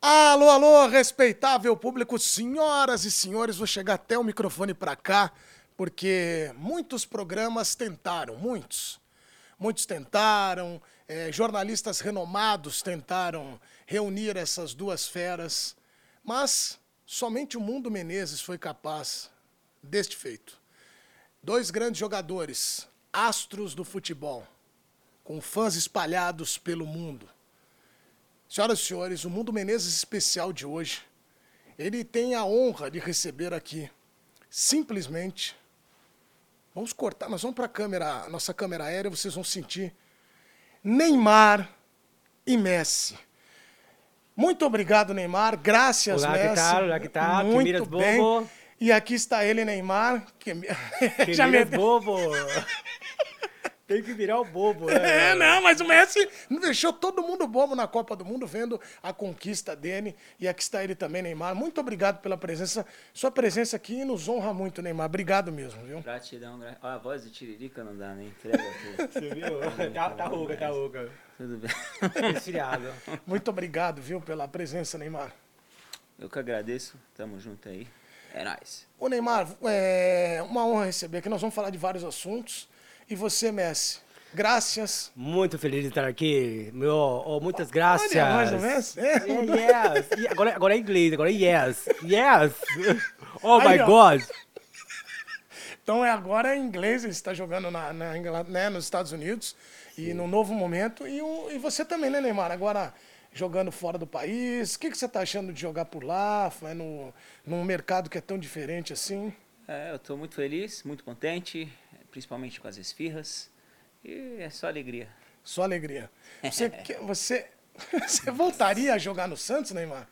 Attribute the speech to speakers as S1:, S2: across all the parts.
S1: Alô, alô, respeitável público, senhoras e senhores, vou chegar até o microfone para cá, porque muitos programas tentaram, muitos. Muitos tentaram, eh, jornalistas renomados tentaram reunir essas duas feras, mas somente o Mundo Menezes foi capaz deste feito. Dois grandes jogadores, astros do futebol, com fãs espalhados pelo mundo. Senhoras e senhores, o Mundo Menezes especial de hoje, ele tem a honra de receber aqui, simplesmente, vamos cortar, nós vamos para a câmera, nossa câmera aérea, vocês vão sentir Neymar e Messi. Muito obrigado, Neymar. Graças,
S2: Olá, que
S1: Messi.
S2: tal? Olá, que tal? Que
S1: Muito
S2: miras
S1: bem.
S2: bobo.
S1: E aqui está ele, Neymar. Que...
S2: Que
S1: Já
S2: vira
S1: me-
S2: bobo. Tem que virar o bobo, né?
S1: É, não, mas o Messi não deixou todo mundo bobo na Copa do Mundo vendo a conquista dele. E aqui está ele também, Neymar. Muito obrigado pela presença. Sua presença aqui nos honra muito, Neymar. Obrigado mesmo, viu?
S3: Gratidão, um gra... Ó, a voz de Tiririca não dá, né? Entrega tudo.
S2: Você viu? Tá, tá rouca, tá rouca.
S3: tudo bem.
S2: Resfriado.
S1: Muito obrigado, viu, pela presença, Neymar.
S3: Eu que agradeço, tamo junto aí. É nóis.
S1: Ô, Neymar, é uma honra receber aqui. Nós vamos falar de vários assuntos. E você, Messi, graças.
S2: Muito feliz de estar aqui. Meu, oh, muitas graças.
S1: Olha, mais ou menos. É.
S2: Yeah, yes. E Agora, agora é inglês, agora é yes. Yes. Oh
S1: Aí,
S2: my
S1: ó.
S2: God.
S1: Então é agora em inglês, ele está jogando na, na Ingla- né, nos Estados Unidos e num novo momento. E, o- e você também, né, Neymar? Agora jogando fora do país. O que, que você está achando de jogar por lá? Foi no, num mercado que é tão diferente assim?
S3: É, eu tô muito feliz, muito contente, principalmente com as esfirras. E é só alegria.
S1: Só alegria. Você, que- você, você voltaria a jogar no Santos, Neymar?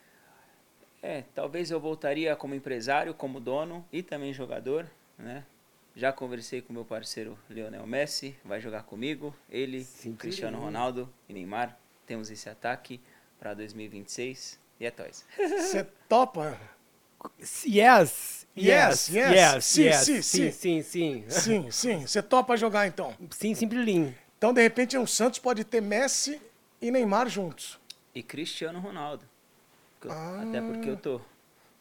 S3: É, talvez eu voltaria como empresário, como dono e também jogador, né? Já conversei com meu parceiro Lionel Messi, vai jogar comigo. Ele, Cristiano Ronaldo e Neymar. Temos esse ataque para 2026 e é tóis.
S1: Você topa?
S2: Yes.
S1: Yes, yes.
S2: Yes, yes,
S1: Sim,
S2: yes.
S1: sim, sim.
S2: sim, sim, sim.
S1: Sim, sim. Você topa jogar então.
S2: Sim, sempre lindo.
S1: Então, de repente, o Santos pode ter Messi e Neymar juntos.
S3: e Cristiano Ronaldo. Que eu-
S2: Ah.
S3: Até porque eu tô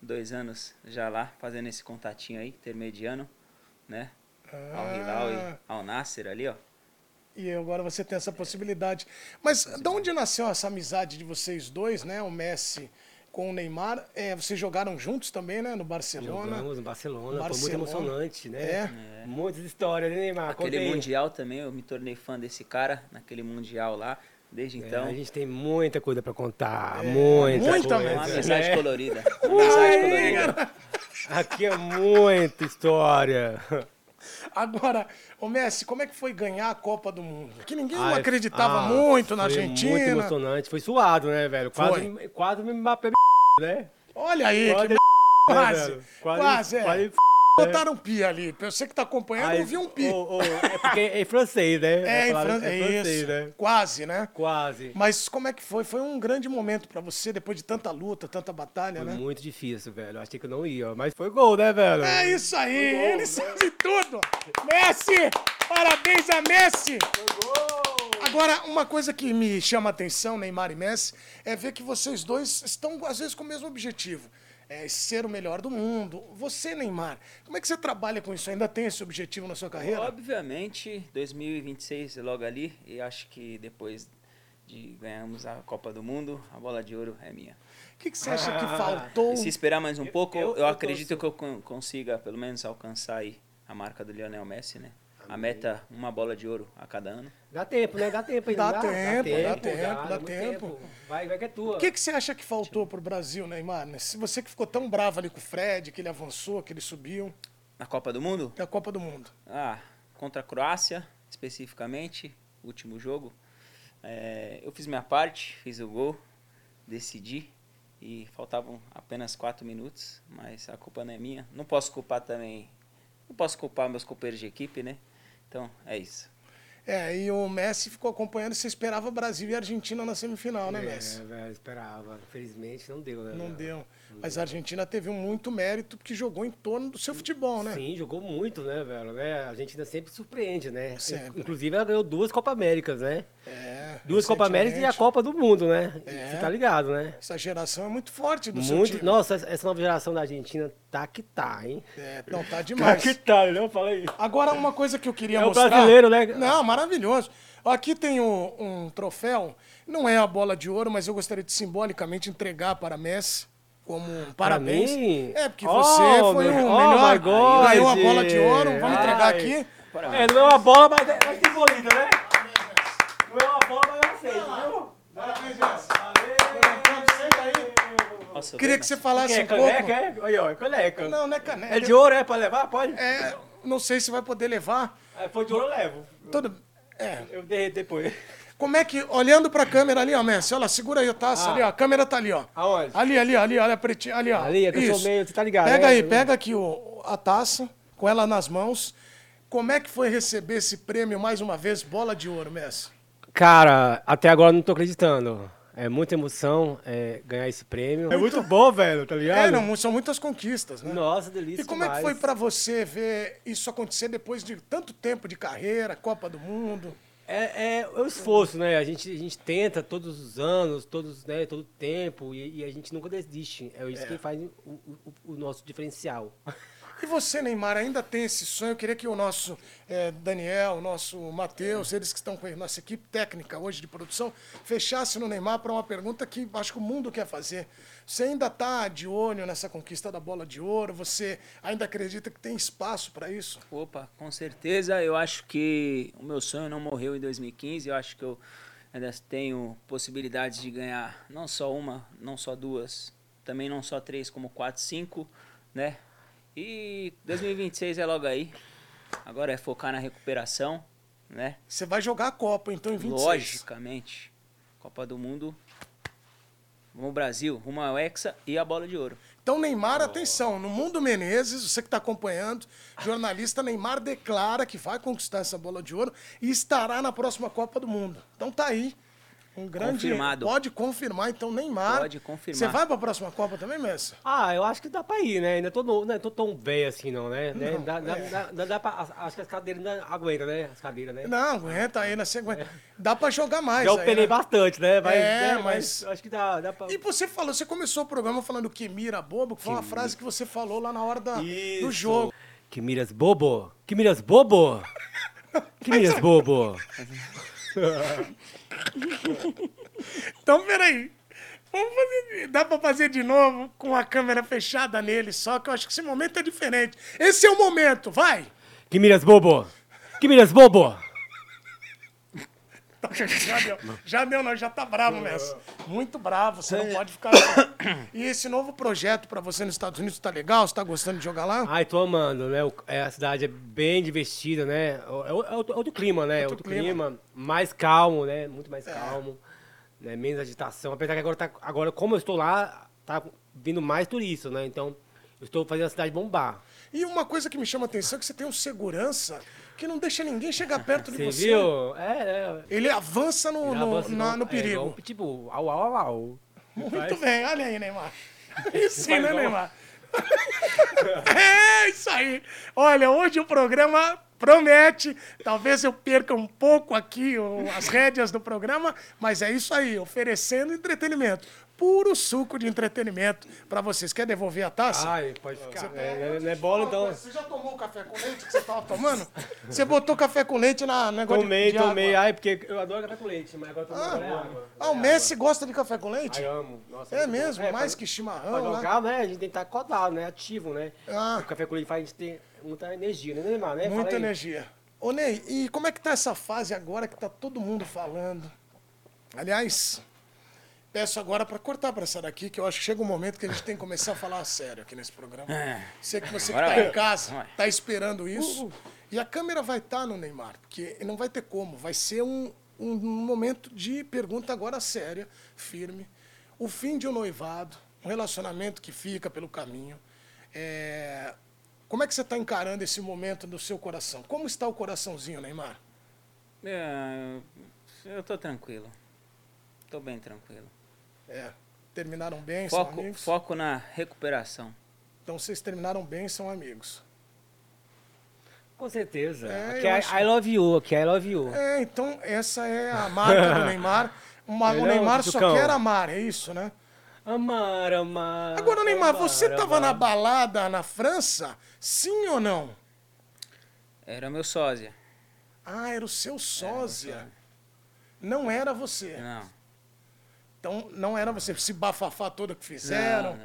S3: dois anos já lá fazendo esse contatinho aí, intermediano, né?
S2: Ah.
S3: Ao Hilal e ao Nasser ali, ó.
S1: E agora você tem essa possibilidade. Mas de onde nasceu essa amizade de vocês dois, né? O Messi com o Neymar. É, vocês jogaram juntos também, né? No Barcelona.
S2: Jogamos no Barcelona, foi
S1: Barcelona.
S2: muito emocionante, né?
S1: É.
S2: Muitas histórias, né, Neymar?
S3: Aquele
S2: Conta aí.
S3: Mundial também, eu me tornei fã desse cara, naquele Mundial lá. Desde
S2: É,
S3: então,
S2: a gente tem muita coisa pra contar, muita,
S1: É, muita
S2: coisa.
S3: uma
S1: mesmo.
S3: amizade
S2: né?
S3: colorida. Uma amizade colorida.
S2: Aqui é muita história.
S1: Agora, o Messi, como é que foi ganhar a Copa do Mundo? Que ninguém
S2: Ai,
S1: acreditava
S2: ah,
S1: muito na
S2: foi
S1: Argentina.
S2: Muito emocionante, foi suado, né, velho? Quase, quase me Mbappé, me né?
S1: Olha aí,
S2: Quase,
S1: que quase.
S2: velho?
S1: quase, é.
S2: quase me
S1: Botaram um pi ali. Pra você que tá acompanhando,
S2: Aí,
S1: eu vi um pi.
S2: ô, ô, é porque é em francês, né?
S1: é, em
S2: Falaram-
S1: Fran- é isso.
S2: né?
S1: Quase, né?
S2: Quase.
S1: Mas como é que foi? Foi um grande momento pra você, depois de tanta luta, tanta batalha,
S2: Foi
S1: né?
S2: muito difícil, velho. Achei que eu não ia, mas foi gol, né, velho?
S1: É isso aí, ele sabe tudo. Messi, parabéns a Messi. Agora, uma coisa que me chama a atenção, Neymar e Messi, é ver que vocês dois estão, às vezes, com o mesmo objetivo. É ser o melhor do mundo. Você, Neymar, como é que você trabalha com isso? Ainda tem esse objetivo na sua carreira?
S3: Obviamente, 2026 é logo ali, e acho que depois de ganharmos a Copa do Mundo, a bola de ouro é minha.
S1: O que, que você acha que faltou?
S3: E se esperar mais um pouco,
S2: eu-
S3: eu,
S2: eu
S3: acredito que eu con- consiga, pelo menos, alcançar aí a marca do Lionel Messi, né? A meta, uma bola de ouro a cada ano.
S2: Dá tempo, né? Dá tempo ainda.
S1: Dá tempo, dá tempo, dá
S2: muito
S1: tempo.
S2: Vai, vai que é tua.
S1: O que, que você acha que faltou pro Brasil, Neymar? Se você que ficou tão bravo ali com o Fred, que ele avançou, que ele subiu,
S3: Na Copa do Mundo?
S1: da Copa do Mundo.
S3: Ah, contra a Croácia, especificamente, último jogo. É, eu fiz minha parte, fiz o gol, decidi e faltavam apenas quatro minutos, mas a culpa não é minha. Não posso culpar também, não posso culpar meus companheiros de equipe, né? Então, é isso.
S1: É, e o Messi ficou acompanhando, você esperava Brasil e Argentina na semifinal, né, Messi?
S2: É, velho, esperava. Felizmente não deu, né?
S1: Não
S2: velho?
S1: deu. Mas a Argentina teve um muito mérito porque jogou em torno do seu futebol, né?
S2: Sim, jogou muito, né, velho? né? A Argentina sempre surpreende, né?
S1: Sempre.
S2: Inclusive, ela ganhou duas Copa Américas, né?
S1: É,
S2: Duas Copa Américas e a
S1: recentemente.
S2: Copa do Mundo, né?
S1: É.
S2: Você tá ligado, né?
S1: Essa geração é muito forte do seu
S2: Muito.
S1: time.
S2: Nossa, essa nova geração da Argentina tá que tá, hein?
S1: É, não, tá demais.
S2: tá, não? Fala aí.
S1: Agora, uma coisa que eu queria
S2: É o
S1: mostrar...
S2: brasileiro, né?
S1: Não, maravilhoso. Aqui tem o- um troféu, não é a bola de ouro, mas eu gostaria de simbolicamente entregar para Messi como um parabéns.
S2: mim?
S1: É, porque
S2: Oh,
S1: você foi o
S2: meu- oh,
S1: melhor,
S2: my God.
S1: ganhou a bola de ouro, vamos
S2: Ai.
S1: entregar aqui.
S3: Parabéns.
S2: É, não é uma bola, mas, é- mas tem bolida, né? Não é uma bola, mas eu aceito, viu?
S1: Parabéns, Messi.
S2: Valeu!
S3: Nossa,
S1: Queria
S3: velho,
S1: que você falasse
S2: É
S1: um pouco...
S2: caneca, é? Olha, ó, é caneca.
S1: Não, não é caneca.
S2: É de ouro, é? Pra levar? Pode?
S1: É, não sei se vai poder levar.
S2: Ah, Foi de ouro, eu levo.
S1: Todo... É.
S2: Eu derreto depois.
S1: Como é que... Olhando pra câmera ali, ó, Messi. Olha lá, segura aí o taça
S2: Ah.
S1: ali, ó. A câmera tá ali, ó.
S2: Aonde?
S1: Ali, ali, ali, olha pretinho, ali, ó.
S2: Ali, é que eu sou
S1: Isso.
S2: meio- você tá ligado,
S1: Pega
S2: né?
S1: aí, pega aqui o, a taça, com ela nas mãos. Como é que foi receber esse prêmio mais uma vez, bola de ouro, Messi?
S2: Cara, até agora eu não tô acreditando. É muita emoção é, ganhar esse prêmio. É muito bom, velho, tá ligado?
S1: É, não, são muitas conquistas, né?
S2: Nossa, delícia.
S1: E como é que
S2: demais.
S1: foi pra você ver isso acontecer depois de tanto tempo de carreira, Copa do Mundo?
S2: É, é o esforço, né? A gente, a gente tenta todos os anos, todos, né, todo tempo, e, e a gente nunca desiste. É isso que faz o, o- o nosso diferencial.
S1: E você, Neymar, ainda tem esse sonho? Eu queria que o nosso eh, Daniel, o nosso Matheus, eles que estão com a nossa equipe técnica hoje de produção, fechasse no Neymar para uma pergunta que acho que o mundo quer fazer. Você ainda está de olho nessa conquista da bola de ouro? Você ainda acredita que tem espaço para isso?
S3: Opa, com certeza. Eu acho que o meu sonho não morreu em 2015. Eu acho que eu ainda tenho possibilidades de ganhar não só uma, não só duas, também não só três, como quatro, cinco, né? E 2026 é logo aí. Agora é focar na recuperação, né?
S1: Você vai jogar a Copa, então, em 26.
S3: Logicamente. Copa do Mundo. Vamos Brasil, rumo ao Hexa e a bola de ouro.
S1: Então, Neymar, atenção, no Mundo Menezes, você que está acompanhando, jornalista Neymar declara que vai conquistar essa bola de ouro e estará na próxima Copa do Mundo. Então tá aí. Um grande.
S3: Confirmado.
S1: Pode confirmar, então, Neymar.
S3: Pode confirmar.
S1: Você vai para a próxima Copa também, Messi?
S2: Ah, eu acho que dá pra ir, né? Ainda tô, no, não tô tão velho assim, não, né? Né?
S1: Não,
S2: dá, dá,
S1: é.
S2: dá, dá- dá pra, as- acho que as cadeiras ainda aguentam, né? As cadeiras, né?
S1: Não, aguenta aí, na sequência. Dá para jogar mais.
S2: Já
S1: aí,
S2: operei
S1: né?
S2: bastante, né? Mas,
S1: É,
S2: né?
S1: mas-
S2: mas acho que dá, dá pra.
S1: E você falou, você começou o programa falando que mira bobo, que foi uma frase que você falou lá na hora da- do
S2: Isso.
S1: jogo.
S2: Que miras bobo! Que miras bobo! Que miras bobo!
S1: Então, peraí. Vamos fazer. Dá pra fazer de novo com a câmera fechada nele, só que eu acho que esse momento é diferente. Esse é o momento, vai!
S2: Que miras bobo! Que miras bobo!
S1: Já deu, já deu, não, já tá bravo, Messi. Muito bravo, você não pode ficar. assim. E esse novo projeto pra você nos Estados Unidos tá legal? Você tá gostando de jogar lá?
S2: Ai, tô amando, né? O- é, a cidade é bem divertida, né? É, o- é outro, outro clima, né?
S1: Outro
S2: Outro, clima. Mais calmo, né? Muito mais calmo. Né? Menos agitação. Apesar que agora, tá, agora, como eu estou lá, tá vindo mais turista, né? Então, eu estou fazendo a cidade bombar.
S1: E uma coisa que me chama a atenção é que você tem um segurança que não deixa ninguém chegar perto de
S2: Você
S1: você.
S2: viu? É, é.
S1: Ele avança no, no-
S2: Avança
S1: na- no
S2: igual- é, igual
S1: perigo.
S2: um pitbull. Au, au, au, au.
S1: Muito bem, olha aí, Neymar. Isso sim, né,
S2: igual.
S1: Neymar? é isso aí. Olha, hoje o programa promete. Talvez eu perca um pouco aqui o- as rédeas do programa, mas é isso aí, oferecendo entretenimento. Puro suco de entretenimento para vocês. Quer devolver a taça? tá-
S2: Ai, pode ficar. Ah, É, é- não é bola, então.
S1: Você já tomou o café com leite que você estava tomando? Você botou café com leite na no negócio de-
S2: Tomei,
S1: de
S2: tomei.
S1: água.
S2: Ai, porque eu adoro café com leite, mas agora eu tô tomando é água.
S1: Ah, o Messi gosta de café com leite?
S2: Ai, amo. Nossa,
S1: É
S2: muito bom.
S1: mesmo,
S2: É,
S1: mais
S2: pra-
S1: que
S2: Pra
S1: chimarrão. né?
S2: jogar, né? A gente tem que estar acordado, né? Ativo, né?
S1: Ah.
S2: O café com leite faz a gente ter muita energia, né, Neymar? Né?
S1: Muita
S2: Fala aí.
S1: energia. Ô Ney, e como é que tá essa fase agora que tá todo mundo falando? Aliás, peço agora para cortar para essa daqui, que eu acho que chega um momento que a gente tem que começar a falar a sério aqui nesse programa. Sei que você que
S3: É. Agora
S1: tá
S3: vai.
S1: em casa,
S3: Vai. Uh,
S1: tá esperando isso. E a câmera vai estar no Neymar, porque não vai ter como. Vai ser um, um momento de pergunta agora séria, firme. O fim de um noivado, um relacionamento que fica pelo caminho. É, Como é que você está encarando esse momento do seu coração? Como está o coraçãozinho, Neymar?
S3: É, eu tô tranquilo. Tô bem tranquilo.
S1: É, terminaram bem, são
S3: Foco,
S1: amigos.
S3: foco na recuperação.
S1: Então vocês terminaram bem, são amigos.
S2: Com certeza.
S1: É,
S2: aqui
S1: eu
S2: é
S1: acho-
S2: I love you, aqui é I love you.
S1: É, então essa é a marca do Neymar. Uma- é o
S2: Não,
S1: Neymar só
S2: Tucão.
S1: quer amar, é isso, né?
S2: Amar, amar.
S1: Agora, Ah, Neymar, é você
S2: amar,
S1: tava na
S2: amar.
S1: balada na França? Sim ou não?
S3: Era meu sósia.
S1: Ah, era o seu sósia. Não era você.
S3: Não.
S1: Então, não era você. Esse bafafá todo que fizeram,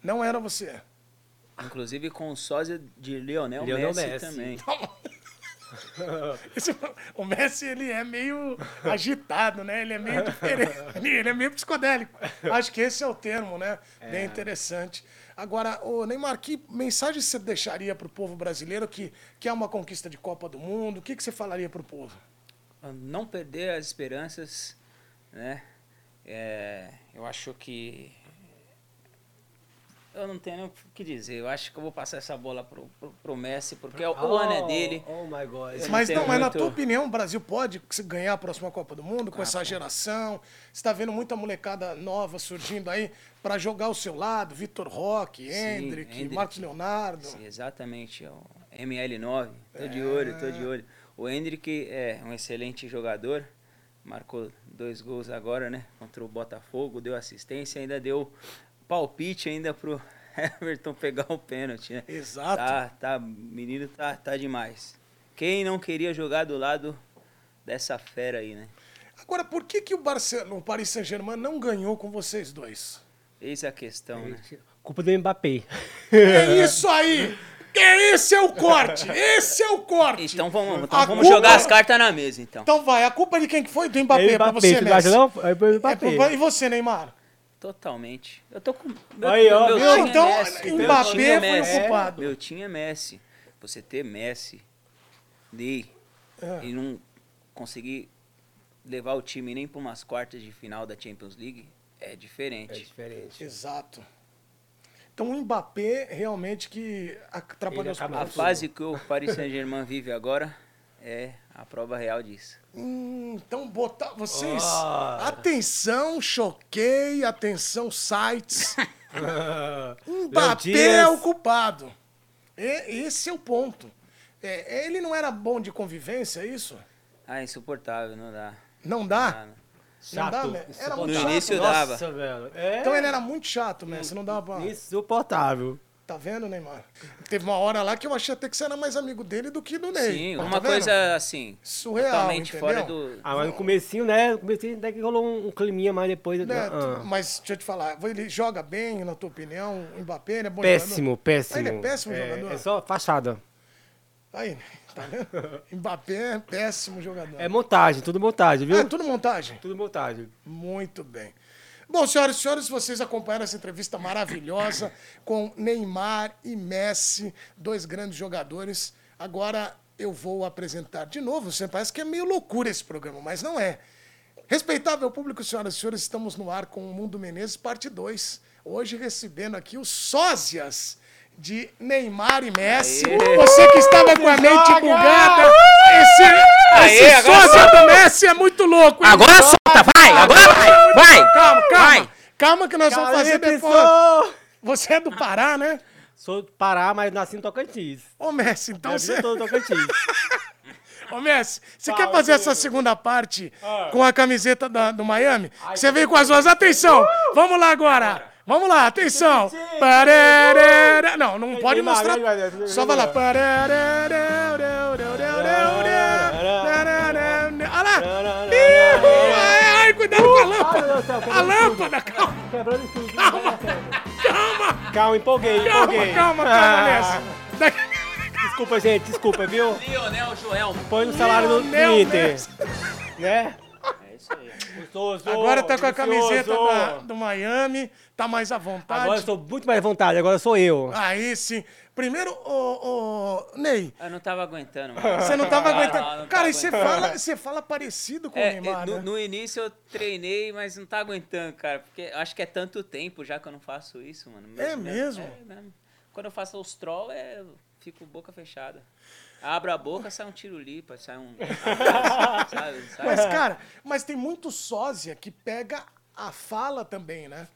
S1: não,
S3: Não,
S1: era você.
S3: não. Inclusive com o sósia de Lionel,
S2: Lionel
S3: Messi,
S2: Messi.
S3: também.
S1: Esse- Tá o Messi, ele é meio agitado, né? Ele é meio diferente. Ele é meio psicodélico. Acho que esse é o termo, né? Bem interessante. Agora, ô Neymar, que mensagem você deixaria pro povo brasileiro que quer uma conquista de Copa do Mundo? O que, que você falaria pro povo?
S3: não perder as esperanças, né? É, eu acho que eu não tenho nem o que dizer. Eu acho que eu vou passar essa bola pro, pro, pro Messi, porque é o, o ano é
S2: Oh,
S3: dele.
S2: Oh my God.
S3: Eu não
S1: Mas
S3: tenho
S1: não, mas na
S3: muito- Ah,
S1: tua opinião, o Brasil pode se ganhar a próxima Copa do Mundo com essa geração? Você tá vendo muita molecada nova surgindo aí para jogar ao seu lado, Vitor Roque, Hendrick,
S3: Hendrick.
S1: Marcos Leonardo.
S3: Sim, exatamente, é o ML9. Tô de olho, tô de olho. O Hendrick é um excelente jogador. Marcou dois gols agora, né? Contra o Botafogo, deu assistência, ainda deu palpite ainda pro Everton pegar o pênalti, né?
S1: Exato.
S3: Tá, tá, menino tá, tá demais. Quem não queria jogar do lado dessa fera aí, né?
S1: Agora, por que, que o, Barcelona, o Paris Saint-Germain não ganhou com vocês dois?
S3: Eis a questão, né?
S2: Culpa do Mbappé.
S1: É isso aí! Esse é o corte! Esse é o corte!
S3: Então vamos,
S1: A
S3: então vamos jogar
S1: culpa-
S3: as cartas na mesa, então.
S1: Então vai, a culpa é de quem que foi? Do Mbappé,
S2: É
S1: pra
S2: Mbappé,
S1: você,
S2: você não acha
S1: Messi.
S2: não? É pro
S1: É
S2: Mbappé.
S1: pro- E você, Neymar?
S3: Totalmente. Eu tô com. Meu,
S2: Aí, ó,
S3: meu
S2: viu?
S3: time é
S1: Então,
S3: Messi, meu
S1: Mbappé
S3: time é
S1: foi o
S3: Messi.
S1: culpado.
S3: Meu time é Messi. Você ter Messi de,
S1: É.
S3: e não conseguir levar o time nem para umas quartas de final da Champions League é
S2: É
S3: diferente.
S2: diferente.
S1: Exato. Então o Mbappé realmente que atrapalhou
S2: Ele
S1: os
S2: acaba-
S3: A
S1: planos.
S2: Absurdo.
S3: fase que o Paris Saint-Germain vive agora é a prova real disso.
S1: Hum, então botar vocês.
S2: Ah.
S1: Atenção, choquei, atenção, sites. Mbappé é
S2: Dias.
S1: o culpado. E- esse é o ponto. É, ele não era bom de convivência, é isso?
S3: Ah, insuportável, não dá.
S1: Não
S3: Não
S1: dá?
S3: dá, não.
S1: Não dá, né? Era muito
S2: Insuportável.
S1: chato.
S3: No início
S2: Nossa,
S3: dava.
S2: velho. É.
S1: Então ele era muito chato, Messi. Não dava pra.
S2: Insuportável.
S1: Tá vendo, Neymar? Teve uma hora lá que eu achei até que você era mais amigo dele do que do Ney.
S3: Sim,
S1: Tá
S3: uma
S1: vendo?
S3: coisa assim.
S1: Surreal,
S3: totalmente
S1: entendeu?
S3: fora do.
S2: Ah, mas no comecinho, né? No comecinho até que rolou um, um climinha mais depois.
S1: Né,
S2: Ah.
S1: tu- Mas deixa eu te falar, ele joga bem, na tua opinião? O Mbappé, ele é bom
S2: Péssimo,
S1: jogador?
S2: péssimo.
S1: Ele é péssimo jogador?
S2: É só fachada.
S1: Aí, tá vendo? Mbappé é péssimo jogador.
S2: É montagem, tudo montagem, viu?
S1: Ah, é tudo montagem?
S2: Tudo montagem.
S1: Muito bem. Bom, senhoras e senhores, vocês acompanharam essa entrevista maravilhosa com Neymar e Messi, dois grandes jogadores. Agora eu vou apresentar de novo. Você parece que é meio loucura esse programa, mas não é. Respeitável público, senhoras e senhores, estamos no ar com o Mundo Menezes, parte 2. Hoje recebendo aqui os sósias de Neymar e Messi.
S3: Aê!
S1: Você que estava com a mente
S2: Joga!
S1: bugada, esse, esse
S3: Aê, agora
S1: sósia do Messi é muito louco. hein?
S3: solta, vai! Agora vai! Vai!
S1: Calma, calma. Calma que nós vamos fazer
S2: Caralho,
S1: depois.
S2: pessoal!
S1: Você é do Pará, né?
S2: Sou do Pará, mas nasci no Tocantins. Né?
S1: Ô, Messi, então
S2: Minha
S1: você...
S2: vida toda no Tocantins.
S1: Ô, Messi, você
S2: Fala,
S1: quer fazer
S2: Diego.
S1: essa segunda parte
S2: Ah.
S1: com a camiseta da- do Miami?
S2: Ai,
S1: você veio
S2: que
S1: com as duas. Atenção! Vamos lá agora! Vamos lá, atenção! Pararara- Não, não pode
S2: Neymar,
S1: mostrar.
S2: Neymar, Neymar.
S1: Só vai lá. Pararara- Olha lá! Ih, ai, Ai, cuidado com a
S2: Ai, meu
S1: lâmpada!
S2: Deus do céu,
S1: A
S2: quebrando tudo.
S1: lâmpada, calma!
S2: Quebrando tudo. Calma! Calma, empolguei,
S1: né? Calma,
S2: empolguei.
S1: calma, calma,
S3: Ah.
S1: Messi! Daqui-
S2: Desculpa, gente, desculpa, viu?
S3: Lionel Joel.
S2: Põe no salário do
S1: Leonel
S2: do Inter.
S1: Messi.
S2: Né?
S3: É isso aí.
S2: Gostoso,
S1: Agora tá com a camiseta
S2: delicioso.
S1: da- do Miami, tá mais à vontade.
S2: Agora eu sou muito mais à vontade, agora sou eu.
S1: Aí sim. Primeiro, ô, ô, Ney,
S3: Eu não tava aguentando, mano.
S1: você não tava
S3: Ah,
S1: aguentando.
S3: não, não
S1: Cara,
S3: tava
S1: e você
S3: aguentando.
S1: fala, você fala parecido com o
S3: É,
S1: Neymar,
S3: no,
S1: né?
S3: no início eu treinei, mas não tá aguentando, cara. Porque eu acho que é tanto tempo já que eu não faço isso, mano.
S1: É mesmo?
S3: é mesmo. Quando eu faço os troll, é fico boca fechada. Abro a boca, sai um tirolipa, sai um. sabe, sabe?
S1: Mas, cara, mas tem muito sósia que pega a fala também, né?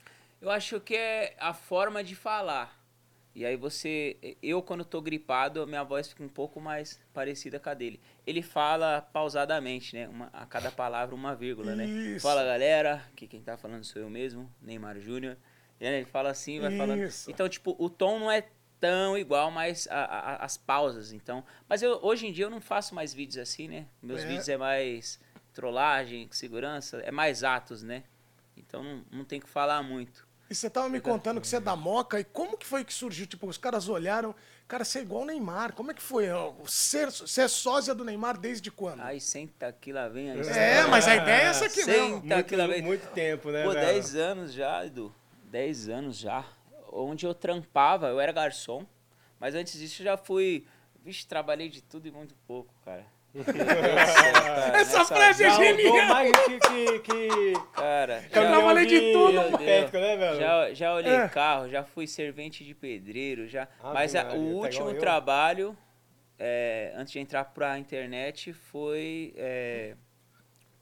S3: Eu acho que é a forma de falar. E aí você. Eu, quando tô gripado, minha voz fica um pouco mais parecida com a dele. Ele fala pausadamente, né? Uma, a cada palavra uma vírgula, né?
S1: Isso.
S3: Fala, galera, que quem tá falando sou eu mesmo, Neymar Júnior. E aí Ele fala assim, vai falando.
S1: Isso.
S3: Então, tipo, o tom não é tão igual, mas a- a- as pausas, então. Mas eu, hoje em dia eu não faço mais vídeos assim, né? Meus
S1: É.
S3: vídeos é mais trollagem, segurança, é mais atos, né? Então não, não tem que falar muito.
S1: E você tava me contando que você é da Moca, e como que foi que surgiu? Tipo, os caras olharam, cara, você é igual o Neymar. Como é que foi? ó, Ser, você é sósia do Neymar desde quando?
S3: Aí senta aqui, lá vem a
S1: É, mas a ideia é essa aqui mesmo.
S3: Senta aqui, lá
S2: Muito,
S3: vem.
S2: muito tempo, né?
S3: Pô,
S2: velho?
S3: 10 anos já, Edu. 10 anos já. Onde eu trampava, eu era garçom. Mas antes disso eu já fui. Vixe, trabalhei de tudo e muito pouco, cara. Meu Deus do céu, cara,
S1: Essa
S3: nessa
S1: frase é
S2: Já
S3: vida,
S1: genial.
S2: rodou mais que, que, que-
S3: Cara,
S1: Eu
S2: campeão
S1: trabalhei de tudo,
S3: Meu Deus.
S2: Atlético, né, velho?
S3: Já, já olhei
S1: É. Ah,
S3: carro, já fui servente de pedreiro, já.
S2: Ave
S3: Mas a-
S2: Maria,
S3: o
S2: tá
S1: um
S3: último
S2: igual eu.
S3: trabalho, é, antes de entrar pra internet, foi é,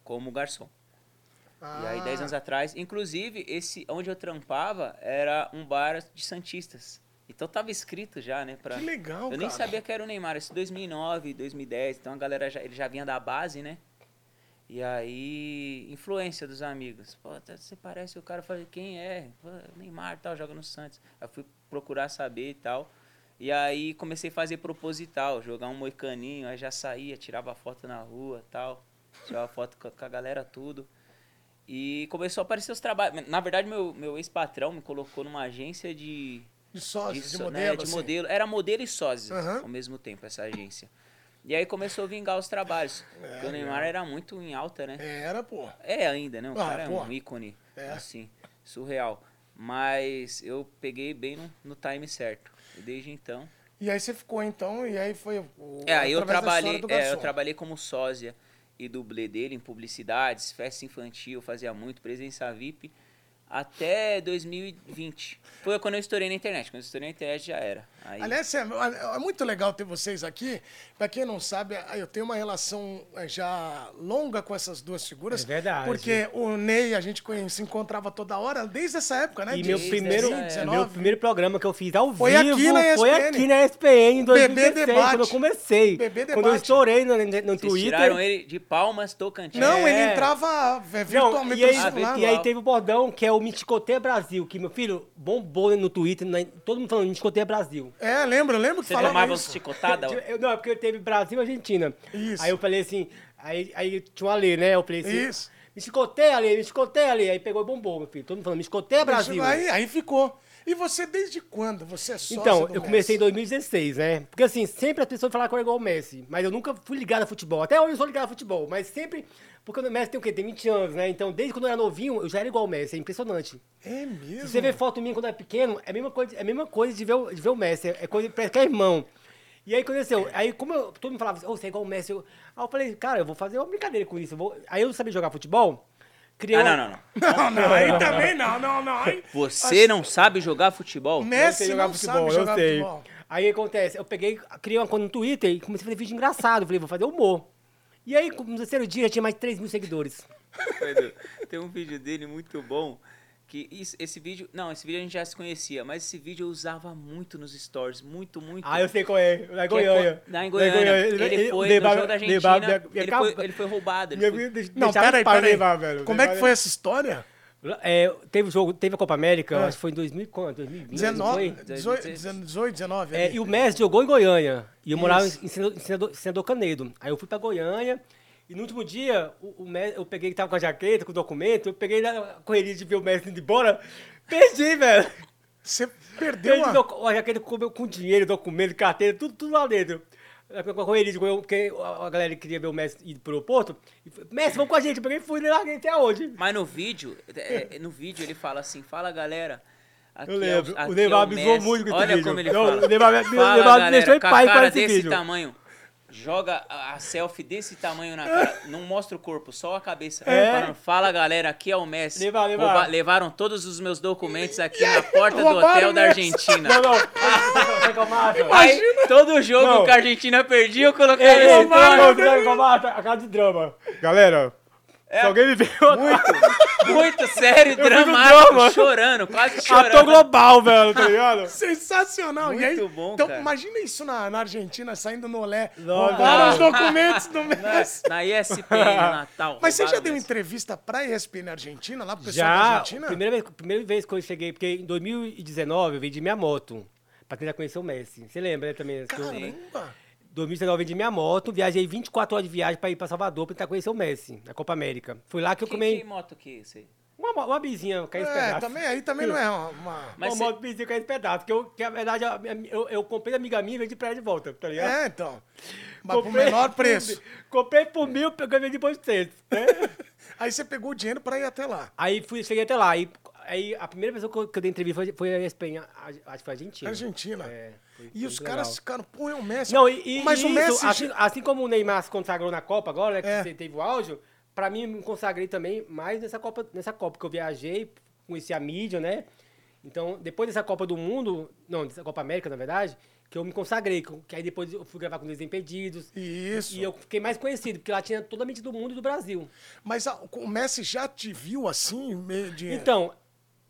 S3: como garçom. E aí,
S1: Ah.
S3: 10 anos atrás, inclusive, esse onde eu trampava era um bar de Santistas. Então tava escrito já, né? Pra...
S1: Que legal,
S3: Eu nem
S1: cara.
S3: sabia que era o Neymar, isso 2009, 2010. Então a galera já, ele já vinha da base, né? E aí, influência dos amigos. Pô, até você parece o cara, eu falei, quem é? Pô, é o Neymar e tal, joga no Santos. Aí fui procurar saber e tal. E aí comecei a fazer proposital, jogar um moicaninho, aí já saía, tirava foto na rua e tal. Tirava foto com a- com a galera, tudo. E começou a aparecer os trabalhos. Na verdade, meu, meu ex-patrão me colocou numa agência de.
S1: De sósia, de,
S3: so- né,
S1: modelo.
S3: de
S1: assim.
S3: modelo. Era modelo e sósia
S1: Aham.
S3: ao mesmo tempo, essa agência. E aí começou a vingar os trabalhos.
S1: É,
S3: porque o Neymar era muito em alta, né?
S1: Era, pô.
S3: É ainda, né? O
S1: Ah,
S3: cara é
S1: pô.
S3: um ícone,
S1: É.
S3: assim, surreal. Mas eu peguei bem no, no time certo. E desde então.
S1: E aí você ficou, então, e aí foi o.
S3: É, aí eu
S1: através da
S3: trabalhei,
S1: história do
S3: é, eu
S1: garçom.
S3: trabalhei como sósia e dublê dele em publicidades, festa infantil, fazia muito, presença VIP, até 2020. Foi quando eu estourei na internet. Quando eu estourei na internet já era. Aí,
S1: Aliás, é, é muito legal ter vocês aqui. Pra quem não sabe, eu tenho uma relação eh, já longa com essas duas figuras.
S2: É verdade.
S1: Porque o Ney, a gente conhe- se encontrava toda hora, desde essa época, né?
S2: E
S1: De
S2: meu
S3: Desde
S2: primeiro,
S3: essa
S1: 19.
S2: meu primeiro programa que eu fiz ao
S1: Foi
S2: vivo
S1: aqui na
S2: foi
S1: ESPN.
S2: aqui na ESPN em 2016,
S1: debate.
S2: quando eu comecei.
S1: Bebê
S2: quando eu
S1: debate.
S2: estourei no, no
S3: Vocês
S2: Twitter.
S3: tiraram ele de palmas, Tocantins.
S1: Não,
S2: É.
S1: ele entrava eh,
S2: Não,
S1: virtualmente
S2: e, aí,
S1: no celular.
S2: e aí teve o bordão que é o Miticoteia Brasil, que meu filho bombou no Twitter, né? todo mundo falando Miticoteia Brasil.
S1: É, lembro, lembro que
S3: Você
S1: falava
S3: tomava
S1: isso.
S3: chicotada?
S2: Eu- não, é porque teve Brasil e Argentina.
S1: Isso.
S2: Aí eu falei assim, aí, aí tinha o Ale, né? Eu falei assim,
S1: Isso.
S2: me escoteia Ale, me escoteia Ale. Aí pegou e bombou, meu filho. Todo mundo falando, me escoteia Brasil. né?
S1: Aí, aí ficou. E você, desde quando? Você é sócio
S2: Então,
S1: do
S2: eu comecei
S1: Messi?
S2: em 2016, né? Porque assim, sempre as pessoas falavam que eu era igual o Messi, mas eu nunca fui ligado a futebol. Até hoje eu sou ligado a futebol, mas sempre. Porque o Messi tem o quê? Tem 20 anos, né? Então, desde quando eu era novinho, eu já era igual o Messi. É impressionante.
S1: É mesmo?
S2: Se você vê foto minha quando era pequeno, é a mesma coisa, é a mesma coisa de, ver o, de ver o Messi. É coisa, parece que é irmão. E aí aconteceu. Aí, como eu, todo mundo falava assim, "Ô, você é igual o Messi. Eu, aí eu falei, cara, eu vou fazer uma brincadeira com isso. eu vou- Aí eu não sabia jogar futebol. Criei
S3: Ah,
S2: uma-
S3: não, não, não.
S1: Não, não, aí também não, não, não. Assim, Aí...
S3: Você não sabe jogar futebol?
S1: Né?
S2: Eu
S1: Messi
S2: sei jogar
S1: não sabe
S2: futebol,
S1: jogar
S2: eu sei.
S1: futebol.
S2: Aí o que acontece? Eu peguei, criei uma conta no Twitter e comecei a fazer vídeo engraçado. Falei, vou fazer humor. E aí, no terceiro dia, já tinha mais de 3 mil seguidores.
S3: Edu, Tem um vídeo dele muito bom. Que isso- esse vídeo. Não, esse vídeo a gente já se conhecia, mas esse vídeo eu usava muito nos stories. Muito, muito.
S2: Ah, eu sei qual é. Na
S3: Que é
S2: Goiânia.
S3: co- Na Goiânia. Ele, foi no
S2: levava-
S3: jogo da Argentina.
S2: levava minha- minha
S3: ele,
S2: capa-
S3: foi, ele foi roubado. Ele
S2: minha
S3: foi-
S2: vida deix-
S1: Não,
S2: deixava
S1: peraí,
S2: os pais
S3: né?
S1: peraí.
S2: levar, velho.
S1: Como é que
S2: Levar-
S1: foi essa história?
S2: É, teve o jogo, teve a Copa América,
S1: Ah.
S2: acho que foi em 2000, quanto? 2020,
S1: 19,
S2: foi?
S1: 18, 18, 19.
S2: É,
S1: ali.
S2: e o Messi jogou em Goiânia. E eu morava em
S1: Isso.
S2: Senador, em Senador- Senador Canedo. Aí eu fui pra Goiânia. E no último dia, o, o Messi, eu peguei que tava com a jaqueta, com o documento. Eu peguei na correria de ver o Messi indo embora. Perdi, velho.
S1: Você perdeu
S2: Perdi
S1: uma...
S2: docu- a jaqueta com, meu- com dinheiro, documento, carteira, tudo, tudo lá dentro. Aí Com a correria de Goiânia, porque a a galera queria ver o Messi ir pro aeroporto. E falei, Messi, vamos com a gente. Eu peguei e fui lá até hoje.
S3: Mas no vídeo, é, é, no vídeo ele fala assim: fala galera. Aqui
S2: Eu lembro.
S3: É o, aqui
S2: o
S3: é
S2: Neymar
S3: o
S2: avisou
S3: Messi.
S2: muito com esse
S3: Olha
S2: vídeo.
S3: como ele
S2: Não,
S3: fala.
S2: O Neymar, me- o
S3: Fala,
S2: Neymar me
S3: galera,
S2: deixou em
S3: com a
S2: paz com
S3: cara
S2: esse
S3: desse
S2: vídeo.
S3: tamanho. joga a a selfie desse tamanho na cara, não mostra o corpo, só a cabeça. Falando, fala galera, aqui é o Messi.
S2: É. Levar, levar.
S3: Rouba- levaram todos os meus documentos aqui na porta do
S1: Roubaram
S3: hotel
S1: o
S3: da
S1: Messi.
S3: Argentina.
S2: Não, não. Você calma,
S3: Aí, todo jogo
S2: Não.
S3: que a Argentina perdia, eu colocava
S2: Ei,
S3: esse
S2: ei,
S3: nome.
S2: calma, calma, a cara de drama. É Galera, se alguém me viu,
S3: Muito sério,
S2: no
S3: dramático,
S2: um drama.
S3: chorando, quase
S2: ator
S3: chorando.
S2: global, velho, tá ligado?
S1: Sensacional. e aí,
S3: Muito bom,
S1: então,
S3: cara.
S1: imagina isso na, na Argentina, saindo no Olé.
S2: Não,
S1: Roubaram
S2: não.
S1: os documentos do
S3: Na,
S1: Messi.
S3: na ESPN, Natal.
S1: Mas você já
S3: roubaram
S1: deu
S3: esse.
S1: entrevista pra ESPN Argentina, lá pro pessoal da
S2: Já,
S1: Argentina?
S2: primeira vez, primeira vez que eu cheguei, porque em 2019 eu vendi minha moto pra tentar conhecer o Messi. Você lembra, né, também? que eu-
S1: Caramba.
S2: 2019 eu vendi minha moto, viajei 24 horas de viagem pra ir pra Salvador pra tentar conhecer o Messi, na Copa América. Foi lá que eu
S3: Que,
S2: comei
S3: que moto que é esse? aí?
S2: uma, mo- uma bizinha, caiu esse
S1: É,
S2: pedaço.
S1: também, aí também não é uma... uma-
S3: Mas
S2: uma
S3: cê-
S2: moto bizinha caiu esse pedaço, porque eu, que, na verdade, a- a- eu, eu comprei da amiga minha e vendi pra ela de volta, tá ligado?
S1: É, então. Mas pro menor preço.
S2: Comprei por mil, peguei vendi por 800, né?
S1: Aí você pegou o dinheiro pra ir até lá.
S2: Aí fui, cheguei até lá. Aí, aí a primeira pessoa que eu, que eu dei entrevista foi, foi a Espanha, a- acho que foi a Argentina.
S1: Argentina.
S2: É, foi-
S1: e
S2: foi
S1: os
S2: legal.
S1: caras ficaram, pô, é o Messi.
S2: Não, e, e-
S1: Mas
S2: e
S1: o
S2: isso,
S1: Messi.
S2: assim, assim como o Neymar se consagrou na Copa agora, né, que
S1: É.
S2: você teve o áudio, pra mim eu me consagrei também mais nessa Copa, nessa Copa que eu viajei, conheci a mídia, né? Então, depois dessa Copa do Mundo, não, dessa Copa América, na verdade, que eu me consagrei, que eu- que aí depois eu fui gravar com Desimpedidos.
S1: Isso.
S2: E eu fiquei mais conhecido, porque lá tinha toda a mídia do mundo e do Brasil.
S1: Mas a- o Messi já te viu assim? meio de-
S2: Então,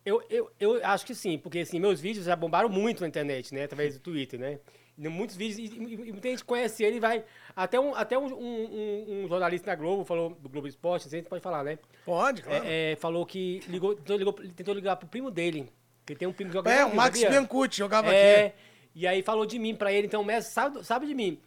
S2: eu, eu, eu acho que sim, porque assim, meus vídeos já bombaram muito na internet, né? Através do Twitter, né? Em Muitos vídeos, e, e- e muita gente conhece ele, vai. Até um, até um, um- um- um jornalista na Globo falou, do Globo Esporte, não sei se a gente pode falar, né?
S1: Pode, claro. É,
S2: É, é, falou que ligou, tentou, ligou- tentou ligar pro primo dele. Que tem um primo que joga no
S1: É, o
S2: Brasil,
S1: Max
S2: sabia?
S1: Biancucci jogava
S2: É,
S1: aqui.
S2: e aí falou de mim pra ele, então o Messi sabe, sabe de mim.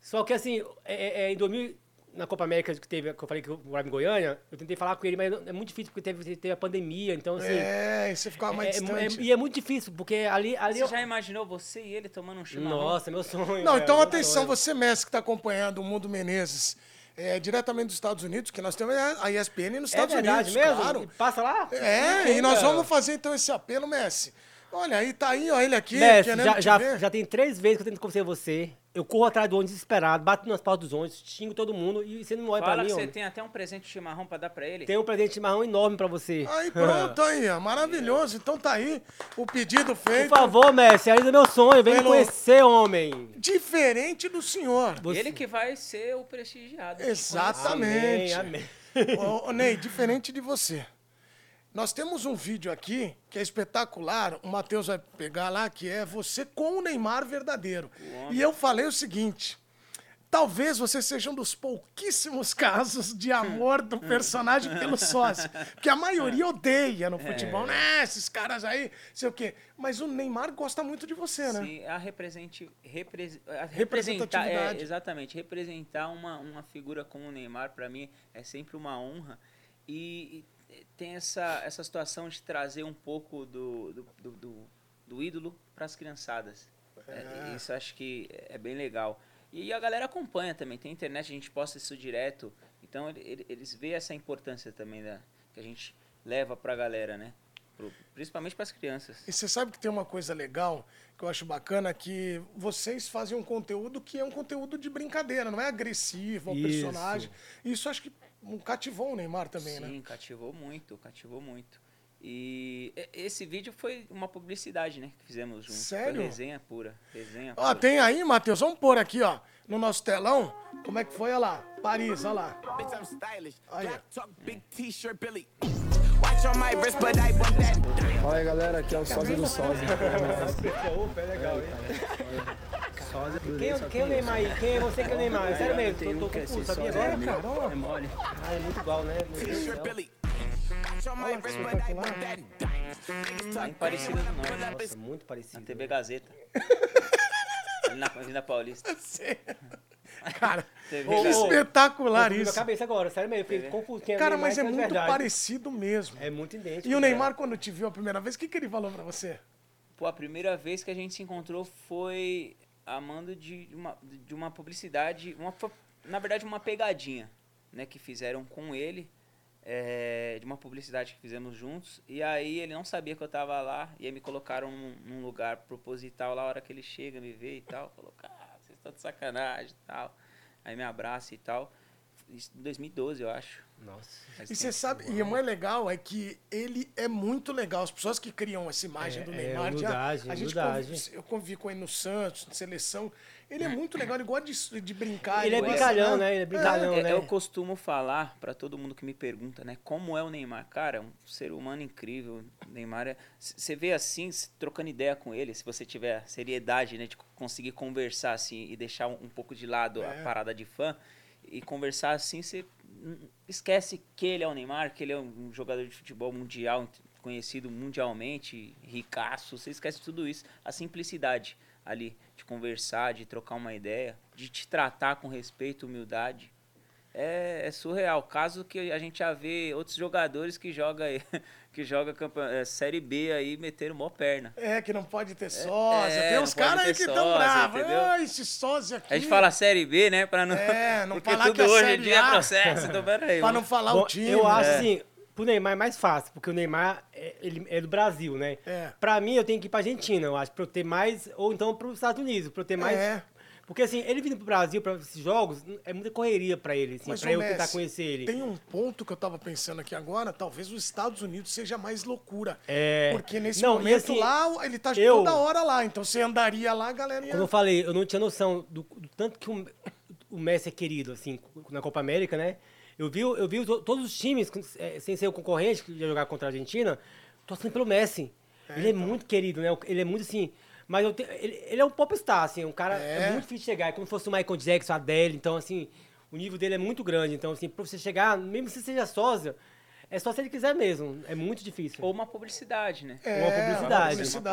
S2: Só que assim, é, é, em 2000, na Copa América que teve, que eu falei que eu morava em Goiânia, eu tentei falar com ele, mas não- é muito difícil porque teve, teve a pandemia, então assim. É,
S1: É, e você ficava mais
S2: é-
S1: distante.
S2: é- e é muito difícil, porque ali. ali
S3: Você
S2: eu-
S3: já é imaginou você e ele tomando um chimarrão?
S2: Nossa, meu sonho.
S1: Não,
S2: velho,
S1: então
S2: meu
S1: atenção,
S2: sonho.
S1: você Messi que está acompanhando o Mundo Menezes é, diretamente dos Estados Unidos, que nós temos a ESPN nos
S2: É
S1: Estados
S2: verdade
S1: Unidos,
S2: mesmo?
S1: claro.
S2: Passa lá?
S1: É,
S2: Sim,
S1: e nós
S2: cara.
S1: vamos fazer então esse apelo, Messi. Olha, aí tá aí, ó, ele aqui,
S2: Messi,
S1: querendo
S2: já,
S1: te
S2: já,
S1: ver.
S2: já tá tem três vezes que eu tento convencer você. Eu corro atrás do ônibus desesperado, bato nas pautas dos ônibus, xingo todo mundo e você não olha
S3: Fala
S2: pra mim.
S3: que você
S2: homem.
S3: tem até um presente de chimarrão pra dar pra ele.
S2: Tem um presente marrom enorme pra você.
S1: Aí pronto, aí, ó, maravilhoso. Então tá aí o pedido
S2: Por
S1: feito.
S2: favor, Messi, ainda é meu sonho. Vem me
S1: Pelo-
S2: conhecer, homem.
S1: Diferente do senhor.
S2: Você-
S3: Ele que vai ser o prestigiado.
S1: Exatamente.
S2: Amém,
S1: Ô, ô, Ney, diferente de você. Nós temos um vídeo aqui que é espetacular, o Matheus vai pegar lá, que é você com o Neymar verdadeiro. E eu falei o seguinte: talvez você seja um dos pouquíssimos casos de amor do personagem pelo sócio. Porque a maioria odeia no
S2: É.
S1: futebol, né? Esses caras aí, sei o quê. Mas o Neymar gosta muito de você, né?
S3: Sim, a represente, repres, a representar, é,
S1: Representatividade.
S3: exatamente, representar uma, uma figura como o Neymar para mim é sempre uma honra e, e tem essa, essa situação de trazer um pouco do, do, do, do- do ídolo para as criançadas. É, isso acho que é bem legal. E a galera acompanha também, tem internet, a gente posta isso direto. Então ele- ele- eles veem essa importância também da, que a gente leva para a galera, né? Pro- principalmente para as crianças.
S1: E você sabe que tem uma coisa legal que eu acho bacana que vocês fazem um conteúdo que é um conteúdo de brincadeira, não é agressivo ao
S2: Isso.
S1: personagem. Isso acho que um cativou o Neymar também, né?
S3: Sim, cativou muito, cativou muito. E e- esse vídeo foi uma publicidade, né? Que fizemos juntos.
S1: Sério?
S3: Foi resenha pura. Resenha
S1: Ó,
S3: pura.
S1: tem aí, Matheus, vamos pôr aqui, ó, no nosso telão, como é que foi, olha lá, Paris, olha lá.
S4: Bitch, I'm stylish.
S1: Oh, yeah.
S4: Black talk, big t-shirt, Billy. Watch on my wrist, but I bump that.
S5: Fala aí galera, aqui é o Sósia do Sósia.
S2: Quem, quem é o Neymar aí? Quem é você que é o Neymar? Sério mesmo, tô, tô confuso, sabia agora?
S1: Caramba.
S3: É mole.
S2: Ah, é muito igual, né? Meu Deus do
S4: T-shirt,
S2: céu.
S4: Billy. Watch on my wrist, but
S1: tá
S4: I bump that.
S1: né?
S4: Niggas talk
S3: Bem parecido com nós,
S4: pull up
S2: Nossa,
S4: and
S2: é muito
S3: Na
S2: parecido.
S3: TV Gazeta. na Avenida Paulista.
S1: Cara,
S3: TV
S1: que
S3: Gazeta.
S1: espetacular
S2: Minha
S1: isso.
S2: cabeça agora, sério mesmo, fiquei confuso. Quem é o
S1: Cara,
S2: Neymar
S1: mas
S2: e
S1: é
S2: quem o
S1: muito
S2: verdade.
S1: parecido mesmo.
S2: É muito idêntico.
S1: E o
S2: né?
S1: Neymar, quando te viu a primeira vez, o que, que ele falou pra você?
S3: Pô, a primeira vez que a gente se encontrou foi amando de uma, de uma publicidade, uma, fa- na verdade uma pegadinha, né, que fizeram com ele, é, de uma publicidade que fizemos juntos, e aí ele não sabia que eu tava lá, e aí me colocaram num, num lugar proposital lá, a hora que ele chega, me vê e tal, falou, cara, vocês estão de sacanagem e tal. aí me abraça e tal. Isso em 2012, eu acho.
S2: Nossa.
S3: Faz
S1: E você
S3: tempo.
S1: sabe, e o mais legal é que ele é muito legal. As pessoas que criam essa imagem
S2: É,
S1: do
S2: é,
S1: Neymar,
S2: humildade,
S1: já, a gente
S2: humildade.
S1: convive- eu convivi com ele no Santos, na seleção. Ele é muito legal, ele gosta de, de brincar.
S2: Ele é
S1: gosta,
S2: brincalhão, né? Ele é brincalhão,
S3: É,
S2: né?
S3: Eu costumo falar pra todo mundo que me pergunta, né? Como é o Neymar? Cara, um ser humano incrível. O Neymar é. c- Você vê assim, c- trocando ideia com ele, se você tiver a seriedade, né? De co- conseguir conversar assim e deixar um, um pouco de lado
S1: É.
S3: a parada de fã e conversar assim, você hum, esquece que ele é o Neymar, que ele é um jogador de futebol mundial, conhecido mundialmente, ricaço. Você esquece tudo isso. A simplicidade ali de conversar, de trocar uma ideia, de te tratar com respeito, humildade. É, é surreal. Caso que a gente já vê outros jogadores que joga aí- que joga campe- eh, série B aí meteram mó perna.
S1: É, que não pode ter sósia.
S3: é,
S1: Tem
S3: não
S1: uns
S3: pode
S1: caras aí
S3: ter
S1: que estão
S3: sósia,
S1: bravos.
S3: entendeu?
S1: Ah, esse sósia aqui.
S3: A gente fala série B, né, Pra não
S1: É, não
S3: porque
S1: falar
S3: tudo
S1: que a
S3: hoje
S1: Série
S3: em dia
S1: A-
S3: é processo, então pera aí.
S1: Pra não
S3: mano.
S1: falar
S2: Bom,
S1: o time.
S2: assim, Eu acho
S1: né?
S2: assim, pro Neymar é mais fácil, porque o Neymar é, ele é do Brasil, né?
S1: É.
S2: Pra mim, eu tenho que ir pra Argentina, eu acho, pra eu ter mais. Ou então pros Estados Unidos, pra eu ter mais.
S1: É.
S2: Porque assim, ele vindo pro Brasil pra esses jogos, é muita correria pra ele, assim,
S1: Mas,
S2: pra
S1: ô,
S2: eu
S1: Messi,
S2: tentar conhecer ele.
S1: Tem um ponto que eu tava pensando aqui agora, talvez os Estados Unidos seja mais loucura.
S2: É.
S1: Porque nesse
S2: Não, e
S1: momento
S2: assim,
S1: lá, ele tá
S2: eu-
S1: toda hora lá. Então você andaria lá, a galera ia...
S2: Como eu falei, eu não tinha noção do, do tanto que o, o Messi é querido, assim, na Copa América, né? Eu vi, eu vi to- todos os times, eh, sem ser o concorrente que ia jogar contra a Argentina, torcendo pelo Messi. ele é muito querido, né? Ele é muito assim. Mas eu te- ele, ele é um popstar, assim, um cara é.
S1: É.
S2: muito difícil de chegar. É como se fosse o Michael Jackson, a Adele, então, assim, o nível dele é muito grande. Então, assim, pra você chegar, mesmo se seja sósia, é só se ele quiser mesmo. É muito difícil.
S3: Ou uma publicidade, né?
S1: É,
S2: uma publicidade.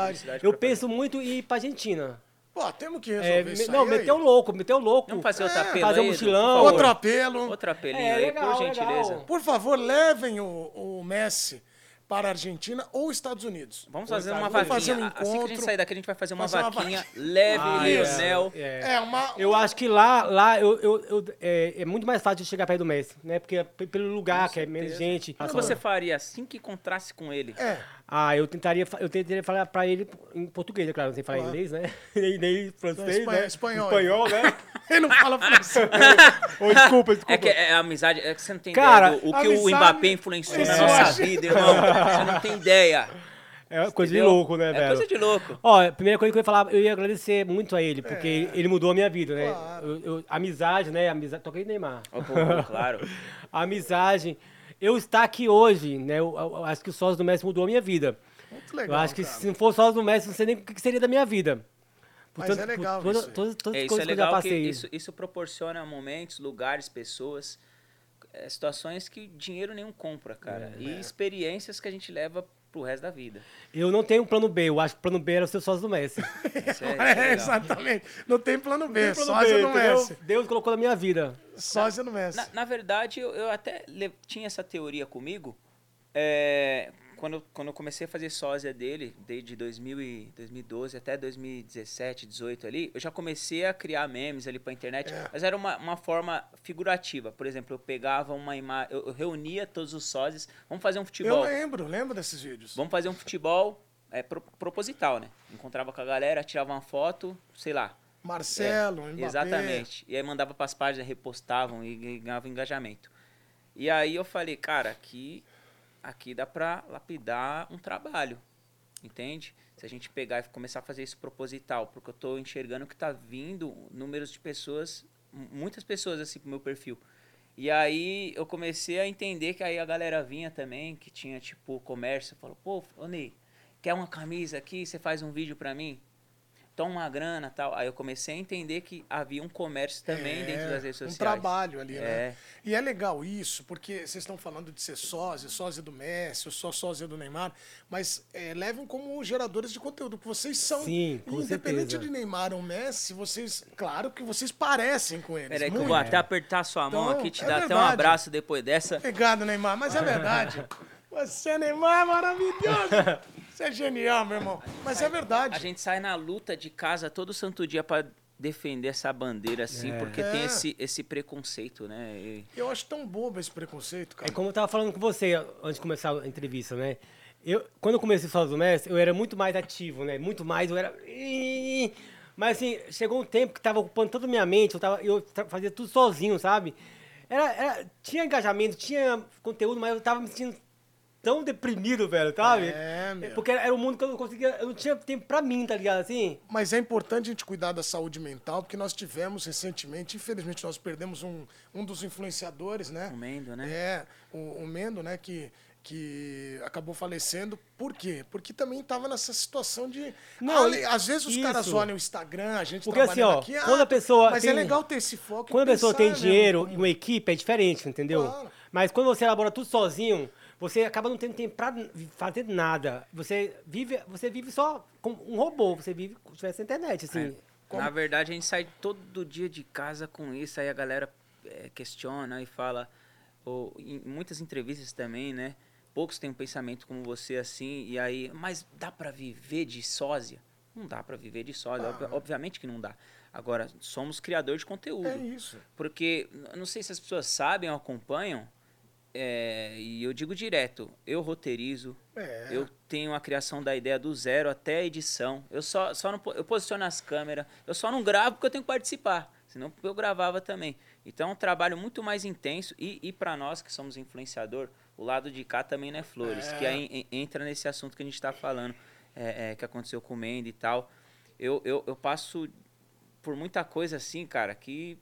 S1: publicidade.
S2: eu penso muito em ir pra Argentina.
S1: Pô, temos que
S2: É,
S1: resolver
S2: me-
S1: isso
S2: não,
S1: aí,
S2: meteu o
S1: aí.
S2: louco, meteu o louco.
S3: Vamos fazer outro
S1: É,
S3: apelo
S2: fazer um
S3: aí, Edu, por
S2: mochilão.
S3: favor?
S1: Outro apelo.
S3: Outro apelinho
S2: É,
S3: aí,
S2: legal,
S3: por gentileza.
S2: legal.
S1: Por favor, levem o, o Messi para a Argentina ou Estados Unidos.
S3: Vamos fazer uma
S1: Vamos
S3: vaquinha.
S1: fazer um
S3: assim que a gente
S1: encontro,
S3: sair daqui, a gente vai fazer uma
S1: fazer uma
S3: vaquinha.
S1: vaquinha.
S3: Leve,
S2: Ah, é,
S3: Lionel.
S2: é.
S1: É, uma...
S2: Eu acho que lá, lá eu, eu, eu- é, é muito mais fácil de chegar perto do Messi, né? Porque é p- pelo lugar, que é menos gente.
S3: O que você faria assim que encontrasse com ele?
S1: É,
S2: Ah, eu tentaria, fa- eu tentaria falar pra ele em português, é claro, não sei falar inglês, né? Nem, nem francês,
S1: Espanha-
S2: né?
S1: espanhol. então.
S2: Espanhol, né?
S1: ele não fala francês.
S2: Ô, desculpa, desculpa.
S3: É que é amizade, é que você não tem
S2: Cara,
S3: ideia do o que o
S1: amizade-
S3: Mbappé influenciou na
S1: Isso,
S3: nossa
S1: eu acho.
S3: vida, irmão. Você não tem ideia.
S2: É coisa de
S3: entendeu?
S2: louco, né,
S3: É
S2: velho?
S3: coisa de louco.
S2: Ó, a primeira coisa que eu ia falar, eu ia agradecer muito a ele, porque ele mudou a minha vida, né?
S1: É. Claro.
S2: Eu- eu- amizade, né? Amizade. Toquei Neymar.
S3: Ó, pô, pô, claro.
S2: a amizade. Eu estar aqui hoje, né? Eu, eu- eu acho que o sócio do Messi mudou a minha vida.
S1: É Muito legal,
S2: eu acho que
S1: cara.
S2: se não fosse sócio do Messi, não sei nem o que que seria da minha vida.
S1: Mas é legal
S2: por toda-
S1: isso aí.
S2: todas, todas
S3: É,
S2: as
S3: isso
S2: coisas
S3: é
S2: que eu já
S3: legal que
S2: passei.
S3: isso, isso proporciona momentos, lugares, pessoas, é, situações que dinheiro nenhum compra, cara. E experiências que a gente leva pro resto da vida.
S2: Eu não tenho um plano B, eu acho que o plano B era ser sócio do Messi.
S3: Isso é, isso é
S1: É,
S3: legal.
S1: exatamente. Não tem plano B,
S2: Plano
S1: sósia
S2: B,
S1: no
S2: entendeu?
S1: É Messi.
S2: Deus colocou na minha vida.
S1: Sósia no Messi.
S3: Na, na verdade, eu, eu até le- tinha essa teoria comigo. é, quando, eu- quando eu comecei a fazer sósia dele, desde 2000 e 2012 até 2017, 18 ali, eu já comecei a criar memes ali pra internet,
S2: É.
S3: mas era uma, uma forma figurativa. Por exemplo, eu pegava uma imagem, eu, eu reunia todos os sósias, vamos fazer um
S1: Eu
S3: futebol.
S1: lembro, lembro desses vídeos.
S3: Vamos fazer um futebol é, pro- proposital, né? Encontrava com a galera, tirava uma foto, sei lá,
S1: Marcelo,
S3: é,
S1: Mbappé.
S3: Exatamente. E aí mandava pras páginas, repostavam e gan- ganhava engajamento. E aí eu falei, cara, aqui, aqui dá pra lapidar um trabalho. Entende? Se a gente pegar e começar a fazer isso proposital, porque eu tô enxergando que tá vindo números de pessoas, mu- muitas pessoas assim pro meu perfil. E aí eu comecei a entender que aí a galera vinha também, que tinha tipo comércio, falou, pô, ô Ney, quer uma camisa aqui? Você faz um vídeo pra mim? toma uma grana tal. Aí eu comecei a entender que havia um comércio também
S1: É,
S3: dentro das redes sociais.
S1: Um trabalho ali, né?
S3: É.
S1: E é legal isso, porque vocês estão falando de ser sósia, sósia do Messi, eu sou sósia do Neymar, mas é, levem como geradores de conteúdo, que vocês são.
S2: Sim, com
S1: Independente
S2: certeza.
S1: de Neymar ou Messi, vocês, claro que vocês parecem com eles.
S3: Peraí, que eu
S1: muito.
S3: vou até apertar sua mão
S1: Então,
S3: aqui, te
S1: é
S3: dar até um
S1: verdade.
S3: abraço depois dessa.
S1: Obrigado, Neymar, mas é verdade. Você, Neymar, é maravilhoso. Você é genial, meu irmão. Mas é verdade.
S3: A gente sai na luta de casa todo santo dia pra defender essa bandeira, assim, porque
S1: É.
S3: tem esse, esse preconceito, né? E-
S1: Eu acho tão bobo esse preconceito,
S2: É
S1: cara.
S2: como eu tava falando com você antes de começar a entrevista, né? Eu, quando eu comecei o Sala do Mestre, eu era muito mais ativo, né? Muito mais, eu era... Mas assim, chegou um tempo que tava ocupando toda a minha mente, eu, tava, eu tra- fazia tudo sozinho, sabe? Era, era- tinha engajamento, tinha conteúdo, mas eu tava me sentindo tão deprimido, velho, sabe?
S1: É, meu.
S2: Porque era, era um mundo que eu não conseguia, eu não tinha tempo pra mim, tá ligado? Assim,
S1: Mas é importante a gente cuidar da saúde mental, porque nós tivemos recentemente, infelizmente nós perdemos um, um dos influenciadores, né?
S3: O Mendo, né?
S1: É, o, o Mendo, né, que, que acabou falecendo. Por quê? Porque também estava nessa situação de...
S2: Não,
S1: Ale- às vezes os
S2: isso.
S1: caras olham o Instagram, a gente
S2: Porque
S1: trabalhando
S2: assim, ó,
S1: aqui...
S2: quando a pessoa
S1: Mas é
S2: tem-
S1: legal ter esse foco e
S2: quando a pessoa
S1: pensar,
S2: tem
S1: né,
S2: dinheiro e uma equipe é diferente, entendeu?
S1: Claro.
S2: Mas quando você elabora tudo sozinho, você acaba não tendo tempo pra vi- fazer nada. Você vive, você vive só como um robô, você vive como se tivesse internet, assim.
S3: né? Na verdade, a gente sai todo dia de casa com isso, aí a galera eh, questiona e fala, ou em muitas entrevistas também, né? Poucos têm um pensamento como você assim, e aí, mas dá pra viver de sósia? Não dá pra viver de sósia, obvi- obviamente que não dá. Agora, somos criadores de conteúdo.
S1: É isso.
S3: Porque, n- não sei se as pessoas sabem ou acompanham, é, e eu digo direto, eu roteirizo,
S1: É.
S3: eu tenho a criação da ideia do zero até a edição. Eu só, só não, po- eu posiciono as câmeras, eu só não gravo porque eu tenho que participar, senão eu gravava também. Então é um trabalho muito mais intenso e, e para nós que somos influenciador, o lado de cá também não é flores, que aí en- entra nesse assunto que a gente está falando, é, é, que aconteceu com o Mendo e tal. Eu, eu, eu passo por muita coisa assim, cara, que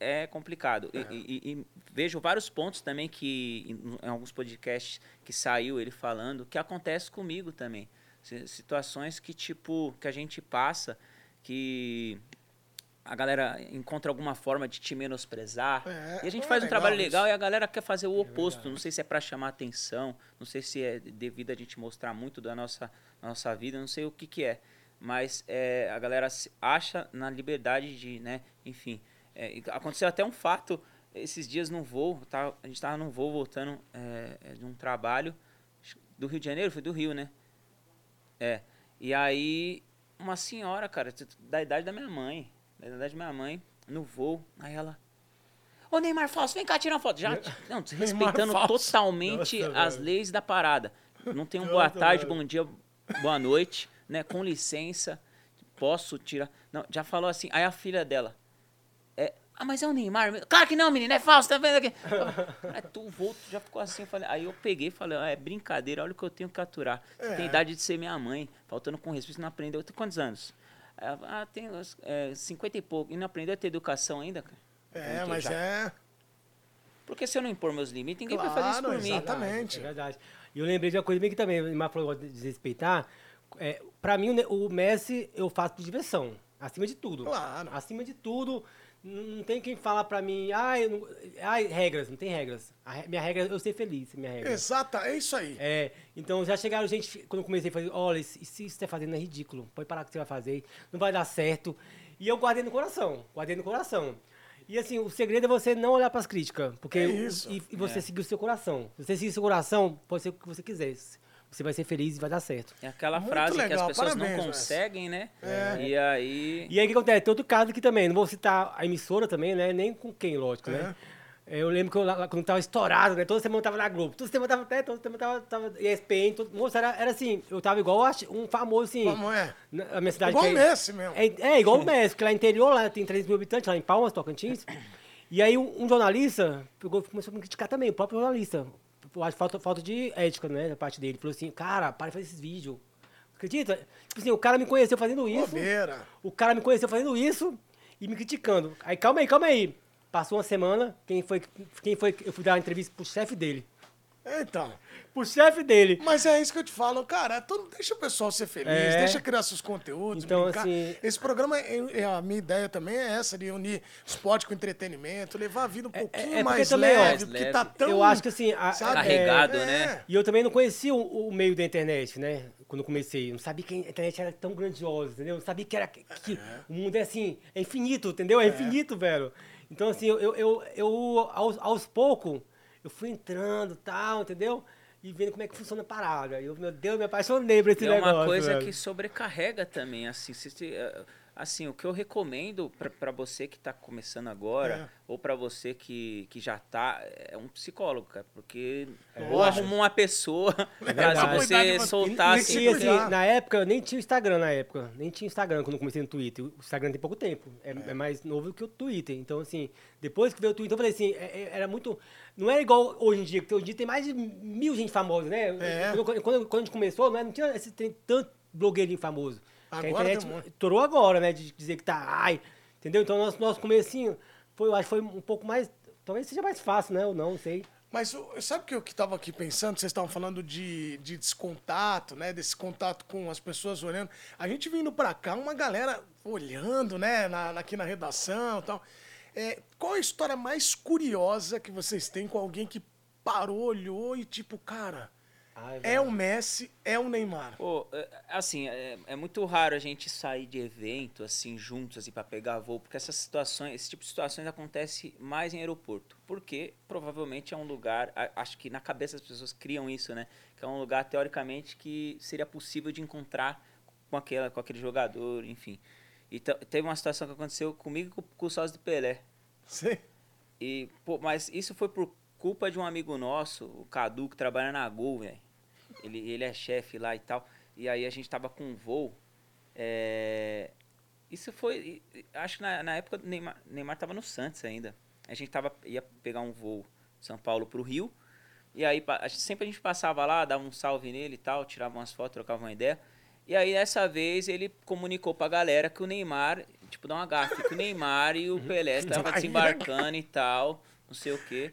S3: é complicado. E- E, e- e vejo vários pontos também que, em, em alguns podcasts que saiu ele falando, que acontece comigo também. Si- Situações que, tipo, que a gente passa, que a galera encontra alguma forma de te menosprezar.
S1: É,
S3: e a gente
S1: é
S3: faz um
S1: legal
S3: trabalho
S1: isso.
S3: legal e a galera quer fazer o oposto. Não sei se é para chamar atenção, não sei se é devido a gente mostrar muito da nossa, nossa vida, não sei o que, que é. Mas é, a galera se acha na liberdade de, né? Enfim, é, e aconteceu até um fato esses dias num voo, tá, a gente tava num voo voltando é, é, de um trabalho acho que do Rio de Janeiro, foi do Rio, né? É. E aí, uma senhora, cara, t- da idade da minha mãe, da idade da minha mãe, no voo, aí ela. Ô Neymar Falso, vem cá tirar uma foto. Já, não, respeitando
S1: Falso.
S3: totalmente as leis da parada. Não tem um boa tarde, bom dia, boa noite, né? Com licença, posso tirar. Não, já falou assim. Aí a filha dela. É, ah, mas é o Neymar. mesmo." Claro que não, menino, é falso, tá vendo aqui? Aí tu o voo tu já ficou assim, eu falei, aí eu peguei e falei, ah, é brincadeira, olha o que eu tenho que aturar. Você
S1: É.
S3: tem idade de ser minha mãe, faltando com respeito, você não aprendeu. Tem quantos anos? Aí ela, Ah, tem é, 50 e pouco. E não aprendeu a ter educação ainda, cara?
S1: É,
S3: Então,
S1: mas
S3: já-
S1: é...
S3: Porque se eu não impor meus limites, ninguém vai fazer isso
S1: Claro,
S3: por mim.
S1: exatamente.
S2: É verdade. E eu lembrei de uma coisa bem que também, o Neymar falou de desrespeitar. É, pra mim, o Ne- o Messi eu faço por diversão. Acima de tudo.
S1: Claro.
S2: Acima de tudo, n- não tem quem falar pra mim, ah, eu não- ai, regras, não tem regras. A re- minha regra é eu ser feliz, minha regra.
S1: Exata, é isso aí.
S2: É, então já chegaram gente, quando eu comecei a fazer, olha, isso isso que você tá fazendo é ridículo, pode parar que você vai fazer, não vai dar certo. E eu guardei no coração, guardei no coração. E assim, o segredo é você não olhar pras críticas, porque
S1: É
S2: o-
S1: isso.
S2: e, e você seguir o seu coração. Se Você seguir o seu coração, pode ser o que você quiser. Você vai ser feliz e vai dar certo.
S3: É aquela
S1: Muito
S3: frase que
S1: legal,
S3: as pessoas
S1: parabéns, É.
S3: não
S1: Wes.
S3: conseguem, né? E aí.
S2: E aí o que acontece? Tem outro caso aqui também, não vou citar a emissora também, né? Nem com quem, lógico, né? É, Eu lembro que eu, lá- lá quando tava estourado, né? Toda semana eu tava na Globo, toda semana eu tava até, toda semana eu tava, tava ESPN, todo, moça, era, era assim, eu tava igual a chi- um famoso, assim.
S1: Como é?
S2: na- A minha cidade
S1: Igual
S2: que
S1: o Messi mesmo.
S2: É, é, igual o Messi, porque lá interior, lá tem 3 mil habitantes, lá em Palmas, Tocantins. E aí um, um jornalista pegou, começou a me criticar também, o próprio jornalista. Eu acho falta, falta de ética, né, da parte dele. Ele falou assim, cara, para de fazer esses vídeos. Acredita? Tipo assim, o cara me conheceu fazendo isso.
S1: Bobeira.
S2: O cara me conheceu fazendo isso e me criticando. Aí, calma aí, calma aí. Passou uma semana, quem foi, quem foi, eu fui dar uma entrevista pro chefe dele.
S1: Então...
S2: Pro chefe dele.
S1: Mas é isso que eu te falo, cara. tu- deixa o pessoal ser feliz,
S2: É.
S1: deixa criar seus conteúdos,
S2: Então,
S1: brincar.
S2: assim-
S1: Esse programa, é- é- a minha ideia também é essa, de unir esporte com entretenimento, levar a vida um pouquinho
S2: É, porque
S1: mais
S2: também, ó,
S1: leve, porque
S3: leve.
S1: tá tão...
S2: Eu acho que, assim, a-
S3: Carregado,
S1: É.
S3: né?
S2: E eu também não conhecia o, o meio da internet, né? Quando eu comecei. Eu não sabia que a internet era tão grandiosa, entendeu? Eu não sabia que era. Que, que o mundo é assim, é infinito, entendeu? É infinito, velho. Então, assim, eu, eu, eu, eu aos, aos poucos, eu fui entrando e tal, entendeu? E vendo como é que funciona a parada. Eu, meu Deus, me apaixonei por esse
S3: é
S2: negócio.
S3: uma coisa
S2: velho.
S3: que sobrecarrega também, assim. Se, se, eh, Assim, o que eu recomendo para você que tá começando
S2: É.
S3: agora, ou para você que, que já tá, é um psicólogo, cara. Porque
S2: É
S3: ou arruma uma pessoa pra
S1: verdade. Cuidar de
S3: você
S1: você.
S3: soltar
S1: Nem
S3: assim.
S1: se
S2: E assim,
S1: cuidar.
S2: na época, eu nem tinha Instagram na época. Nem tinha Instagram quando eu comecei no Twitter. O Instagram tem pouco tempo. É, é mais novo que o Twitter. Então, assim, depois que veio o Twitter, eu falei assim, é- é- era muito. Não era igual hoje em dia, porque hoje em dia tem mais de mil gente famosa, né?
S1: É.
S2: Quando, quando- quando a gente começou, né, não, era- não tinha esse tem tanto blogueirinho famoso.
S1: Agora
S2: que a internet
S1: tem muito.
S2: estourou agora, né? De dizer que tá. Ai, entendeu? Então, nosso, nosso comecinho foi, eu acho que foi um pouco mais. Talvez seja mais fácil, né? Ou não, não sei.
S1: Mas o- sabe o que eu que estava aqui pensando? Vocês estavam falando de, de descontato, né? Desse contato com as pessoas olhando. A gente vindo pra cá, uma galera olhando, né? Na, na- aqui na redação e tal. É, qual a história mais curiosa que vocês têm com alguém que parou, olhou e tipo, cara,
S2: Ai,
S1: é o Messi, é o Neymar?
S3: Pô, é- assim, é, é muito raro a gente sair de evento, assim, juntos, assim, pra pegar voo, porque essas situações, esse tipo de situações acontece mais em aeroporto. Porque provavelmente é um lugar, a- acho que na cabeça das pessoas criam isso, né? Que é um lugar, teoricamente, que seria possível de encontrar com, aquela, com aquele jogador, enfim. E te- teve uma situação que aconteceu comigo e com, com o sócio do Pelé.
S1: Sei.
S3: E, pô, mas isso foi por culpa de um amigo nosso, o Cadu, que trabalha na Gol, velho. Ele, ele é chefe lá e tal. E aí a gente tava com um voo. é, Isso foi. e- e- Acho que na, na época o Neymar, Neymar tava no Santos ainda. A gente tava, ia pegar um voo de São Paulo pro Rio. E aí pa- a gente- sempre a gente passava lá, dava um salve nele e tal, tirava umas fotos, trocava uma ideia. E aí dessa vez ele comunicou pra galera que o Neymar, tipo, dá uma gafe, que o Neymar e o
S2: Uhum.
S3: Pelé estavam desembarcando e tal, não sei o quê.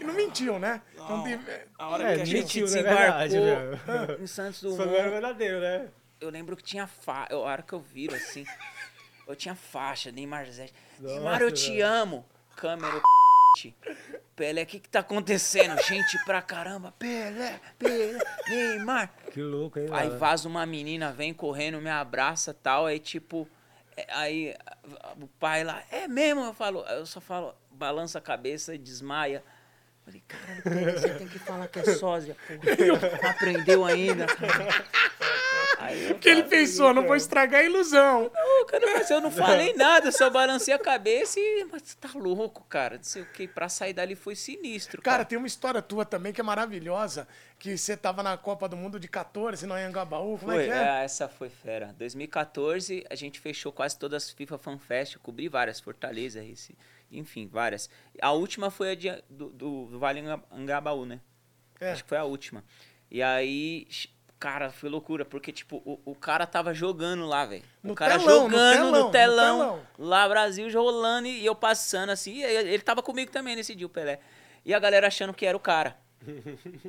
S1: E não mentiam, né? Não teve-
S3: A hora
S2: É,
S3: que a gente
S2: mentiu, né? Verdade, né?
S3: desembarcou
S2: velho.
S3: em Santos
S2: Isso
S1: é
S2: não era
S3: Dumont,
S2: verdadeiro, né?
S3: eu lembro que tinha faixa, a hora que eu viro assim, eu tinha faixa, Neymar Zé, Neymar, eu
S2: Nossa,
S3: te
S2: velho.
S3: amo, câmera, o c****. Pelé, o que que tá acontecendo? Gente pra caramba, Pelé, Pelé, Neymar.
S2: Que louco, hein?
S3: Aí
S2: velho?
S3: vaza uma menina, vem correndo, me abraça tal. Aí, tipo, é- aí a- a- o pai lá, é mesmo? Eu falo, eu só falo, balança a cabeça, desmaia. Falei, caralho, Pelé, você tem que falar que é sósia, porra. Não aprendeu ainda, cara. Aí eu
S1: Porque ele
S3: falo,
S1: pensou, não vou estragar a ilusão.
S3: "Não, cara, mas eu não falei nada, eu só balancei a cabeça e. Mas você tá louco, cara. Não sei o que. Pra sair dali foi sinistro.
S1: Cara, tem uma história tua também que é maravilhosa, que você tava na Copa do Mundo de 14, no Anhangabaú, como é
S3: Foi,
S1: que é?
S3: é, essa foi fera. 2014, a gente fechou quase todas as FIFA Fan Fest, eu cobri várias, Fortaleza, Recife, enfim, várias. A última foi a de, do, do, do Vale Anga- Angabaú, né?
S1: É.
S3: Acho que foi a última. E aí, ch- cara, foi loucura, porque, tipo, o, o cara tava jogando lá, velho.
S1: No
S3: O cara
S1: telão, no
S3: jogando
S1: telão,
S3: no
S1: no
S3: telão,
S1: telão.
S3: Lá, Brasil, rolando, e eu passando, assim, e ele ele tava comigo também nesse dia, o Pelé. E a galera achando que era o cara.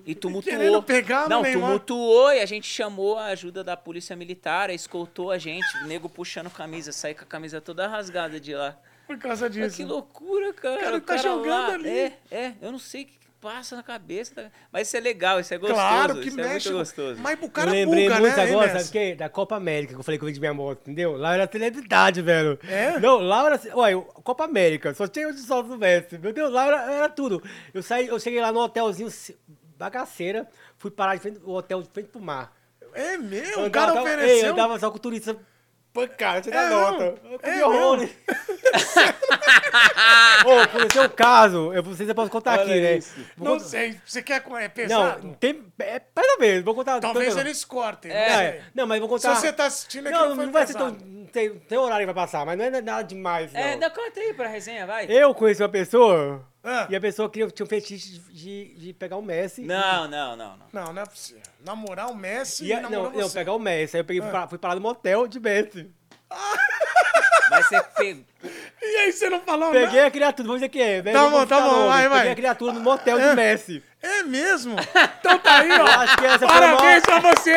S3: E tumultuou.
S1: Querendo pegar no
S3: Não,
S1: Neymar.
S3: tumultuou e a gente chamou a ajuda da polícia militar, escoltou a gente, o nego puxando camisa, saí com a camisa toda rasgada de lá.
S1: Por causa
S3: Mas
S1: disso.
S3: que loucura, cara.
S1: Cara,
S3: o
S1: tá jogando
S3: lá,
S1: ali.
S3: É, é, eu não sei o que que passa na cabeça. da- Mas isso é legal, isso é gostoso.
S1: claro que
S3: isso é
S1: mexe.
S3: muito gostoso.
S1: Mas pro
S2: Eu
S1: cara
S2: lembrei
S1: buga,
S2: muito
S1: né? hein,
S2: agora,
S1: Messi?
S2: sabe o quê? Da Copa América, que eu falei que eu vim de minha moto, entendeu? Lá era celebridade, velho.
S1: É?
S2: Não, lá era. Olha, Copa América, só tinha os sócios do Messi. Meu Deus, lá era, era tudo. Eu, saí, eu cheguei lá no hotelzinho se- bagaceira, fui parar de frente, o hotel de frente pro mar.
S1: É meu,
S2: Eu
S1: o cara
S2: andava- eu-
S1: ofereceu. um
S2: Ei, eu dava só com o turista. Pancada, você
S1: É,
S2: dá nota.
S1: não.
S2: Eu
S1: É,
S2: comi horrores. Ô, aconteceu um caso, eu, vocês eu posso contar aqui, né? Vou
S1: Não
S2: contar-
S1: sei, você quer com... É pesado?
S2: Não, tem. É, pera vez, vou contar.
S1: Talvez
S2: tô-
S1: eles cortem.
S2: Não,
S1: É.
S2: é. Não, mas vou contar.
S1: Se você tá assistindo aqui,
S2: Não,
S1: não foi
S2: não vai ser tão.
S1: pesado.
S2: Tem, tem horário que vai passar, mas não é nada demais. Não.
S3: É, dá conta aí pra resenha, vai.
S2: Eu conheci uma pessoa
S1: Ah.
S2: e a pessoa queria, tinha um fetiche de, de pegar o Messi.
S3: Não, não, não, não.
S1: Não, não é possível. Namorar o Messi
S2: E
S1: e
S2: a,
S1: namorar
S2: não, não,
S1: você. Ah.
S2: pegar o Messi. Aí eu peguei, fui, parar, fui parar no motel de Messi.
S3: Mas você pegou.
S1: E aí você não falou
S2: Peguei
S1: nada?
S2: a criatura, vou dizer que é. né?
S1: Tá
S2: Não vou
S1: bom, tá
S2: citar
S1: bom,
S2: nome.
S1: vai, vai.
S2: Peguei a criatura no motel
S1: Ah.
S2: de Messi.
S1: É mesmo? Então tá aí, ó.
S2: acho que essa foi a
S1: Parabéns pra você.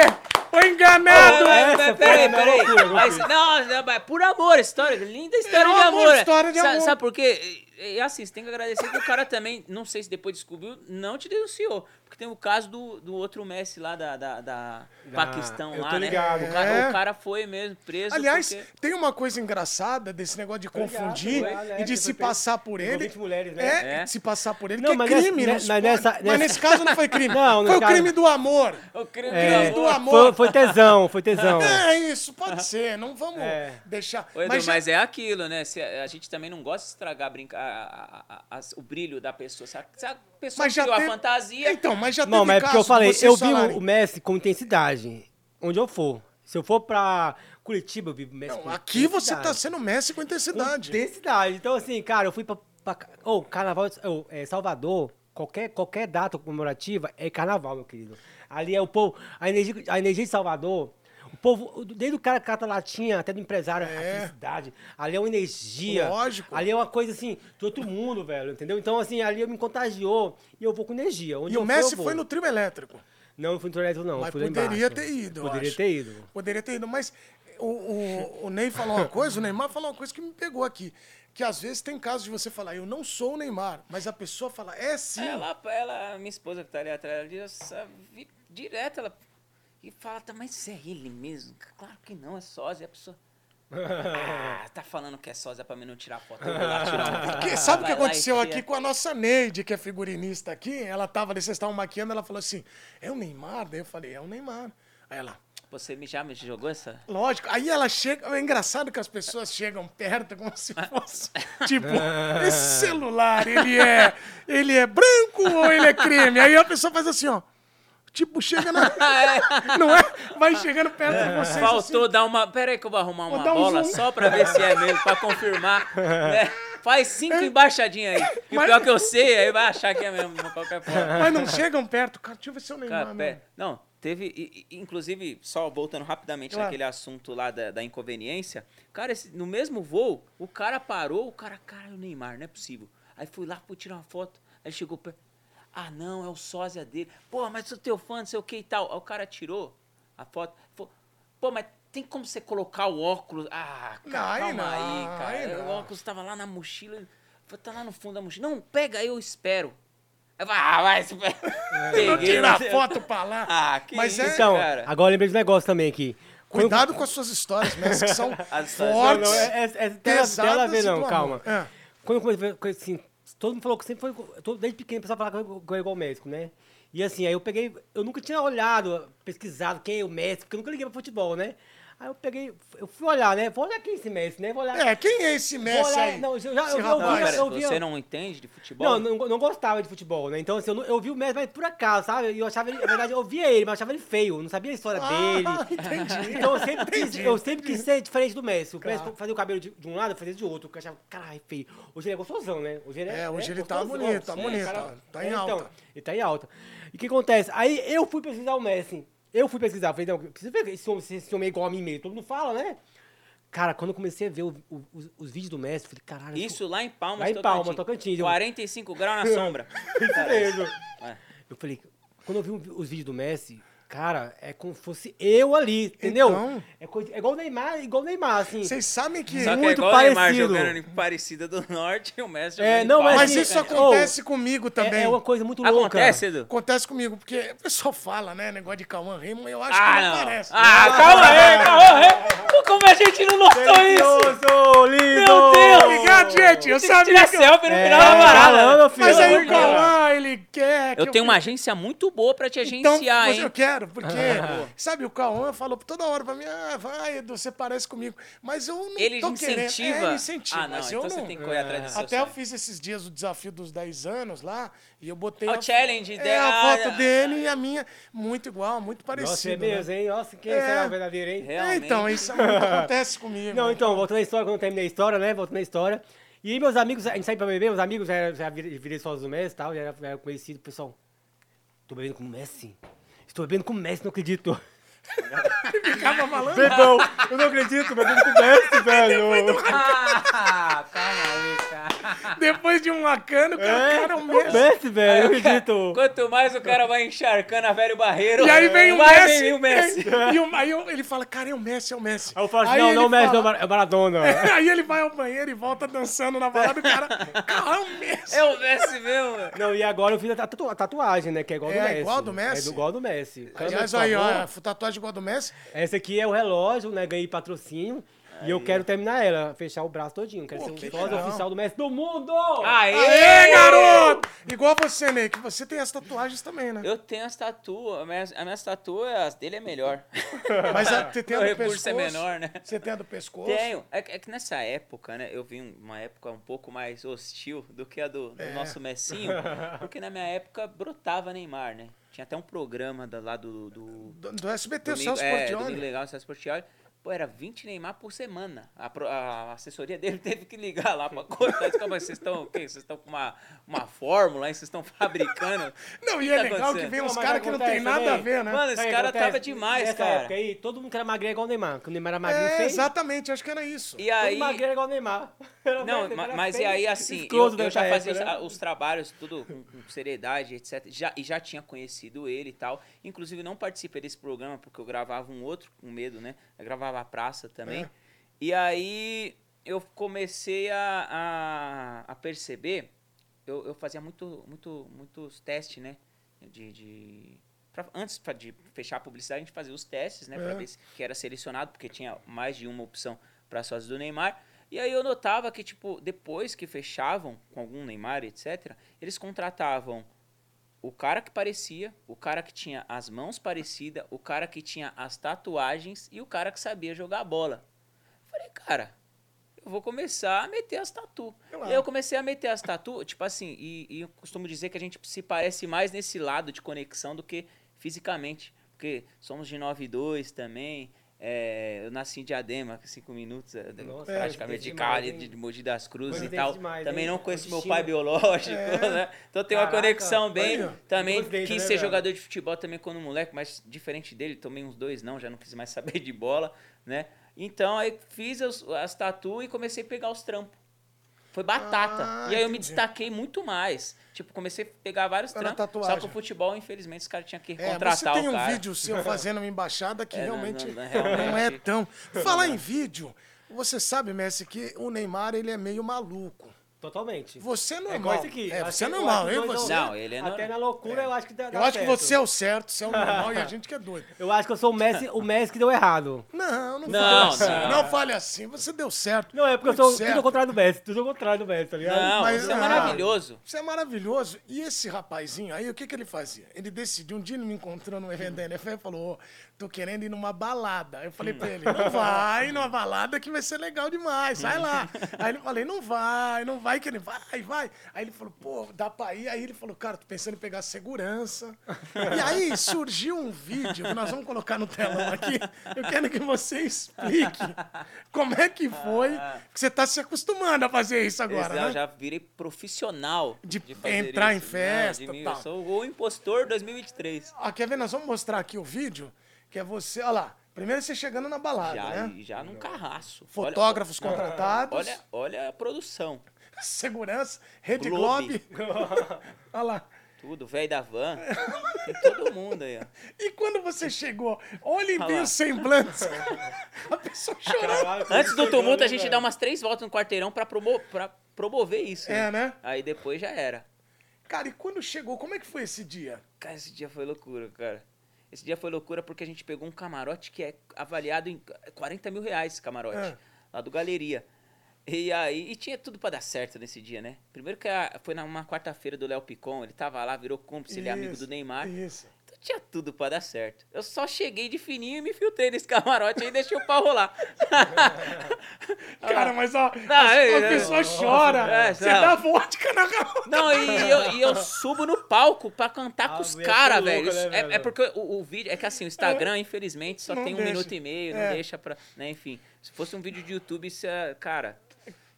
S1: Foi enganado.
S2: Ah, é?
S3: Mas,
S2: essa
S3: mas,
S2: foi
S3: peraí,
S2: a
S3: peraí.
S2: loucura,
S3: Mas, não, não, mas por amor, história, linda história
S1: É um
S3: de
S1: amor,
S3: amor.
S1: história de
S3: Sa-
S1: amor.
S3: Sabe por quê? E assim, você tem que agradecer que o cara também, não sei se depois descobriu, não te denunciou. Porque tem o caso do, do outro Messi lá da, da, da Paquistão
S2: eu
S3: lá,
S2: tô
S3: né?
S2: ligado.
S3: O, cara,
S1: É.
S3: o cara foi mesmo preso.
S1: Aliás,
S3: porque-
S1: tem uma coisa engraçada desse negócio de confundir
S2: ligado, é,
S1: e de
S2: que
S1: se
S2: foi preso
S1: passar por
S2: por
S1: ele.
S2: 20 mulheres, né?
S1: É,
S3: É.
S1: de se passar por ele,
S2: Não,
S1: que é
S2: mas nessa-
S1: crime,
S2: ne-
S1: não se
S2: mas
S1: pode.
S2: nessa-
S1: Mas
S2: nessa-
S1: nesse caso não foi crime.
S2: Não, no
S1: foi o
S2: caso-
S1: crime do amor.
S3: O crime
S2: É.
S3: do
S1: Do
S3: amor.
S1: amor.
S2: Foi, foi tesão, foi tesão.
S1: É isso, pode ser. Não vamos
S2: É.
S1: deixar.
S3: Ô, Edu,
S1: mas
S3: mas,
S1: já-
S3: é aquilo, né? Se a, a gente também não gosta de estragar brincar, a- a- a- as- o brilho da pessoa. Se a, se a pessoa
S1: mas já
S3: criou
S1: teve-
S3: a fantasia.
S1: Então, mas já
S2: Não,
S1: teve
S2: mas é porque eu
S1: caso de
S2: falei,
S1: vocês
S2: eu vi
S1: falarem-
S2: o- o Messi com intensidade, onde eu for. Se eu for pra Curitiba, eu vi o Messi
S1: Não,
S2: com
S1: aqui você tá
S2: intensidade.
S1: sendo Messi com intensidade.
S2: Intensidade. Então, assim, cara, eu fui pra. pra ô, carnaval. de- ô, é, Salvador, qualquer, qualquer data comemorativa é carnaval, meu querido. Ali é o povo. A energia, a energia de Salvador. O povo, desde o cara que cata latinha até do empresário, a felicidade. Ali é uma energia.
S1: Lógico.
S2: Ali é uma coisa assim, de outro mundo, velho, entendeu? Então, assim, ali eu me contagiou e eu vou com energia. Onde
S1: E
S2: eu
S1: o
S2: for, eu
S1: Messi
S2: vou.
S1: foi no trio elétrico.
S2: Não, não fui no Toretto, não.
S1: Mas
S2: fui lá
S1: poderia
S2: embaixo.
S1: ter ido. eu
S2: Poderia
S1: acho.
S2: ter ido.
S1: Poderia ter ido, mas o, o, o Ney falou uma coisa, o Neymar falou uma coisa que me pegou aqui. Que às vezes tem casos de você falar, eu não sou o Neymar, mas a pessoa fala, é sim.
S3: Ela, ela, minha esposa que tá ali atrás, ela diz, "Nossa, vi direto, ela. E fala, tá, mas isso é ele mesmo? Claro que não, é sósia. A pessoa. Ah, tá falando que é sósia pra mim não tirar foto. Eu vou lá tirar uma.
S1: Porque sabe o que
S3: Vai lá e
S1: aconteceu
S3: tira.
S1: aqui com a nossa Neide, que é figurinista aqui? Ela tava ali, vocês estavam maquiando, ela falou assim, é o Neymar? Daí eu falei, é o Neymar. Aí ela,
S3: Você me já me jogou essa?
S1: Lógico. Aí ela chega. É engraçado que as pessoas chegam perto como se fosse. tipo, esse celular, ele é. Ele é branco ou ele é creme? Aí a pessoa faz assim, ó. Tipo, chega na. Não é? Vai chegando perto de vocês.
S3: Faltou
S1: assim.
S3: dar uma. Pera aí que eu vou arrumar uma
S1: dar um
S3: bola
S1: zoom.
S3: só pra ver se é mesmo, pra confirmar. né? Faz cinco embaixadinhas aí.
S1: É.
S3: E o
S1: Mas-
S3: pior que eu sei, aí vai achar que é mesmo, de qualquer forma.
S1: Mas não chegam perto. Cara, deixa eu ver se eu lembro.
S3: Cara,
S1: Cara,
S3: pé- Não, teve. e- e- Inclusive, só voltando rapidamente
S1: Claro.
S3: naquele assunto lá da, da inconveniência. Cara, esse- no mesmo voo, o cara parou, o cara, cara, o Neymar, não é possível. Aí fui lá, fui tirar uma foto. Aí chegou perto. Ah, não, é o sósia dele. Pô, mas sou teu fã, não sei o que e tal. Aí o cara tirou a foto. falou, Pô, mas tem como você colocar o óculos? Ah,
S1: Não,
S3: cara,
S1: aí
S3: calma
S1: não,
S3: aí, cara.
S1: aí
S3: Eu-
S1: não.
S3: O óculos tava lá na mochila. ele falou, Tá lá no fundo da mochila. Não, pega aí, eu espero. Eu falei, ah, vai, espera. Peguei,
S1: Tirar
S3: mas-
S1: foto pra lá.
S3: Ah, que
S1: Mas é-
S3: isso,
S2: Então,
S3: cara.
S2: agora eu lembrei de um negócio também aqui. um Quando-
S1: Cuidado com as suas histórias, Messi, que são
S3: As-
S1: fortes.
S2: Não, não, é, é, é, tem a- tem ela a ver,
S1: pesadas e
S2: não,
S1: do
S2: calma.
S1: amor. É.
S2: Quando eu comecei, a ver, assim, todo mundo falou que sempre foi, todo- desde pequeno, o pessoal falava que eu era igual o médico, né? E assim, aí eu peguei, eu nunca tinha olhado, pesquisado quem é o Messi, porque eu nunca liguei pra futebol, né? Aí eu peguei, eu fui olhar, né? Vou olhar quem é esse Messi, né? Vou olhar.
S1: É, quem é esse Messi
S2: olhar-
S1: aí?
S2: não, eu já- eu
S1: Esse
S2: vi- eu
S1: rapaz.
S3: Não,
S2: vi-
S3: pera,
S2: eu
S3: você não entende de futebol?
S2: Não, não, não gostava de futebol, né? Então, assim, eu, não- eu vi o Messi, mas por acaso, sabe? E eu achava ele, na verdade, eu via ele, mas eu achava ele feio, eu não sabia a história
S1: Ah,
S2: dele.
S1: entendi.
S2: Então eu sempre quis, eu sempre quis ser diferente do Messi. O Messi fazia o cabelo de, de um lado, eu fazia de outro. Porque eu achava, caralho, feio. Hoje ele é gostosão, né? Hoje ele é,
S1: É, hoje
S2: né,
S1: ele tá
S2: gostosão.
S1: bonito, tá
S2: Sim,
S1: bonito,
S2: cara,
S1: tá em
S2: é,
S1: alta.
S2: ele tá em alta. E o que acontece? Aí eu fui pesquisar o Messi. Eu fui pesquisar, falei, não, eu preciso ver esse homem, se esse homem é igual a mim mesmo. Todo mundo fala, né? Cara, quando eu comecei a ver o- o- os, os vídeos do Messi, eu falei, caralho, eu sou-
S3: Isso lá em Palmas,
S2: Lá em Palmas, Tocantins, eu-
S3: 45 graus na sombra.
S2: isso mesmo.
S3: É.
S2: Eu falei, quando eu vi um- os vídeos do Messi, cara, é como se fosse eu ali, entendeu?
S1: Então.
S2: É, coisa- é igual o Neymar, igual o Neymar, assim.
S1: Vocês sabem que.
S3: Só que é
S2: Muito
S3: igual o Neymar
S2: parecido.
S3: jogando em Parecida do Norte e o Messi
S2: É,
S3: jogando
S2: não,
S3: em
S2: mas
S1: Mas
S3: Palmas.
S2: assim,
S1: isso
S2: é-
S1: acontece comigo também.
S2: É, é uma coisa muito louca.
S3: Acontece, Edu?
S1: Acontece comigo, porque o pessoal fala, né? Negócio de Cauã Raymond, eu acho que
S3: Ah,
S1: não
S3: não.
S1: aparece.
S3: Ah, calma aí, calma aí. Como a gente não notou isso?
S2: Delicioso, lindo!
S3: Meu Deus!
S1: Obrigado, Tá gente. Eu
S3: Tem que
S1: sabia
S3: tirar
S1: que...
S3: selfie no
S2: É,
S3: final da
S2: caramba,
S3: parada.
S2: filho.
S1: Mas aí o
S2: Pelo amor de Deus.
S1: Cauã, ele quer... que
S3: Eu tenho uma
S1: fique-
S3: agência muito boa pra te
S1: Então,
S3: agenciar,
S1: mas eu
S3: hein? Ah,
S1: quero, porque... sabe, o Cauã falou toda hora pra mim, ah, vai, Edu, você parece comigo. Mas eu não
S3: Ele
S1: tô
S3: incentiva.
S1: querendo. É, ele incentiva.
S3: Ah, não,
S1: mas eu
S3: então você
S1: não...
S3: tem que correr atrás do seu
S1: Até eu
S3: sonho.
S1: fiz esses dias o desafio dos 10 anos lá, e eu botei
S3: Ah, o
S1: a-
S3: challenge
S1: é,
S3: dele,
S1: a
S3: ah,
S1: foto
S3: ah,
S1: dele e a minha muito igual, muito parecido.
S2: Nossa, é
S1: né?
S2: mesmo, hein? Nossa, quem
S1: É.
S2: é. será o verdadeiro, hein?
S3: É.
S1: É,
S3: Realmente.
S1: Então, isso muito acontece comigo.
S2: Não, então, voltando à história, quando eu terminei a história, né? Voltando à história. E aí, meus amigos, a gente saiu pra beber, meus amigos já, era- já vir- virei sócio do Messi e tal, já era, já era conhecido, pessoal. Tô bebendo com o Messi? Estou bebendo com o Messi, não acredito.
S1: Ficava malandro.
S2: Perdão, eu não acredito, bebendo com o Messi, velho.
S3: Ah, calma aí, cara.
S1: Depois de um lacano, o cara, o cara é o
S2: o
S1: mesmo.
S2: Messi, velho, eu acredito.
S3: Quanto mais o cara vai encharcando a velho barreiro,
S1: E aí vem o
S3: é. vai
S1: Messi.
S3: vem o Messi.
S1: E o- aí eu- ele fala, cara, é o Messi, é o Messi.
S2: Aí eu falo assim,
S1: Aí
S2: não, não,
S1: ele
S2: Messi,
S1: fala-
S2: não, é Maradona.
S1: Aí ele vai ao banheiro e volta dançando na balada, o cara, cara, é o Messi.
S3: É o Messi mesmo. mano.
S2: Não, e agora eu fiz a tatu- a tatuagem, né? Que é igual do
S1: É,
S2: Messi.
S1: igual do Messi?
S2: É igual do Messi. tá Câmera,
S1: Aliás,
S2: por
S1: aí, ó,
S2: favor.
S1: a tatuagem igual a do Messi.
S2: Esse aqui é o relógio, né? Ganhei patrocínio. E eu quero terminar ela, fechar o braço todinho. Quero
S1: Pô,
S2: ser
S1: que
S2: um sósia
S1: legal.
S2: oficial do Messi do mundo!
S1: Ah,
S3: Aê!
S1: Aê, garoto! Igual você, Ney, que você tem as tatuagens também, né?
S3: Eu tenho as tatu, a minha, a minha tatu, as dele é melhor.
S1: Mas a, você tem a
S3: Meu
S1: do
S3: recurso
S1: pescoço.
S3: é menor, né?
S1: Você tem a do pescoço.
S3: Tenho. É, que- é que nessa época, né? Eu vi um- uma época um pouco mais hostil do que a do, do
S1: É.
S3: nosso Messinho. Porque na minha época brotava Neymar, né? Tinha até um programa da- lá do. do
S1: Do, do SBT, o
S3: domingo,
S1: Celso
S3: é,
S1: Portiolli.
S3: domingo legal, Celso Portioli. Pô, era 20 Neymar por semana. A, pro- a assessoria dele teve que ligar lá pra contar. Disse, "Calma, mas vocês estão o quê? Vocês estão com uma, uma fórmula aí? Vocês estão fabricando?
S1: Não, e
S3: O
S1: é
S3: tá
S1: legal que
S3: acontecendo?"
S1: vem uns
S2: Não, mas
S1: caras que não tem
S2: acontece
S1: nada a
S2: também.
S1: ver, né?
S3: Mano, esse
S2: Sabe o que
S3: cara
S2: acontece?
S3: tava demais,
S2: Nessa
S3: cara.
S2: época aí, todo mundo que era magrinho é igual o Neymar. Que o Neymar era magrinho
S1: É,
S2: feio.
S1: exatamente, acho que era isso.
S3: E
S2: Todo
S3: aí.
S2: magrinho era igual o Neymar. Era
S3: Não,
S2: magro,
S3: ma-
S2: era
S3: mas e
S2: feio,
S3: aí, assim, eu,
S2: escroto
S3: eu
S2: dessa
S3: já fazia ah,
S2: época,
S3: os,
S2: né?
S3: a- os trabalhos tudo com, com seriedade, etc. Já, e já tinha conhecido ele e tal. Inclusive, não participei desse programa porque eu gravava um outro com medo, né? Eu gravava a praça também.
S2: É.
S3: E aí eu comecei a, a, a perceber. Eu, eu fazia muito, muito, muitos testes, né? De. de pra- antes pra- de fechar a publicidade, a gente fazia os testes, né? Pra
S1: É.
S3: ver se- que era selecionado, porque tinha mais de uma opção para sócios do Neymar. E aí eu notava que, tipo, depois que fechavam com algum Neymar, etc., eles contratavam o cara que parecia, o cara que tinha as mãos parecidas, o cara que tinha as tatuagens e o cara que sabia jogar bola. Eu Falei, cara, eu vou começar a meter as tatu.
S1: Claro.
S3: E Eu comecei a meter as tatu, tipo assim, e, e eu costumo dizer que a gente se parece mais nesse lado de conexão do que fisicamente. Porque somos de 9 e 2 também. é, eu nasci em Diadema, 5 minutos, é,
S2: Nossa,
S3: praticamente de
S2: coincidência
S3: Cali,
S2: demais,
S3: de,
S2: hein?
S3: de Mogi das Cruzes e
S2: Coincidência
S3: tal.
S2: demais,
S3: também
S2: hein?
S3: não
S2: O
S3: conheço meu
S2: destino.
S3: pai biológico, né? Então tem uma
S2: Caraca,
S3: conexão bem.
S1: olha.
S3: Também
S2: Coincidência,
S3: quis
S2: né,
S3: ser
S2: velho?
S3: jogador de futebol também quando moleque, mas diferente dele, tomei uns dois não, já não quis mais saber de bola, né? Então aí fiz as, as tatu e comecei a pegar os trampos. Foi batata.
S1: Ah,
S3: e aí eu me
S1: entendi.
S3: destaquei muito mais. Tipo, comecei a pegar vários
S1: Era
S3: trampos. Só
S1: tatuagem.
S3: que o futebol, infelizmente, os caras tinham que
S1: É,
S3: contratar
S1: você tem
S3: o
S1: um
S3: cara.
S1: vídeo seu fazendo uma embaixada que
S3: É, não,
S1: realmente, não,
S3: não, não, realmente.
S1: é tão. Falar em vídeo, você sabe, Messi, que o Neymar ele é meio maluco.
S2: Totalmente.
S1: Você é
S2: É
S1: normal.
S2: igual esse aqui.
S1: É,
S2: Acho
S1: você é
S2: que- eu
S1: normal,
S2: acho
S1: eu
S2: que
S1: e
S2: nós
S1: você.
S2: dois-
S3: Não, ele é
S2: Até
S3: normal.
S2: na loucura, eu acho que dá, dá
S1: Eu acho que
S2: certo.
S1: você é o certo, você é o normal e a gente que é doido.
S2: Eu acho que eu sou o Messi, o Messi que deu errado.
S1: Não, não, fale
S3: Não,
S1: assim.
S3: não.
S1: Não fale assim, você deu certo.
S2: Não, é porque eu
S1: Muito
S2: sou
S1: Tá certo.
S2: tudo ao contrário do Messi. Tudo ao contrário do Messi, tá ligado?
S3: Não,
S1: Mas-
S3: isso é
S1: ah.
S3: maravilhoso.
S1: Isso é maravilhoso. E esse rapazinho aí, o que, que ele fazia? Ele decidiu, um dia ele me encontrou num evento da NFL e falou, ô, tô querendo ir numa balada. Eu falei pra ele,
S3: Hum.
S1: não vai numa balada que vai ser legal demais, sai lá.
S3: Hum.
S1: Aí ele falei, não vai, não vai, que ele vai, vai. Aí ele falou, pô, dá pra ir. Aí ele falou, cara, tô pensando em pegar segurança. E aí surgiu um vídeo que nós vamos colocar no telão aqui. Eu quero que você explique como é que foi, que você tá se acostumando a fazer isso agora,
S3: Ah. Exato,
S1: né?
S3: já virei profissional
S1: De
S3: fazer
S1: entrar em
S3: isso.
S1: festa,
S3: Não, de mim,
S1: tal.
S3: Eu sou o impostor 2023.
S1: Ó, quer ver? Nós vamos mostrar aqui o vídeo, que é você. Olha lá. Primeiro você chegando na balada,
S3: Já,
S1: né?
S3: e já num carraço. Olha-
S1: Fotógrafos contratados,
S3: Olha, olha a produção.
S1: segurança, Rede
S3: Globe.
S1: Globe. olha lá.
S3: Tudo, velho da van.
S1: É.
S3: Tem todo mundo aí, ó.
S1: E quando você chegou, olhem
S3: Olha
S1: bem
S3: lá.
S1: o semblante. A pessoa chorando.
S2: Caralho,
S3: Antes do
S2: chegando,
S3: tumulto, a
S2: né,
S3: gente
S2: velho?
S3: dá umas três voltas no quarteirão pra, promo pra promover isso.
S1: É, né?
S3: Aí depois já era.
S1: Cara, e quando chegou, como é que foi esse dia?
S3: Cara, esse dia foi loucura, cara. Esse dia foi loucura porque a gente pegou um camarote que é avaliado em 40 mil reais esse camarote.
S1: Ah.
S3: Lá do Galeria. E aí, e tinha tudo pra dar certo nesse dia, né? Primeiro que a- foi numa quarta-feira do Léo Picon, ele tava lá, virou cúmplice, ele é amigo do
S1: Isso,
S3: Neymar.
S1: Isso.
S3: Então tinha tudo pra dar certo. Eu só cheguei de fininho e me filtrei nesse camarote e deixei o pau rolar.
S1: Cara, mas ó,
S3: Ah. Não,
S1: a,
S3: é,
S1: a
S3: é,
S1: pessoa
S3: é,
S1: chora.
S3: é,
S1: você
S3: não.
S1: dá vodka na cara.
S3: Não, e eu, e eu subo no palco pra cantar
S2: Ah,
S3: com os
S2: ia ser
S3: caras,
S2: louco,
S3: velho.
S2: né,
S3: Isso- é- É,
S2: velho?
S3: porque o, o vídeo. É que assim, o Instagram, infelizmente, só
S1: Não
S3: tem um
S1: deixa.
S3: minuto e meio, não
S1: É.
S3: deixa pra. Né, enfim. Se fosse um vídeo de YouTube, isso é, cara,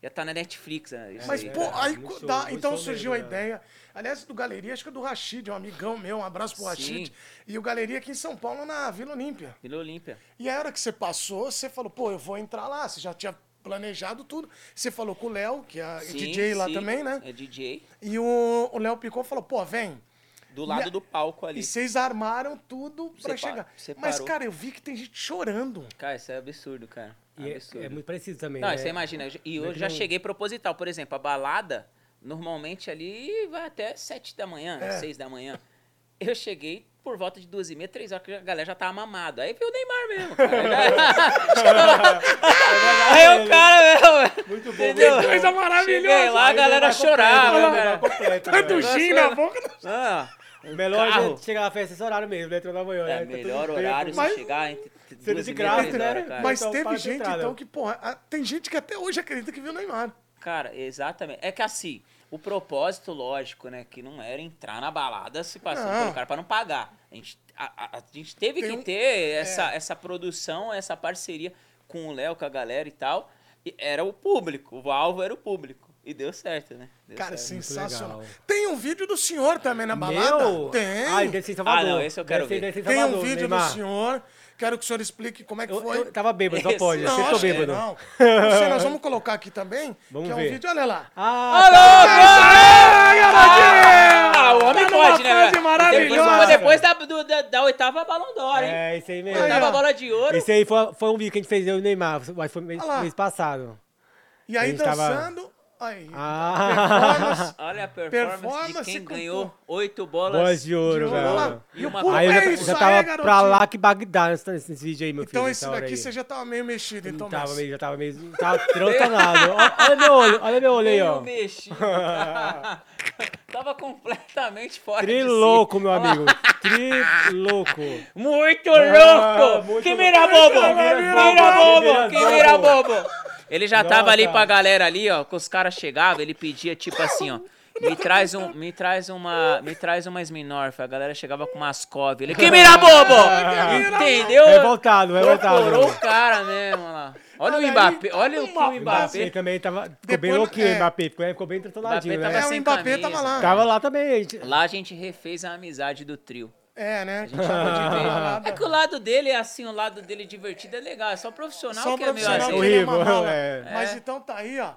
S3: ia tá na Netflix. Né, isso
S1: Mas,
S3: aí.
S1: pô, aí,
S2: muito
S1: co-
S2: show,
S1: dá-
S2: muito
S1: então
S2: show
S1: surgiu a
S2: mesmo,
S3: né?
S2: cara.
S1: ideia. Aliás, do Galeria, acho que é do Rashid, é um amigão meu, um abraço pro
S3: Sim.
S1: Rashid. E o Galeria aqui em São Paulo, na Vila Olímpia.
S3: Vila Olímpia.
S1: E a hora que você passou, você falou, pô, eu vou entrar lá. Você já tinha planejado tudo. Você falou com o Léo, que é
S3: Sim,
S1: DJ lá
S3: sim,
S1: também, né?
S3: É DJ.
S1: E o o Léo Picou falou, pô, vem.
S3: Do lado
S1: E-
S3: do palco ali.
S1: E vocês armaram tudo pra
S3: Separa-
S1: chegar. Mas,
S3: separou.
S1: cara, eu vi que tem gente chorando.
S3: Cara, isso é absurdo, cara.
S2: E é,
S3: absurdo.
S2: é muito parecido também.
S3: Não,
S2: né?
S3: aí você imagina. E
S2: Não é
S3: eu
S2: que
S3: já
S2: não-
S3: cheguei proposital. Por exemplo, a balada, normalmente ali vai até 7 da manhã,
S1: É.
S3: 6 da manhã. Eu cheguei por volta de duas e meia, três horas, que a galera já tava mamado. Aí veio o Neymar mesmo, cara. Já- Aí o cara mesmo.
S2: Muito bom,
S3: Entendeu?
S2: muito bom.
S1: Coisa maravilhosa.
S3: Cheguei lá, a
S2: é Aí o Neymar
S3: galera
S2: completo, né?
S3: chorava,
S2: O Neymar
S3: cara.
S2: completo, né?
S1: Tanto gin Tá na boca.
S3: Ah, um
S2: Melhor a
S3: carro.
S2: gente chegar na festa esse horário mesmo, né? Toda manhã, né?
S3: É,
S2: Tá tudo
S3: melhor
S2: bem,
S3: horário
S2: tudo-
S1: Mas-
S3: se chegar entre
S2: Sendo
S3: duas
S2: de
S3: e
S2: graça,
S3: meia, três
S2: né?
S3: horas, cara.
S1: Mas
S2: Então, para
S1: teve
S2: de
S1: gente,
S2: entrada.
S1: então, que, porra, a- tem gente que até hoje acredita que viu o Neymar.
S3: Cara, exatamente. É que assim, o propósito, lógico, né? Que não era entrar na balada se passando
S1: Não.
S3: pelo cara pra não pagar. A gente, a, a- a gente teve
S1: Tem
S3: que
S1: um-
S3: ter essa, essa produção, essa parceria com o Léo, com a galera e tal. E era o público, o alvo era o público. E deu certo, né? Deu
S1: Cara,
S3: certo.
S1: sensacional.
S2: É legal.
S1: Tem um vídeo do senhor também na balada?
S2: Meu?
S1: Tem.
S2: Ah, deve ser em Salvador.
S3: Ah, não, esse eu quero
S2: Deve ser-
S3: ver.
S2: deve ser em
S1: Tem um
S2: Salvador,
S1: vídeo
S2: Neymar.
S1: do senhor. Quero que o senhor explique como é que
S2: Eu,
S1: foi.
S2: eu tava bêbado, só
S3: Esse-
S2: pode. Eu
S3: Não,
S2: sempre tô
S1: acho que
S2: bêbado.
S1: não. Não sei, nós vamos colocar aqui também.
S2: Vamos
S1: que é um
S2: ver.
S1: vídeo, olha lá.
S2: Ah,
S3: Ah, o homem
S1: Tá numa
S3: pode, né?
S1: fase
S3: velho?
S1: maravilhosa.
S3: Depois, depois da, do- da, da oitava Ballon d'Or, hein?
S2: é, isso aí mesmo.
S1: Aí,
S3: oitava
S1: ó.
S3: bola de ouro.
S2: Esse aí foi, foi um vídeo que a gente fez eu e o Neymar, mas foi mês,
S1: Olha lá.
S2: mês passado.
S1: E aí
S2: A gente tava-
S1: dançando. Aí.
S2: Ah,
S3: Olha a performance,
S1: Performance
S3: de quem
S1: com
S3: ganhou
S1: tudo.
S3: oito bolas.
S2: bolas de ouro,
S1: Olha
S2: velho.
S1: lá. E o
S3: Uma-
S1: pulo
S2: Aí eu
S1: é
S2: já,
S1: isso
S2: já
S1: aí,
S2: tava
S1: garotinho.
S2: pra lá que Bagdá nesse, nesse vídeo aí, meu filho.
S1: Então
S2: nessa
S1: esse
S2: hora
S1: daqui
S2: aí.
S1: você já tava meio mexido, então,
S2: tava
S1: nessa.
S2: meio, já tava meio. Tava transtornado. Olha, olha meu olho, olha meu olho aí,
S3: Meio
S2: ó.
S3: mexido. um Tava completamente fora de si.
S2: Trilouco, meu
S3: Olha lá.
S2: amigo. Trilouco.
S3: Muito
S2: Ah,
S3: louco!
S2: muito
S3: Que
S2: louco.
S3: mira bobo!
S2: Mira
S3: Mira
S2: bobo,
S3: bobo!
S2: mira
S3: Que mira
S2: bobo.
S3: bobo! Ele já
S2: Nossa.
S3: tava ali pra galera ali, ó, que os caras chegavam, ele pedia tipo assim, ó. Me traz, um, me traz uma, me traz uma Smirnoff. A galera chegava com umas cove. Ele, que mira bobo! Entendeu?
S2: É Revoltado, revoltado.
S3: Torturou o cara mesmo, olha lá. Olha o
S1: Olha aí,
S3: Mbappé, olha o que
S1: uma-
S3: o
S2: Mbappé
S3: Mbappé.
S2: também tava. Ficou
S1: Depois
S2: bem
S1: não-
S2: louquinho,
S1: é.
S2: o Mbappé. Ficou, ficou bem transtornadinho,
S3: Mbappé
S2: né?
S3: tava
S1: É, o
S3: sem
S1: Mbappé
S3: camisa.
S1: tava lá.
S2: Tava lá também. a gente-
S3: Lá a gente refez a amizade do trio.
S1: É, né? Que tava de balada.
S3: É que o lado dele é assim, o lado dele divertido é legal. É só o profissional
S1: Só um
S3: que é meio
S1: profissional
S3: assim.
S1: que ele é
S2: Horrível,
S1: uma mala.
S2: é.
S1: Mas
S3: É.
S1: então tá aí, ó.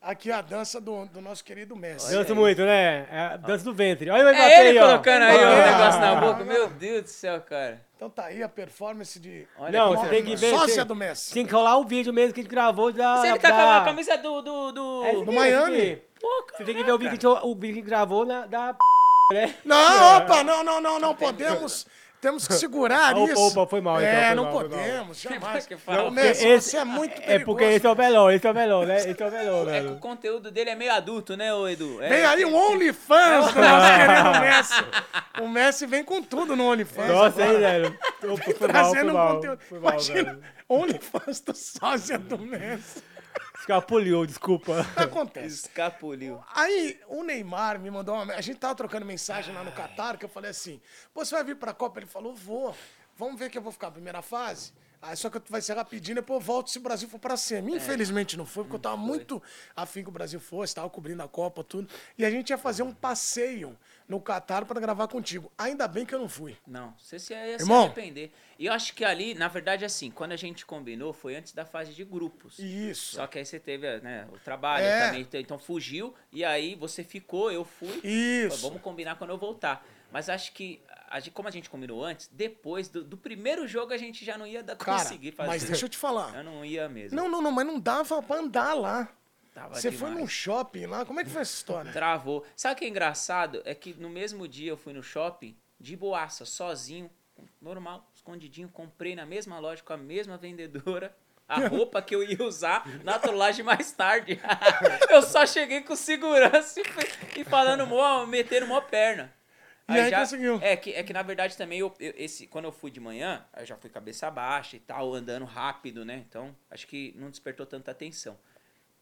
S1: Aqui a dança do, do nosso querido Messi.
S2: Dança muito, né? É, dança do ventre. Olha o Mbappé
S3: É ele
S2: aí, ó.
S3: colocando aí o
S1: Ah.
S3: negócio na boca. Meu Deus do céu, cara.
S1: Então tá aí a performance de...
S3: Olha
S2: Não,
S3: que
S2: você tem que ver.
S1: Sócia
S2: tem-
S1: do Messi.
S2: Tem que rolar o vídeo mesmo que a gente gravou da.
S3: Se ele tá com
S2: da-
S3: a camisa do. do, do...
S2: É, esse mesmo,
S1: Miami.
S2: esse mesmo.
S3: Pô, cara.
S2: Você tem que ver o vídeo que, a gente- o vídeo que gravou na, da. p***, Né?
S1: Não, opa, não, não, não, não podemos. Temos que segurar
S2: Opa,
S1: isso.
S2: opa, foi mal, então,
S1: É,
S2: foi
S1: não
S2: mal, foi mal.
S1: podemos, jamais.
S3: Que fala,
S1: Não, Messi,
S2: esse-
S1: você é muito perigoso.
S2: É porque esse é o melhor, esse é o melhor, né? Esse é o melhor,
S3: É que o
S2: velho.
S3: conteúdo dele é meio adulto, né, ô Edu? É,
S1: Vem aí um OnlyFans do nosso querido Messi. O Messi vem com tudo no OnlyFans.
S2: Nossa,
S1: agora.
S2: aí, velho. Opa, foi mal,
S1: Trazendo
S2: foi
S1: um
S2: mal.
S1: conteúdo.
S2: Foi mal, velho.
S1: Imagina, OnlyFans do sósia do Messi.
S2: Escapuliu, desculpa.
S1: Acontece.
S3: é, Escapuliu.
S1: Aí o Neymar me mandou uma. A gente tava trocando mensagem lá no Catar, que eu falei assim: Pô, você vai vir pra Copa? Ele falou: Vou. Vamos ver que eu vou ficar na primeira fase. Aí só que vai ser rapidinho, depois eu volto se o Brasil for pra
S3: É.
S1: semi. Infelizmente não foi, porque eu tava muito afim que o Brasil fosse, tava cobrindo a Copa, tudo. E a gente ia fazer um passeio no Catar pra gravar contigo. Ainda bem que eu não fui.
S3: Não, você se, ia se
S1: Irmão.
S3: arrepender. E eu acho que ali, na verdade, assim, quando a gente combinou, foi antes da fase de grupos.
S1: Isso.
S3: Só que aí você teve né, o trabalho
S1: É.
S3: também, então- então fugiu, e aí você ficou, eu fui.
S1: Isso.
S3: Vamos combinar quando eu voltar. Mas acho que, a gente- como a gente combinou antes, depois do, do primeiro jogo a gente já não ia da-
S1: Cara,
S3: conseguir fazer.
S1: mas deixa eu te falar.
S3: Eu não ia mesmo.
S1: Não, não, não, mas não dava pra andar lá.
S3: Tava
S1: Você foi
S3: demais.
S1: num shopping lá? Como é que foi essa história?
S3: Travou. Sabe o que é engraçado? É que no mesmo dia eu fui no shopping, de boaça, sozinho, normal, escondidinho, comprei na mesma loja com a mesma vendedora. A roupa que eu ia usar na trollagem mais tarde. eu só cheguei com segurança e, fui- e falando, mó, metendo mó perna.
S1: E aí conseguiu.
S3: É que, é que na verdade também, eu, eu- esse, quando eu fui de manhã, eu já fui cabeça baixa e tal, andando rápido, né? Então, acho que não despertou tanta atenção.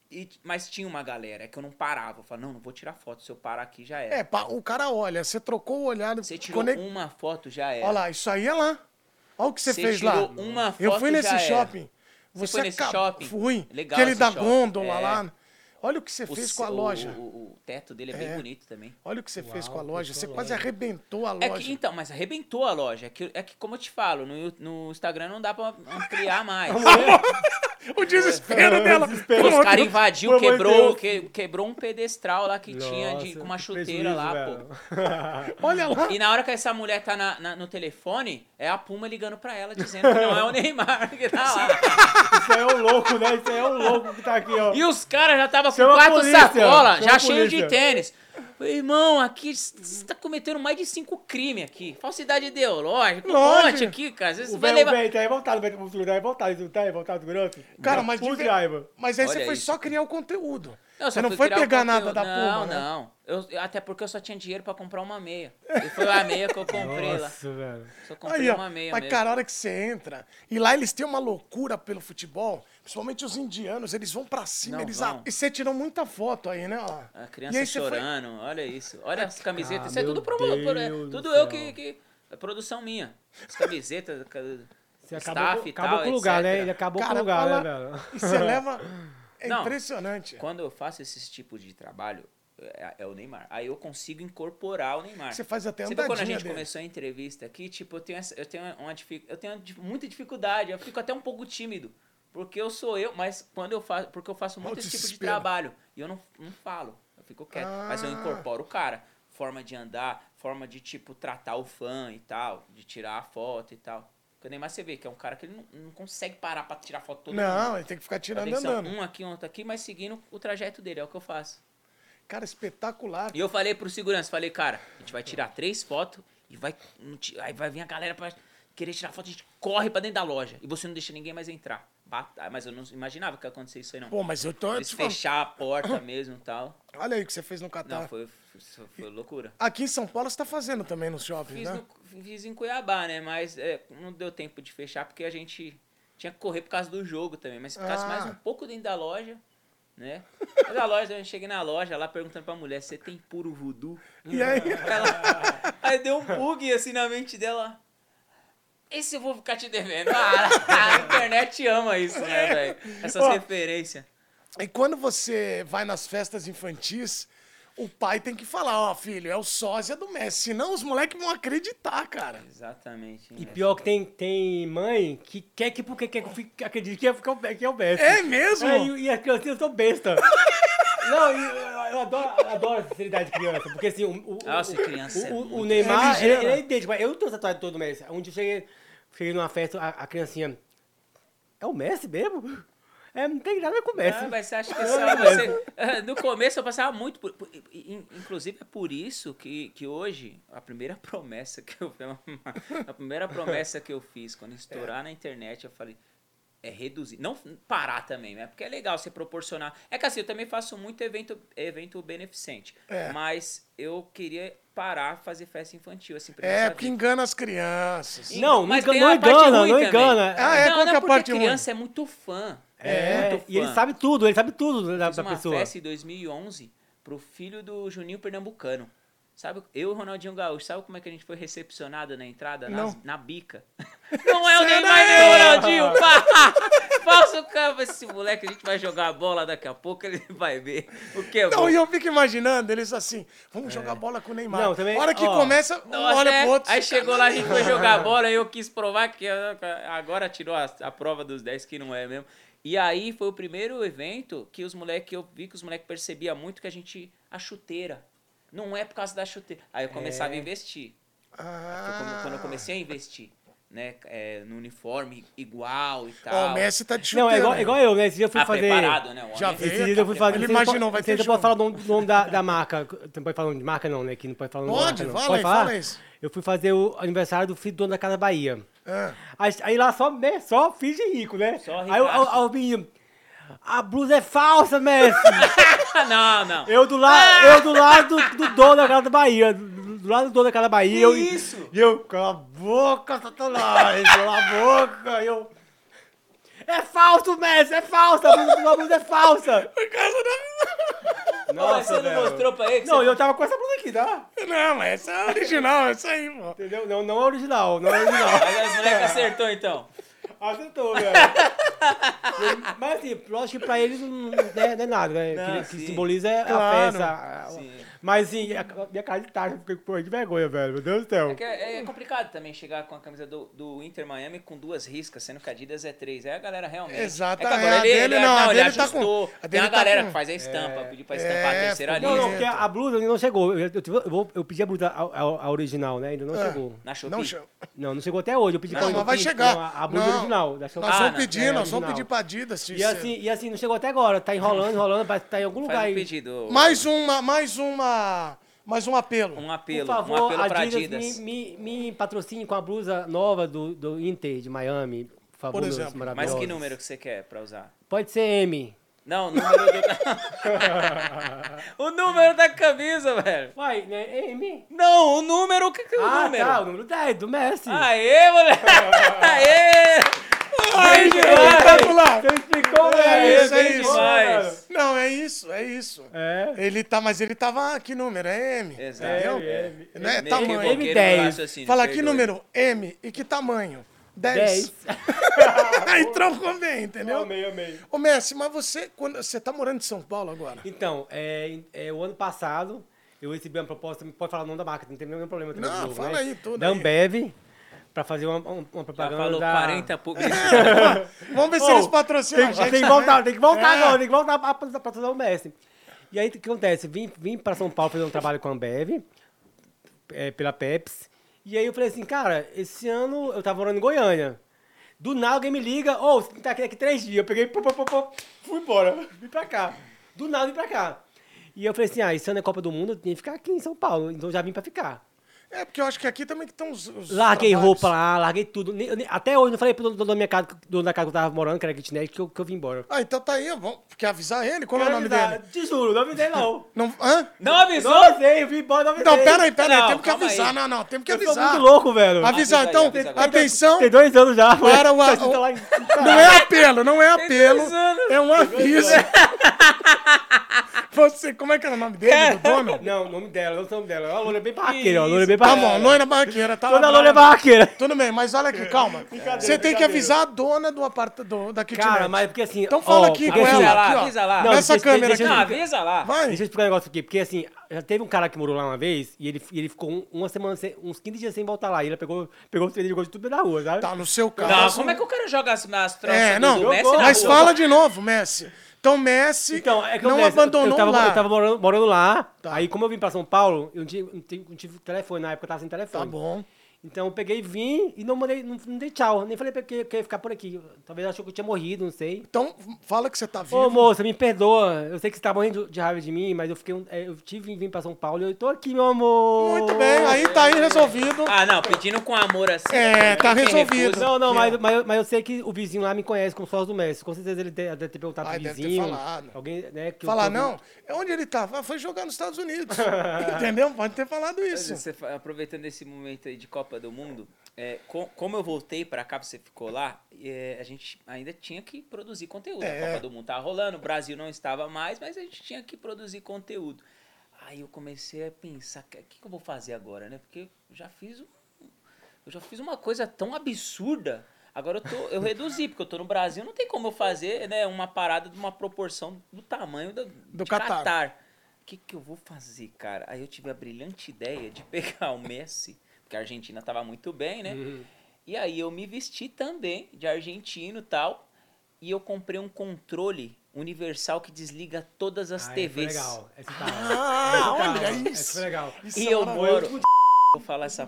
S3: E- mas tinha uma galera, é que eu não parava. Eu falava, não, não vou tirar foto. Se eu parar aqui, já era.
S1: É, pá, o cara olha, você trocou o olhar,
S3: você tirou
S1: conec-
S3: uma foto, já era.
S1: Olha lá, isso aí é lá. Olha o que você,
S3: Você
S1: fez lá.
S3: tirou uma
S1: Eu
S3: foto
S1: fui
S3: e
S1: nesse
S3: já era.
S1: shopping.
S3: Você foi nesse shopping?
S1: Fui.
S3: Legal
S1: Aquele
S3: esse
S1: da
S3: shopping,
S1: gôndola
S3: é.
S1: lá. Olha o que você
S3: O
S1: fez
S3: ce-
S1: com a
S3: o-
S1: loja.
S3: O, o teto dele é, bem
S1: É.
S3: bonito também.
S1: Olha o que você fez
S2: Uau,
S1: com a
S2: fez
S1: loja.
S2: com a
S1: Você quase
S2: loja.
S1: arrebentou a
S3: É
S1: loja.
S3: que, então, mas arrebentou a loja. É que, é que como eu te falo, no, Yu- no Instagram não dá pra ampliar mais.
S1: O desespero dela.
S2: desespero.
S3: Os
S1: Pronto.
S3: caras invadiu,
S2: Pelo amor de
S3: quebrou,
S2: Deus.
S3: que- quebrou um pedestral lá que tinha de,
S2: Nossa,
S3: com uma
S2: que
S3: chuteira lá,
S2: prejuízo,
S3: pô.
S2: velho.
S1: Olha lá.
S3: E na hora que essa mulher tá na- na- no telefone, é a Puma ligando pra ela, dizendo que não é o Neymar que tá lá.
S2: Isso aí é o louco, né? Isso aí é o louco que tá aqui, ó.
S3: E os caras já tava com
S2: Chama a
S3: quatro
S2: polícia,
S3: sacolas,
S2: chama
S3: já
S2: a
S3: cheio de
S2: polícia.
S3: tênis. Falei, irmão, aqui você tá cometendo mais de cinco crimes aqui. Falsidade ideológica, um
S1: Lógico.
S3: monte aqui, cara. Às vezes
S2: O
S3: você vai
S2: velho, o
S3: levar...
S2: velho, tá revoltado, velho, pro futuro, tá revoltado, não tá revoltado com o Grump?
S1: Cara, mas,
S2: Pus
S1: de ver-
S2: raiva.
S1: mas aí
S3: Olha
S1: você foi
S3: isso.
S1: só criar o conteúdo.
S3: eu só
S1: você não
S3: fui
S1: foi
S3: criar o
S1: pegar nada
S3: conteúdo.
S1: da Puma,
S3: Não,
S1: né?
S3: não. Eu- eu- até porque eu só tinha dinheiro pra comprar uma meia. E foi a meia que eu comprei lá.
S2: Nossa, velho.
S3: Só
S1: Aí,
S3: comprei
S1: ó,
S3: uma meia
S1: mas
S3: mesmo.
S1: cara, a hora que você entra, e lá eles têm uma loucura pelo futebol, principalmente os indianos, eles vão pra cima,
S3: Não
S1: eles
S3: vão.
S1: a- e você tirou muita foto aí, né? ó.
S3: A
S1: E
S3: criança
S1: aí você foi-
S3: chorando, olha isso. Olha as camisetas. Isso é
S2: Ah, meu
S3: tudo promo... pro- é
S2: Deus
S3: Tudo
S2: do
S3: eu
S2: céu.
S3: que, que- é Produção minha. As camisetas, ca-
S2: Você
S3: staff
S2: acabou, com-
S3: e
S2: acabou
S3: tal,
S2: com o lugar,
S3: etc.
S2: né? Ele acabou
S1: Cara,
S2: com o lugar,
S1: olha-
S2: né, velho?
S1: E você leva. É
S3: Não.
S1: impressionante.
S3: Quando eu faço esse tipo de trabalho, é, é o Neymar. Aí eu consigo incorporar o Neymar.
S1: Você faz até
S3: Você viu quando a
S1: andadinha
S3: gente
S1: dele.
S3: começou a entrevista aqui, tipo, eu tenho, essa- eu tenho, uma, dific- eu tenho dif- muita dificuldade, eu fico até um pouco tímido. Porque eu sou eu, mas quando eu faço. Porque eu faço muito
S1: Olha o
S3: esse tipo de
S1: desespero.
S3: trabalho. E eu não, não falo. Eu fico quieto. Mas eu
S1: Ah.
S3: incorporo o cara. Forma de andar, forma de, tipo, tratar o fã e tal. De tirar a foto e tal. Porque o Neymar você vê que é um cara que ele não, não consegue parar pra tirar foto todo mundo.
S1: Não, ele tem que ficar tirando e
S3: Atenção,
S1: andando.
S3: um aqui, outro aqui, mas seguindo o trajeto dele, é o que eu faço.
S1: Cara, espetacular.
S3: E eu falei pro segurança, falei, cara, a gente vai tirar três fotos e vai, não ti- aí vai vir a galera pra querer tirar foto, a gente corre pra dentro da loja e você não deixa ninguém mais entrar. Bata- Mas eu não imaginava que ia acontecer isso aí, não.
S1: Pô, mas eu tô.
S3: Eles
S1: te falando,
S3: fechar a porta mesmo e tal.
S1: Olha aí o que você fez no Catar.
S3: Não, foi, foi, foi loucura.
S1: Aqui em São Paulo você tá fazendo também nos shoppings,
S3: Fiz,
S1: né?
S3: no- fiz em Cuiabá, né? Mas é, não deu tempo de fechar porque a gente tinha que correr por causa do jogo também. Mas se ficasse
S1: Ah.
S3: mais um pouco dentro da loja, né? Mas a loja, eu cheguei na loja lá perguntando pra mulher: você tem puro voodoo?
S1: E aí,
S3: Ela, aí deu um bug assim na mente dela. Esse eu vou ficar te devendo. Ah, a internet ama isso, né, velho? Essas
S1: É. Ó.
S3: referências.
S1: e quando você vai nas festas infantis, o pai tem que falar, ó, filho, é o sósia do Messi. Senão os moleques vão acreditar, cara.
S3: Exatamente. hein,
S2: E
S3: velho?
S2: pior que tem, tem mãe que quer que porque quer que eu fique, acredite que é, que é o- que é o besta.
S1: É mesmo?
S2: É, e, e as criancinhas são besta. Não, e eu, eu adoro, adoro a sinceridade de criança, porque assim, o, o,
S3: Nossa,
S2: o,
S3: criança é
S2: o, o,
S3: muito
S2: Neymar, ele,
S1: ligeira.
S2: ele é idêntico, mas eu não tenho tatuagem todo Messi. Um dia eu cheguei, cheguei numa festa, a, a criancinha, é o Messi mesmo? É, não tem nada a ver com o Messi.
S3: Ah, mas você acha que só você... Ah, No começo eu passava muito por... por- in- Inclusive é por isso que, que hoje a primeira promessa que eu... A primeira promessa que eu fiz quando estourar na internet, eu falei... É reduzir. Não parar também, né? Porque é legal você proporcionar. É que assim, eu também faço muito evento, evento beneficente.
S1: É.
S3: Mas eu queria parar fazer festa infantil, assim, pra
S1: É,
S3: essa
S1: porque
S3: vida.
S1: engana as crianças.
S2: Não,
S3: Mas
S2: não
S3: tem
S2: engana,
S3: a parte
S2: não
S3: ruim também.
S2: engana.
S1: Ah, é?
S3: não,
S1: Qual
S3: não,
S1: que é a
S3: porque
S1: parte ruim?
S3: criança é muito fã.
S2: É,
S3: muito
S2: e ele
S3: fã.
S2: sabe tudo, ele sabe tudo da,
S3: Fiz
S2: da
S3: uma
S2: pessoa.
S3: festa em 2011 pro filho do Juninho Pernambucano. Sabe, eu e o Ronaldinho Gaúcho, sabe como é que a gente foi recepcionado na entrada? Nas-
S1: Não.
S3: na bica. Não é o Neymar nem
S1: Sério?
S3: o Ronaldinho, pá! Falso campo esse moleque, a gente vai jogar a bola daqui a pouco, ele vai ver o que é bom.
S1: Não, e eu fico imaginando, eles assim, vamos jogar bola com o Neymar.
S2: É. Não, também-
S1: hora que
S2: ó,
S1: começa, um
S3: Nossa,
S1: olha
S3: é.
S1: pro outro.
S3: Aí chegou lá, a gente foi jogar bola, eu quis provar que ah, agora tirou a, a prova dos 10 que não é mesmo. E aí foi o primeiro evento que os moleques, eu vi que os moleques percebia muito que a gente, a chuteira, não é por causa da chuteira. Aí eu começava
S1: É.
S3: a investir. Foi como-
S1: Ah.
S3: Quando eu comecei a investir, né, é, no uniforme igual e tal.
S1: Ó, o Messi tá de chuteiro.
S2: Não, é igual, igual eu, né? Esse dia eu fui
S3: Ah,
S2: fazer.
S3: preparado, né? o homem.
S1: Já vi.
S2: Esse dia eu fui
S1: Ele
S2: fazer.
S1: imaginou,
S2: vocês podem-
S1: vai ter
S2: vocês não
S1: jogo.
S2: podem falar o nome, nome da, da marca. Não pode falar o nome de marca, não, né? Que não pode falar o nome
S1: Pode,
S2: de marca. não.
S1: fala aí,
S2: pode falar?
S1: fala isso.
S2: Eu fui fazer o aniversário do filho do dono da Casa Bahia.
S1: Ah.
S2: Aí, aí lá só, né, só fiz de rico, né?
S3: Só
S2: aí o-
S3: ricaço.
S2: aí o menino. A blusa é falsa, Messi!
S3: Ah, não, não.
S2: Eu do lado, eu do lado do, do dono da Casa da Bahia. Do, do lado do dono da Casa da Bahia. eu,
S3: isso?
S2: E eu, cala a boca, Satanás, cala a boca. E eu. É falso, Messi, é falsa, a blusa- a blusa é falsa.
S3: Nossa, você não
S2: velho.
S3: mostrou é pra ele? que
S2: Não,
S3: você-
S2: eu tava com essa blusa aqui, tá?
S1: Não, essa é original, essa aí, pô.
S2: Entendeu? Não, não é original, não é original.
S3: Aí os moleques acertou então.
S2: Acertou, velho. Mas assim, lógico que pra eles não, não é, não é nada, né?
S3: Não,
S2: o que, que
S3: sim.
S2: simboliza é
S1: Claro.
S2: a festa. a-
S3: Sim.
S2: Mas assim, a, a minha cara de taxa, fiquei com porra de vergonha, velho. Meu Deus do céu.
S3: É, que é- é complicado também chegar com a camisa do, do Inter Miami com duas riscas, sendo que a Adidas é três. É a galera realmente.
S1: Exato,
S3: é que agora
S1: é, a
S3: ele,
S1: dele
S3: ele-
S1: não, a
S3: ele
S1: dele tá
S3: ajustou.
S1: com- a
S3: Tem
S1: dele
S3: a
S1: tá
S3: galera
S1: com-
S3: que faz a estampa, pediu pra estampar
S1: é,
S3: a terceira
S1: ficou
S2: Não,
S3: lista.
S2: não, porque a blusa ainda não chegou. Eu, eu, tive- eu vou- eu pedi a blusa, a, a- a original, né? Ainda não
S1: Ah.
S2: chegou.
S3: Na Shopee.
S1: Não chama.
S2: Não, não chegou até hoje. Eu pedi
S1: Não,
S2: pra
S1: Então, mas vai
S2: Indo Pix,
S1: chegar.
S2: não, A, a blusa
S1: Não,
S2: original. Da Shopee.
S1: Nós
S3: Ah,
S1: vamos
S3: não,
S1: pedir,
S2: é,
S1: nós vamos
S2: original.
S1: pedir pra Adidas. se-
S2: E assim, e assim, não chegou até agora. Tá enrolando, enrolando, parece que tá em algum lugar
S3: Faz um
S2: aí.
S3: pedido.
S1: Mais uma, mais uma, mais um apelo.
S3: Um apelo.
S2: Por favor,
S3: um apelo pra
S2: Adidas,
S3: Adidas.
S2: Me, me, me patrocine com a blusa nova do, do Inter de Miami. Por favor, meus
S1: exemplo.
S3: Mas
S2: maravilhosos.
S3: que número que você quer pra usar?
S2: Pode ser M.
S3: Não, o número do. o número da camisa, velho.
S2: Vai, né? M?
S3: Não, o número. O que, que é o
S2: ah,
S3: número? Ah,
S2: tá, o número 10, do Messi.
S3: Aê, moleque! Aê! Ai,
S1: tá
S2: tá
S3: demais!
S1: Espetacular!
S2: Você explicou,
S1: É
S2: né?
S1: isso, é
S2: Você explicou,
S1: isso.
S2: né?
S3: Demais.
S1: Não, é isso, é isso.
S2: É.
S1: Ele tá, mas ele tava, que número? É M.
S3: Exato.
S1: Entendeu?
S3: É,
S1: Não é
S3: Me
S1: tamanho.
S3: equivoquei no
S2: M10.
S3: raciocínio,
S1: Fala que
S3: assim, perdoe.
S1: número? um. M e que tamanho? 10.
S2: 10.
S1: Aí trocou bem, entendeu?
S2: amei.
S1: Ô Messi, mas você, quando, você tá morando em São Paulo agora?
S2: Então, é, é, o ano passado eu recebi uma proposta, pode falar o nome da marca, não tem nenhum problema. também
S1: Não,
S2: de novo,
S1: fala
S2: né?
S1: aí, tudo
S2: Da
S1: aí.
S2: Ambev, pra fazer uma, uma- uma
S3: Já
S2: propaganda
S3: falou
S2: da...
S3: 40 públicos.
S1: Vamos ver se
S2: Pô,
S1: eles patrocinam
S2: tem,
S1: a gente.
S2: tem que
S1: também.
S2: voltar, tem que voltar
S1: É.
S2: agora, tem que voltar pra, pra, pra trazer o Messi. E aí, o que acontece? Vim, vim pra São Paulo fazer um trabalho com a Ambev, é, pela Pepsi. E aí eu falei assim, cara, esse ano eu tava morando em Goiânia. Do nada alguém me liga, ô, você tem que estar aqui daqui três dias. Eu peguei, pô, pô, pô, pô, fui embora, vim pra cá. Do nada vim pra cá. E eu falei assim, ah, esse ano é Copa do Mundo, eu tenho que ficar aqui em São Paulo. Então eu já vim pra ficar.
S1: É, porque eu acho que aqui também que estão os, os
S2: Larguei
S1: trabalhos.
S2: roupa lá, larguei tudo. Nem- eu nem- até hoje eu não falei pro dono da minha casa, dono da casa que eu tava morando, que era kitnet, que eu, que eu vim embora.
S1: Ah, então tá aí, vamos, quer avisar ele? Qual é o nome dele?
S2: Te juro, não avisei não.
S1: Não, hã?
S3: Não avisou?
S2: Não avisei, eu vim embora, não avisei.
S1: Não, pera aí, pera aí,
S3: Não,
S1: temos que
S3: calma
S1: avisar,
S3: aí.
S1: não, não, temos que
S2: Eu tô
S1: avisar.
S2: muito louco, velho.
S1: Avisar,
S3: Avisa aí,
S1: então,
S3: avisa agora.
S1: atenção,
S2: Tem dois anos já.
S1: Para o-
S2: mas a gente tá lá em-
S1: não é apelo, não é apelo,
S3: dois anos.
S1: é um aviso. Você, como é que era o nome dele, do dono?
S2: Não, o nome dela, não o nome dela. A Loura é bem barraqueira, ó, a Loura é bem
S1: Tá
S2: barraqueira.
S1: bom, loira barraqueira, tá?
S2: Toda
S1: lá,
S2: Loura é barraqueira.
S1: Tudo bem, mas olha aqui, calma. Você tem que avisar a dona do aparta, do, da kitnet.
S2: Cara, mas porque assim...
S1: Então fala
S2: ó,
S1: aqui
S2: porque
S1: com
S2: assim,
S1: ela.
S3: Avisa lá,
S1: ó.
S3: avisa lá.
S2: Não,
S1: Nessa
S2: deixa-
S1: câmera aqui.
S2: deixa-
S3: Não, avisa lá.
S1: Vai.
S2: Deixa eu explicar um negócio aqui, porque assim, já teve um cara que morou lá uma vez e ele, e ele ficou um- uma semana, sem- uns 15 dias sem voltar lá. E ele pegou, pegou o treino e jogou de tudo na rua, sabe?
S1: Tá no seu caso.
S3: Não, como é que o cara joga as, nas troças
S1: É,
S3: do-
S1: não.
S3: do Messi na
S1: mas
S3: rua?
S1: fala de novo, Messi. Então, Messi
S2: Então, é que
S1: não
S2: acontece, eu-
S1: abandonou
S2: eu tava,
S1: lá. Tá.
S2: Eu tava morando, morando lá, aí como eu vim pra São Paulo, eu não tive, não tive- não tive telefone, na época eu tava sem telefone.
S1: Tá bom.
S2: Então eu peguei, vim e não mandei, não, não dei tchau, nem falei pra que que eu ia ficar por aqui. Talvez achou que eu tinha morrido, não sei.
S1: Então, fala que você tá vivo.
S2: Ô moça, me perdoa, eu sei que você tá morrendo de raiva de mim, mas eu fiquei, um- é, eu tive que vir pra São Paulo e eu tô aqui, meu amor.
S1: Muito bem, aí tá aí resolvido.
S3: Ah, não, pedindo com amor assim.
S1: É, tá
S3: quem
S1: resolvido.
S3: recusa-
S2: Não, não, mas, mas, eu- mas eu sei que o vizinho lá me conhece como sócio do Messi. Com certeza ele te- deve ter perguntado
S1: Ai,
S2: pro
S1: deve ter
S2: vizinho.
S1: falado.
S2: Alguém, né, que eu
S1: Falar,
S2: tô-
S1: não, é onde ele tava? Ah, Foi jogar nos Estados Unidos. Entendeu? Pode ter falado isso.
S3: Você, fa- aproveitando esse momento aí de Copa do Mundo, é, co- como eu voltei pra cá, você ficou lá, é, a gente ainda tinha que produzir conteúdo. A
S1: É.
S3: Copa do Mundo tava rolando, o Brasil não estava mais, mas a gente tinha que produzir conteúdo. Aí eu comecei a pensar, o que, que eu vou fazer agora, né? Porque eu já fiz um- eu já fiz uma coisa tão absurda. Agora eu, tô, eu reduzi, porque eu tô no Brasil, não tem como eu fazer né, uma parada de uma proporção do tamanho do,
S1: Do
S3: de
S1: Catar.
S3: O que, que eu vou fazer, cara? Aí eu tive a brilhante ideia de pegar o Messi, porque a Argentina tava muito bem, né?
S2: Uhum.
S3: E aí eu me vesti também de argentino e tal. E eu comprei um controle universal que desliga todas as
S2: Ah, esse foi
S3: TVs.
S2: legal. Esse tá-
S1: Ah,
S2: esse tá-
S1: olha
S2: Esse
S1: isso.
S2: foi legal.
S1: Isso
S3: E
S1: é
S3: eu
S1: maravilhoso.
S3: moro. Vou falar essa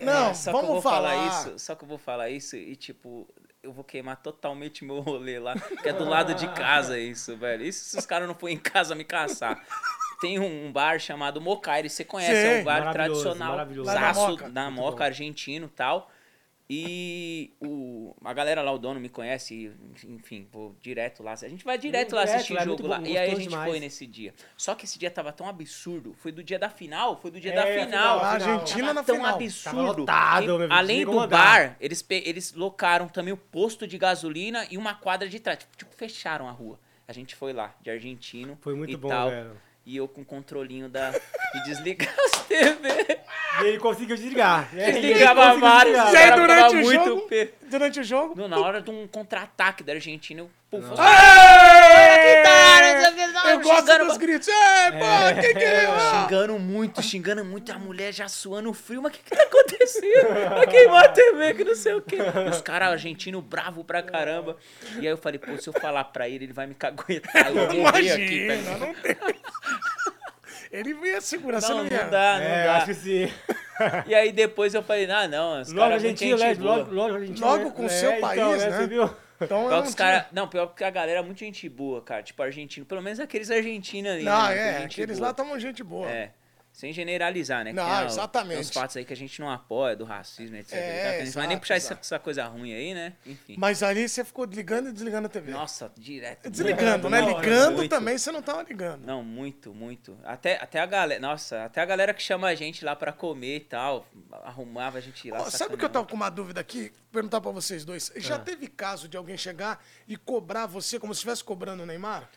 S1: Não,
S3: É, só
S1: vamos
S3: que eu vou
S1: falar.
S3: falar. isso, só que eu vou falar isso e tipo, eu vou queimar totalmente meu rolê lá, que é do lado de casa isso, velho. Isso se os caras não forem em casa me caçar. Tem um um bar chamado Mocaire, você conhece, é
S1: Sim.
S3: um bar
S2: Maravilhoso,
S3: tradicional,
S2: maravilhoso.
S1: Lá na
S3: zaço
S1: Moca.
S3: da
S2: Muito
S3: Moca,
S2: bom.
S3: argentino e tal. E o, a galera lá, o dono me conhece, e, enfim, vou direto lá. A gente vai direto
S2: Hum,
S3: lá
S2: direto,
S3: assistir
S2: lá é
S3: jogo
S2: muito
S3: lá.
S2: bom,
S3: E aí a
S2: gostoso
S3: gente
S2: demais.
S3: foi nesse dia. Só que esse dia tava tão absurdo. Foi do dia da final, foi do dia
S2: É,
S3: da
S2: a
S3: final.
S2: final, a
S1: A
S2: final.
S1: Argentina
S3: Tava
S1: na
S3: tão
S1: final.
S3: absurdo.
S2: Tava lotado, né, meu amigo,
S3: Além
S2: chegou
S3: do
S2: a andar.
S3: bar, eles, pe- eles locaram também o posto de gasolina e uma quadra de trás. Tipo, tipo, fecharam a rua. A gente foi lá, de argentino
S2: Foi muito
S3: e
S2: bom,
S3: tal.
S2: velho.
S3: E eu com o controlinho da... de desligar as TV.
S2: E ele conseguiu desligar. É, Ele
S3: Desligava
S2: conseguiu
S3: vários, os
S2: desligar.
S1: E aí,
S3: caras
S1: durante
S3: ficavam
S1: o
S3: muito
S1: jogo.
S3: pe-
S1: Durante o jogo.
S3: Não, na hora de um contra-ataque da Argentina, eu. Pô, os caras
S1: Eu gosto
S3: xingando
S1: dos
S3: pra-
S1: gritos. É, pô, quem que é? ó?
S3: xingando muito, xingando muito, a mulher já suando frio, mas o que que tá acontecendo? Vai queimar a TV, que não sei o quê. E os caras argentinos bravos pra caramba. E aí eu falei, pô, se eu falar pra ele, ele vai me caguetar. Eu vou morrer aqui, tá
S1: Ah, Imagina,
S3: ligado?
S1: não tem. Ele ia segurar, você
S3: Não, né?
S1: não
S3: não
S1: ia.
S3: dá, não
S2: É, eu
S3: dá.
S2: acho que sim.
S3: E aí depois eu falei, ah, não, os
S2: Logo
S3: caras não
S2: Argentina,
S3: têm gente
S2: né?
S3: boa.
S2: Logo, logo Argentina.
S1: Logo com o
S2: é,
S1: seu
S2: então,
S1: país, né?
S2: Você viu?
S1: Então, eu
S3: Pior
S1: não
S3: que os
S1: tinha-
S3: cara... Não, pior que a galera é muito gente boa, cara. Tipo, argentino. Pelo menos aqueles argentinos ali.
S1: Não,
S3: né?
S1: é,
S3: Tem gente
S1: aqueles
S3: boa.
S1: lá estavam gente boa.
S3: É. Sem generalizar, né? que
S1: Não,
S3: tem, ah,
S1: exatamente.
S3: Tem uns fatos aí que a gente não apoia, do racismo, etc.
S1: É,
S3: e tal, que a gente não vai nem
S1: exato,
S3: puxar essa,
S1: exato.
S3: essa coisa ruim aí, né? Enfim.
S1: Mas ali você ficou ligando e desligando a TV.
S3: Nossa, direto.
S1: Desligando,
S3: muito,
S1: né?
S3: muito,
S1: Ligando
S3: muito.
S1: também, você não tava ligando.
S3: Não, muito, muito. Até, até a galera. Nossa, até a galera que chama a gente lá pra comer e tal. Arrumava a gente lá.
S1: Ó, sabe o que eu
S3: sacaneava.
S1: tava com uma dúvida aqui? Perguntar pra vocês dois. Já
S3: Ah.
S1: teve caso de alguém chegar e cobrar você como se estivesse cobrando o Neymar?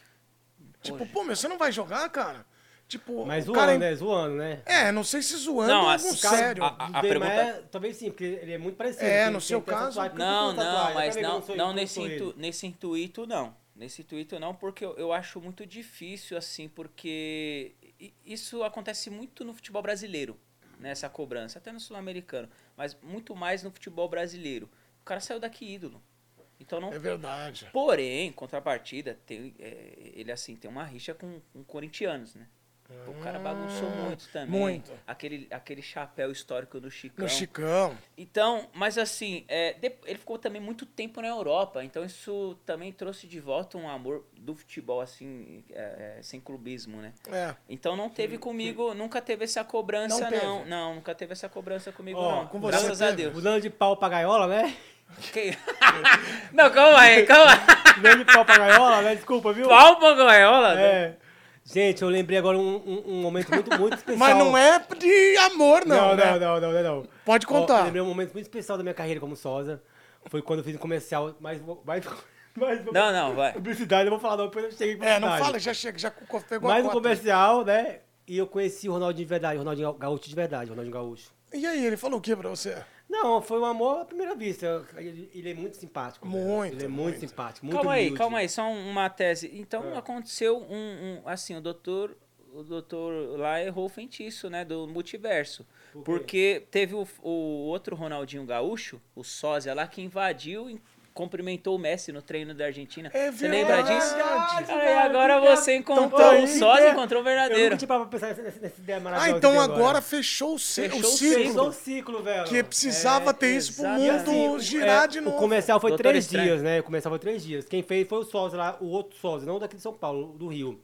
S1: Tipo, pô, meu, você não vai jogar, cara? Tipo,
S2: Mas
S1: o
S2: zoando,
S1: cara...
S2: né? Zoando, né?
S1: É, não sei se zoando
S3: Não,
S1: ou
S3: as-
S1: algum
S3: cara-
S1: sério.
S3: a-
S2: Do
S3: pergunta-
S2: Neymar, talvez sim, porque ele é muito parecido.
S1: É,
S2: tem-
S1: no
S2: tem
S1: seu
S2: essa
S1: caso-
S2: tatuagem, porque eu
S3: Não,
S2: tenho tatuagem,
S3: não,
S2: eu
S3: mas
S2: também
S3: não,
S2: sou-
S3: não
S2: sou
S3: nesse,
S2: ele.
S3: intu- nesse intuito, não. Nesse intuito, não, porque eu, eu acho muito difícil, assim, porque i- isso acontece muito no futebol brasileiro, né, essa cobrança, até no sul-americano, mas muito mais no futebol brasileiro. O cara saiu daqui ídolo. Então não
S1: É verdade.
S3: Porém, contrapartida, tem, é, ele assim tem uma rixa com, com corintianos, né? Pô, O cara bagunçou muito também.
S1: Ah, muito.
S3: Aquele, aquele chapéu histórico do Chicão.
S1: No Chicão.
S3: Então, mas assim, é, de- ele ficou também muito tempo na Europa, então isso também trouxe de volta um amor do futebol, assim, é, é, sem clubismo, né?
S1: É.
S3: Então não teve comigo, nunca teve essa cobrança,
S1: Não
S3: não.
S1: teve.
S3: Não, nunca teve essa cobrança comigo,
S2: Ó,
S3: não.
S1: com você
S3: Graças a
S1: teve?
S3: Deus.
S2: Usando de pau pra gaiola, né?
S3: Que- não, calma aí, calma aí.
S2: Usando de pau pra gaiola, né? Desculpa, viu?
S3: Pau pra gaiola, né?
S2: É. Gente, eu lembrei agora um, um- um momento muito, muito especial.
S1: Mas não é de amor, não.
S2: Não,
S1: né?
S2: não, não, não, não, não.
S1: Pode
S2: Ó,
S1: contar.
S2: eu lembrei um momento muito especial da minha carreira como Sosa. Foi quando eu fiz um comercial, mas vou- mas, mas vou-
S3: Não, não, vai.
S2: Publicidade, eu vou falar, não, depois eu cheguei em
S1: É, não
S2: publicidade.
S1: fala, já chega, já co- pegou
S2: Mais
S1: a
S2: um
S1: cota.
S2: comercial, né? E eu conheci o Ronaldinho de verdade, o Ronaldinho Gaúcho de verdade, o Ronaldinho Gaúcho.
S1: E aí, ele falou o que pra você?
S2: Não, foi um amor à primeira vista. Ele, ele é muito simpático. né?
S1: Muito,
S2: Ele é muito, simpático, muito
S3: Calma aí,
S2: humilde.
S3: calma aí, só um- uma tese.
S1: É.
S3: Então aconteceu um, um- assim, o doutor, o doutor lá errou o feitiço, né, do multiverso. Porque teve o, o outro Ronaldinho Gaúcho, o sósia lá que invadiu e cumprimentou o Messi no treino da Argentina.
S1: É
S3: Você lembra
S1: verdade.
S3: disso?
S2: Verdade,
S3: Cara, e
S2: velho,
S3: agora
S2: que
S3: você
S2: piada.
S3: encontrou
S1: tá
S2: Então,
S3: o
S2: isso
S1: né?
S3: sósia
S2: é-
S3: e encontrou o
S2: Eu nunca
S3: verdadeiro.
S2: tinha parado pra pensar nessa, nessa ideia
S1: Ah,
S2: maravilhosa. que
S1: então
S2: tem
S1: agora fechou o, ce-
S3: Fechou
S1: o
S3: o
S1: ciclo.
S2: Fechou o ciclo, velho. É.
S1: Que precisava ter isso pro
S3: exatamente.
S1: mundo Tipo,
S2: o-
S1: girar
S2: é,
S1: de novo.
S2: O comercial foi
S3: Doutor
S2: três
S3: Estranho.
S2: dias, né? O comercial foi três dias. Quem fez foi o Sósia lá, o outro Sósia, não daqui de São Paulo, do Rio.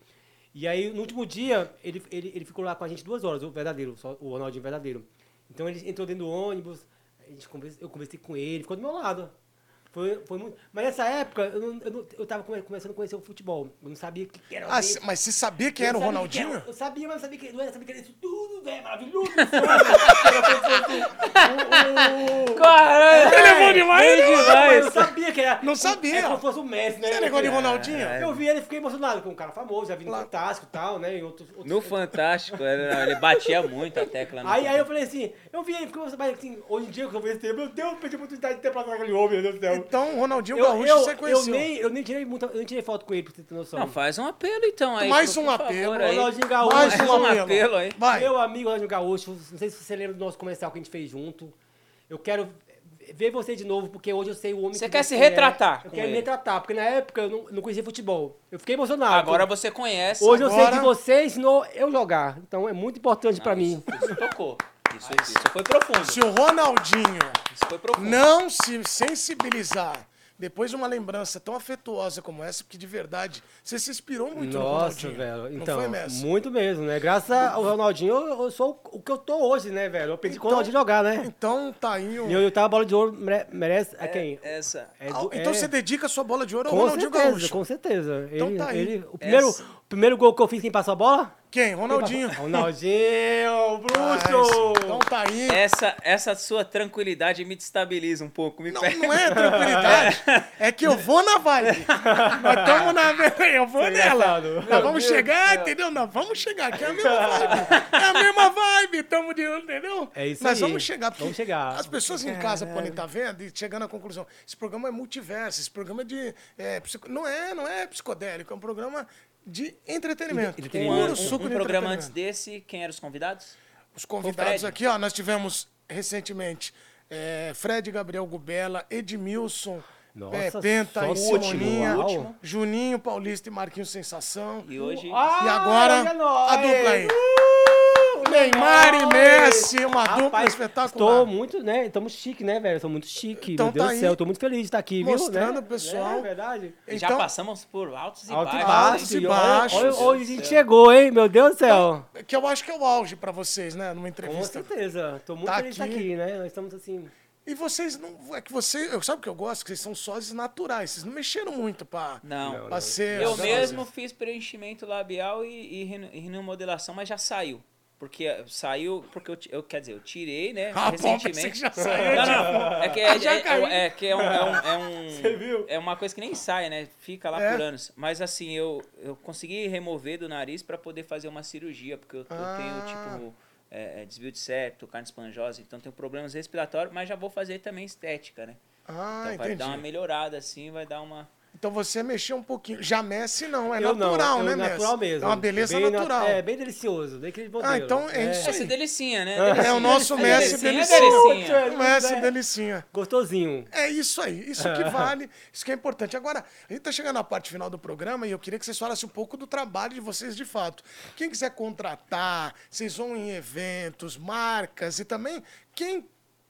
S2: E aí, no último dia, ele, ele, ele ficou lá com a gente duas horas, o verdadeiro, o Só- o Ronaldinho verdadeiro. Então ele entrou dentro do ônibus, a gente conversa- eu conversei com ele, ficou do meu lado. Foi, foi muito. Mas nessa época, eu, não, eu, não- eu tava come- começando a conhecer o futebol. Eu não sabia o que que era.
S1: Ah,
S2: o
S1: cê- mas você sabia quem era o
S2: eu sabia que
S1: Ronaldinho?
S2: era- Eu sabia, mas eu sabia que não era, sabia que era isso tudo, velho, maravilhoso. Eu pensei assim, o- o-
S3: Caralho!
S1: Ele é bom demais,
S3: bom
S1: né?
S2: mas eu
S3: demais.
S2: sabia que era.
S1: Não sabia.
S2: É como se fosse o Messi, né?
S1: Você é negócio de Ronaldinho?
S2: Eu vi ele e fiquei emocionado com um cara famoso, já vi no Fantástico e tal, né? Em outros, outros-
S3: No Fantástico, ele ele batia muito a tecla no
S2: Aí, aí eu falei assim, eu vi ele, fiquei emocionado, mas assim, hoje em dia que eu vejo esse tempo, meu Deus, eu perdi a oportunidade de ter pra aquele homem, meu Deus do céu.
S1: Então, o Ronaldinho
S2: eu,
S1: Gaúcho
S2: eu,
S1: você
S2: eu,
S1: conheceu.
S2: nem, eu nem tirei muita, eu nem tirei foto com ele, pra você ter noção.
S3: Não, faz um apelo então aí.
S1: Mais
S3: por-
S1: um
S3: por
S1: apelo.
S3: favor, aí.
S2: Ronaldinho Gaúcho.
S1: Mais
S3: Mais
S1: um
S3: um
S1: apelo.
S3: apelo aí.
S1: Vai.
S2: Meu amigo Ronaldinho Gaúcho, não sei se você lembra do nosso comercial que a gente fez junto. Eu quero ver você de novo, porque hoje eu sei o homem
S3: Você
S2: que
S3: quer se
S2: é.
S3: retratar
S2: Eu
S3: com
S2: quero me
S3: ele.
S2: retratar, porque na época eu não, não conhecia futebol. Eu fiquei emocionado.
S3: Agora você conhece.
S2: Hoje eu sei
S1: Agora-
S2: que você ensinou eu jogar, então é muito importante pra mim.
S3: Isso, isso tocou. Isso, isso foi profundo.
S1: Se o Ronaldinho
S3: Isso foi profundo.
S1: não se sensibilizar depois de uma lembrança tão afetuosa como essa, porque de verdade, você se inspirou muito no
S2: Nossa,
S1: Ronaldinho.
S2: velho.
S1: não
S2: Então,
S1: foi Messi.
S2: muito mesmo, né? Graças ao Ronaldinho, eu, eu sou o que eu tô hoje, né, velho? Eu aprendi com o Ronaldinho jogar, né?
S1: Então, tá aí o...
S2: E eu, eu tava bola de ouro, mere- merece. a quem?
S3: Essa.
S2: É
S1: Ah,
S2: do-
S1: Então
S2: é-
S1: você dedica a sua bola de ouro ao
S2: Com
S1: Ronaldinho
S2: certeza,
S1: Gaúcho.
S2: com certeza.
S1: Então
S2: ele,
S1: tá aí.
S2: ele- o primeiro,
S3: Essa-
S2: o Primeiro gol que eu fiz, quem passou a bola?
S1: Quem? Ronaldinho.
S2: Ronaldinho,
S1: Mas,
S2: bruxo!
S1: Então tá aí.
S2: É.
S3: Essa, essa sua tranquilidade me destabiliza um pouco. Me
S1: Não,
S3: pega.
S1: não é tranquilidade. É que eu vou na vibe. Nós estamos na. Eu vou
S2: é
S1: nela.
S2: engraçado.
S1: Nós vamos chegar, entendeu? Nós vamos chegar, que é a mesma vibe. É a mesma vibe. Estamos de olho, entendeu?
S2: É isso
S1: Nós
S2: aí.
S1: vamos chegar. porque
S2: Vamos chegar. É.
S1: As pessoas em casa podem estar vendo e chegando à conclusão. Esse programa é multiverso. Esse programa é de. é, psico- Não, é, não é psicodélico. É um programa de entretenimento.
S3: Um,
S1: Puro
S3: ano-
S1: suco
S3: um, um
S1: de entretenimento.
S3: programa antes desse, quem eram os convidados?
S1: Os convidados aqui, ó, nós tivemos recentemente eh, Fred Gabriel Gubela, Edmilson,
S2: Nossa,
S1: eh, Penta
S2: só
S1: e
S2: o último,
S1: Simoninha,
S2: o último.
S1: Juninho Paulista e Marquinhos Sensação.
S3: E hoje.
S1: Então, E agora,
S2: olha
S1: a
S2: nós!
S1: dupla aí.
S3: Uh,
S1: Neymar e
S2: nós!
S1: Messi, uma dupla
S2: Uh, é Rapaz,
S1: espetacular.
S2: Estou muito, né? Estamos chique, né, velho? Estou muito chique.
S1: Então
S2: Meu Deus
S1: tá
S2: do
S1: aí,
S2: céu, estou muito feliz de estar aqui, viu?
S1: mostrando
S2: né?
S1: o pessoal.
S2: É verdade.
S3: E
S1: Então,
S3: já passamos por altos e
S2: Alto e
S3: baixos.
S1: baixo, e
S2: baixo. e olha-
S1: baixo.
S2: olha Onde a gente chegou, hein? Meu Deus do céu.
S1: que eu acho que é o auge pra vocês, né, numa
S2: Com
S1: entrevista.
S2: certeza. Tô muito
S1: Tá
S2: feliz de
S1: aqui.
S2: estar aqui, né? Nós estamos assim.
S1: E vocês não, é que vocês, eu sabe o que eu gosto, que vocês são sósias naturais, vocês não mexeram muito pra
S3: Não.
S1: pra ser
S3: Eu
S1: sósia.
S3: mesmo fiz preenchimento labial e, e, reno- e renomodelação, mas já saiu. Porque eh, saiu, porque eu, ti- eu- quer dizer, eu tirei, né?
S1: Ah, bom,
S3: recentemente.
S1: pensei que já saiu. tipo, Ah,
S3: Não, não. É que é,
S1: Já
S3: é-
S1: caiu.
S3: é- é que é um. É, um- é um-
S2: Você viu?
S3: é uma coisa que nem sai, né? Fica lá
S1: É.
S3: por anos. Mas assim, eu, eu consegui remover do nariz pra poder fazer uma cirurgia, porque eu, eu
S1: Ah.
S3: tenho, tipo, é, é, desvio de septo, carne esponjosa, então tenho problemas respiratórios, mas já vou fazer também estética, né?
S1: Ah,
S3: então vai dar uma
S1: entendi.
S3: melhorada, assim, vai dar uma.
S1: Então você mexeu um pouquinho. Já Messi não, é
S2: eu não,
S1: natural,
S2: eu
S1: né, Messi?
S2: Natural mesmo.
S1: É uma beleza
S2: Bem na-
S1: natural.
S2: É, bem delicioso. Bem aquele modelo.
S1: então é isso
S3: É,
S1: aí.
S3: Essa delicinha, né?
S1: É o nosso Messi
S3: É
S1: delicinha.
S3: delicinha.
S1: O Messi,
S2: é.
S1: delicinha.
S2: Gostosinho.
S1: É isso aí, isso que vale, isso que é importante. Agora, a gente tá chegando na parte final do programa e eu queria que vocês falassem um pouco do trabalho de vocês de fato. Quem quiser contratar, vocês vão em eventos, marcas e também quem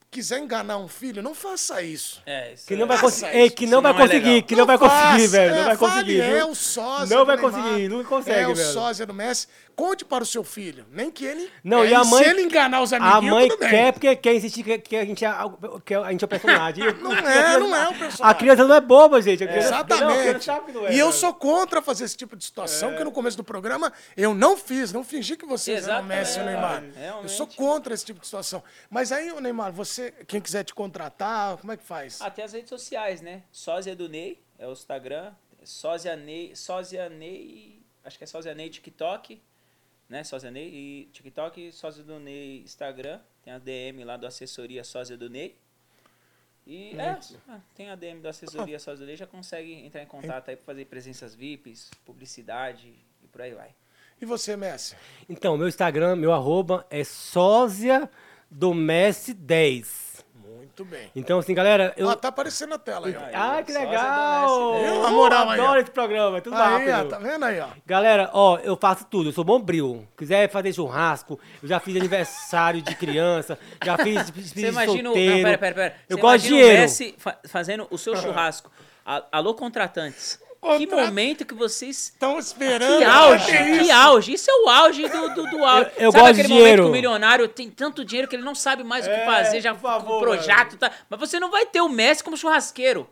S1: quiser enganar um filho, não faça isso.
S3: É, isso
S2: Que
S3: é-
S2: não vai, cons
S3: Nossa,
S2: Ei,
S3: isso-
S2: que
S3: isso
S2: não vai
S3: é
S2: conseguir,
S3: legal.
S2: que não, vai
S1: faz,
S2: conseguir, velho.
S1: é,
S2: não vai
S1: fale,
S2: conseguir. viu?
S1: É o sósia
S2: Não
S1: do
S2: vai
S1: Neymar,
S2: conseguir, não consegue,
S1: É o
S2: velho.
S1: sósia do Messi. Conte para o seu filho, nem que ele...
S2: Não,
S1: é,
S2: e a mãe.
S1: Se ele enganar os amiguinhos,
S2: A mãe
S1: tudo bem.
S2: quer porque quer insistir que, que a, gente é, algo- que a gente é o personagem.
S1: Não é, não é um personagem.
S2: A criança não é boba, gente. A criança, Não, a criança
S1: Exatamente.
S2: sabe que não é,
S1: e eu
S2: velho.
S1: sou contra fazer esse tipo de situação, que no começo do programa eu não fiz, não fingi que vocês eram o
S3: Exatamente,
S1: Messi e o Neymar.
S2: É,
S3: cara,
S1: Eu
S3: realmente.
S1: sou contra esse tipo de situação. Mas aí, ô, Neymar, você, quem quiser te contratar, como é que faz?
S2: Ah.
S3: Até Ah, as redes sociais, né? Sósia do Ney, é o Instagram. Sósia Ney, Sósia Ney, acho que é Sósia Ney TikTok, né? Sósia Ney e TikTok, Sósia do Ney Instagram. Tem a DM lá do Assessoria Sósia do Ney. E é, ah, tem a DM do Assessoria Sósia do Ney, já consegue entrar em contato aí pra fazer presenças VIPs, publicidade e por aí vai.
S1: E você, Messi?
S2: Então, meu Instagram, meu arroba é sósia do Messi 10.
S1: Muito bem.
S2: Então, assim, galera, eu.
S1: Ah, tá aparecendo na tela aí, ó.
S2: Ah, que
S3: Sósia do
S2: legal!
S3: Messi, né?
S1: Viu? A moral aí, ó.
S2: adoro esse programa, é tudo
S1: Aí, ó,
S2: rápido.
S1: tá vendo aí, ó?
S2: Galera, ó, eu faço tudo, eu sou bombril. Quiser fazer churrasco, eu já fiz aniversário de criança, já fiz
S3: Você
S2: despedida de
S3: imagina o.
S2: solteiro.
S3: Não, pera, pera, pera.
S2: Eu
S3: Você
S2: gosto de
S3: imagina o
S2: dinheiro.
S3: Messi fa- fazendo o seu churrasco. A- Alô, contratantes. Que
S1: Contra-
S3: momento que vocês.
S2: Ah,
S1: Estão esperando.
S3: Que auge,
S1: até
S3: que
S1: isso.
S3: auge. Isso é o auge do, do, do auge.
S2: Eu- eu
S3: sabe
S2: gosto de
S3: aquele
S2: dinheiro.
S3: momento que o milionário tem tanto dinheiro que ele não sabe mais o que
S2: É,
S3: fazer, já
S2: por favor,
S3: o projeto tá. Mas você não vai ter o Messi como churrasqueiro.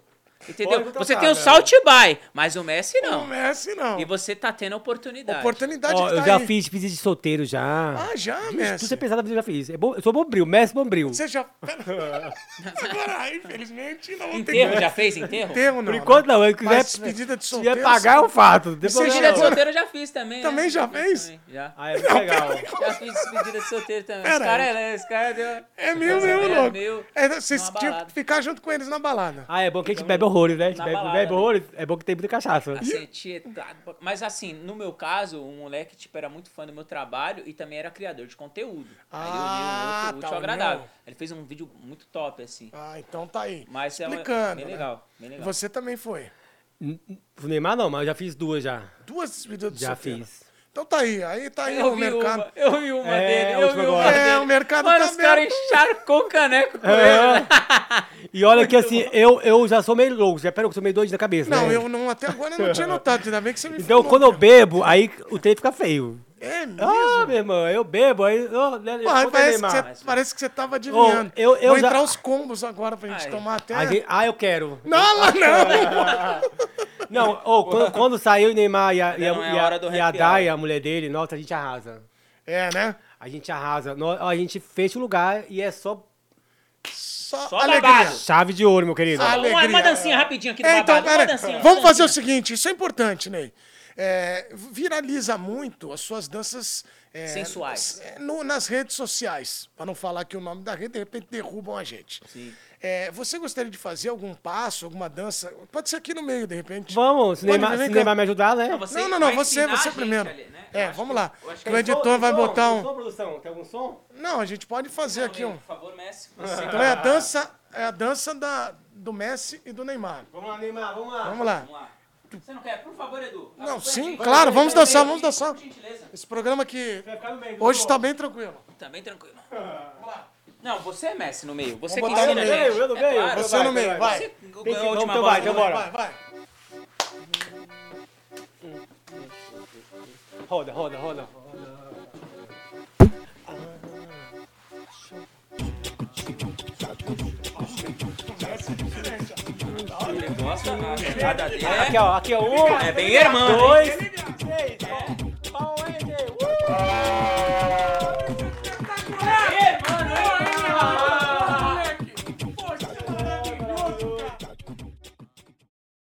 S3: Entendeu?
S2: Pode contratar,
S3: você tem o
S2: velho.
S3: Salt By, mas o Messi
S1: Não,
S3: não.
S1: Messi não.
S3: E você tá tendo a oportunidade.
S1: Oportunidade
S2: Ó,
S1: que tá
S2: eu já
S1: aí.
S2: fiz despedida de solteiro já.
S1: Ah, já,
S2: Tudo
S1: Messi?
S2: você pensar na vida eu já fiz. É bom- eu sou bombril, Messi bombril.
S1: Você já... Agora, infelizmente, não vou ter
S3: Enterro, já fez enterro?
S1: Enterro, não. né?
S2: Por enquanto não, eu quiser,
S1: Mas despedida de
S2: se
S1: solteiro,
S2: quiser pagar, eu faço.
S1: Você é
S2: Depois
S1: já-
S3: Despedida de solteiro eu já fiz também. né?
S1: Também já fez?
S3: Também, Já.
S2: Ah, é muito legal.
S3: Já fiz despedida de solteiro também.
S1: Pera
S3: Esse cara, é- esse cara deu.
S1: É meu,
S3: Esse
S1: meu,
S3: cara é
S1: louco.
S3: meu.
S1: É, vocês
S3: Numa
S1: tinham que
S3: balada.
S1: ficar junto com eles na balada.
S2: Ah, é bom que a gente bebe horrores, né? A gente
S3: Na
S2: bebe,
S3: balada,
S2: bebe
S3: né?
S2: horrores, é bom que tem muita cachaça.
S1: Ah.
S3: Acetietado. Mas assim, no meu caso, um moleque tipo, era muito fã do meu trabalho e também era criador de conteúdo. Aí
S1: Ah,
S3: ele uniu um outro
S1: tá,
S3: útil ao agradável.
S1: uniu.
S3: Ele fez um vídeo muito top, assim.
S1: Ah, então tá aí.
S3: Mas é uma-
S1: Explicando.
S3: bem
S1: né?
S3: legal, bem legal.
S1: Você também foi.
S2: N- n- O Neymar não, mas eu já fiz duas já.
S1: Duas despedidas de
S2: Já
S1: solteiro.
S2: fiz.
S1: Então tá aí. Aí tá aí
S3: Eu
S1: o
S3: vi
S1: mercado.
S3: uma, eu vi
S2: É,
S3: uma
S2: a
S3: dele, eu
S2: última
S3: vi uma
S2: agora.
S3: dele.
S1: É, o mercado
S3: Mano,
S1: tá
S3: os caras
S1: aberto.
S3: encharcou o caneco com ele.
S2: É. E olha que assim, eu, eu já sou meio louco, já pera, eu sou meio doido da cabeça.
S1: Não,
S2: né?
S1: eu não, até agora eu não tinha notado. Ainda bem que você me
S2: Então
S1: falou.
S2: quando eu bebo, aí o tempo fica feio.
S1: É mesmo?
S2: Ah, meu irmão, eu bebo, aí. Oh, né,
S1: Porra, parece,
S2: conta,
S1: que
S2: Neymar.
S1: você, parece que você tava adivinhando.
S2: Ô, eu- eu
S1: Vou
S2: já-
S1: entrar os combos agora pra gente
S3: Ai.
S1: tomar até...
S2: A gente- Ah, eu quero.
S1: Não, lá não!
S2: Não, ô, quando, quando saiu o Neymar e a, e a,
S3: Não é
S2: e a-
S3: hora do
S2: e a
S3: happy
S2: Daya, a mulher dele, nossa, a gente arrasa.
S1: É, né?
S2: A gente arrasa. Nó- ó, A gente fecha o lugar e é só
S1: Só,
S6: Só
S1: alegria.
S6: babado.
S2: chave de ouro, meu querido.
S1: Ah,
S6: Uma,
S1: Alegria.
S6: uma dancinha rapidinho aqui do
S1: É, então,
S6: babado. uma
S1: pera,
S6: dancinha, uma
S1: vamos fazer o
S6: dancinha.
S1: seguinte, isso é importante, Ney. É, viraliza muito as suas danças é,
S6: Sensuais.
S1: nas- é, no- nas redes sociais, para não falar que o nome da rede, de repente derrubam a gente. É, você gostaria de fazer algum passo, alguma dança? Pode ser aqui no meio, de repente.
S2: Vamos, se
S1: Pode,
S2: Neymar,
S1: vem
S2: se
S1: cá.
S2: Neymar me ajudar, né?
S6: você
S1: Não, não, não,
S6: assim, vai
S1: você,
S6: ensinar a
S1: você
S6: gente
S1: primeiro.
S6: ali, né? Eu
S1: É,
S6: acho
S1: vamos
S6: que-
S1: lá.
S6: eu acho que
S1: O editor vai botar um.
S2: produção? Tem algum som?
S1: Não, a gente pode fazer aqui um.
S3: Por favor, Messi. Você.
S1: Então é a dança, é a dança da, do Messi e do Neymar.
S2: Vamos lá, Neymar, vamos lá.
S1: Vamos lá.
S3: Vamos lá. Você não quer? Por favor, Edu.
S1: Não,
S3: Acompanha a
S1: sim,
S3: gente.
S1: claro, vamos dançar, vamos dançar.
S3: Por gentileza.
S1: Esse programa aqui
S2: Vai ficar no meio,
S1: hoje
S2: viu?
S1: está bem tranquilo.
S3: Tá bem tranquilo. Vamos lá. Não, você é Messi no meio. Você que
S1: Vamos botar
S3: ensina a
S1: no meio.
S3: gente.
S2: Eu no meio,
S3: É claro.
S1: Você no meio, vai.
S3: Você
S2: Tem que-
S3: ganhou a última
S2: então
S3: bola.
S2: vai, então bora.
S1: Vai, vai.
S2: Roda, roda, roda.
S3: O negócio, a pegada dele
S2: Aqui,
S3: é...
S2: ó, aqui, ó. Um,
S3: É bem irmão, hein?
S2: dois, três. ó. Pau, hein, Ney? Uh!
S6: Espetacular!
S3: é.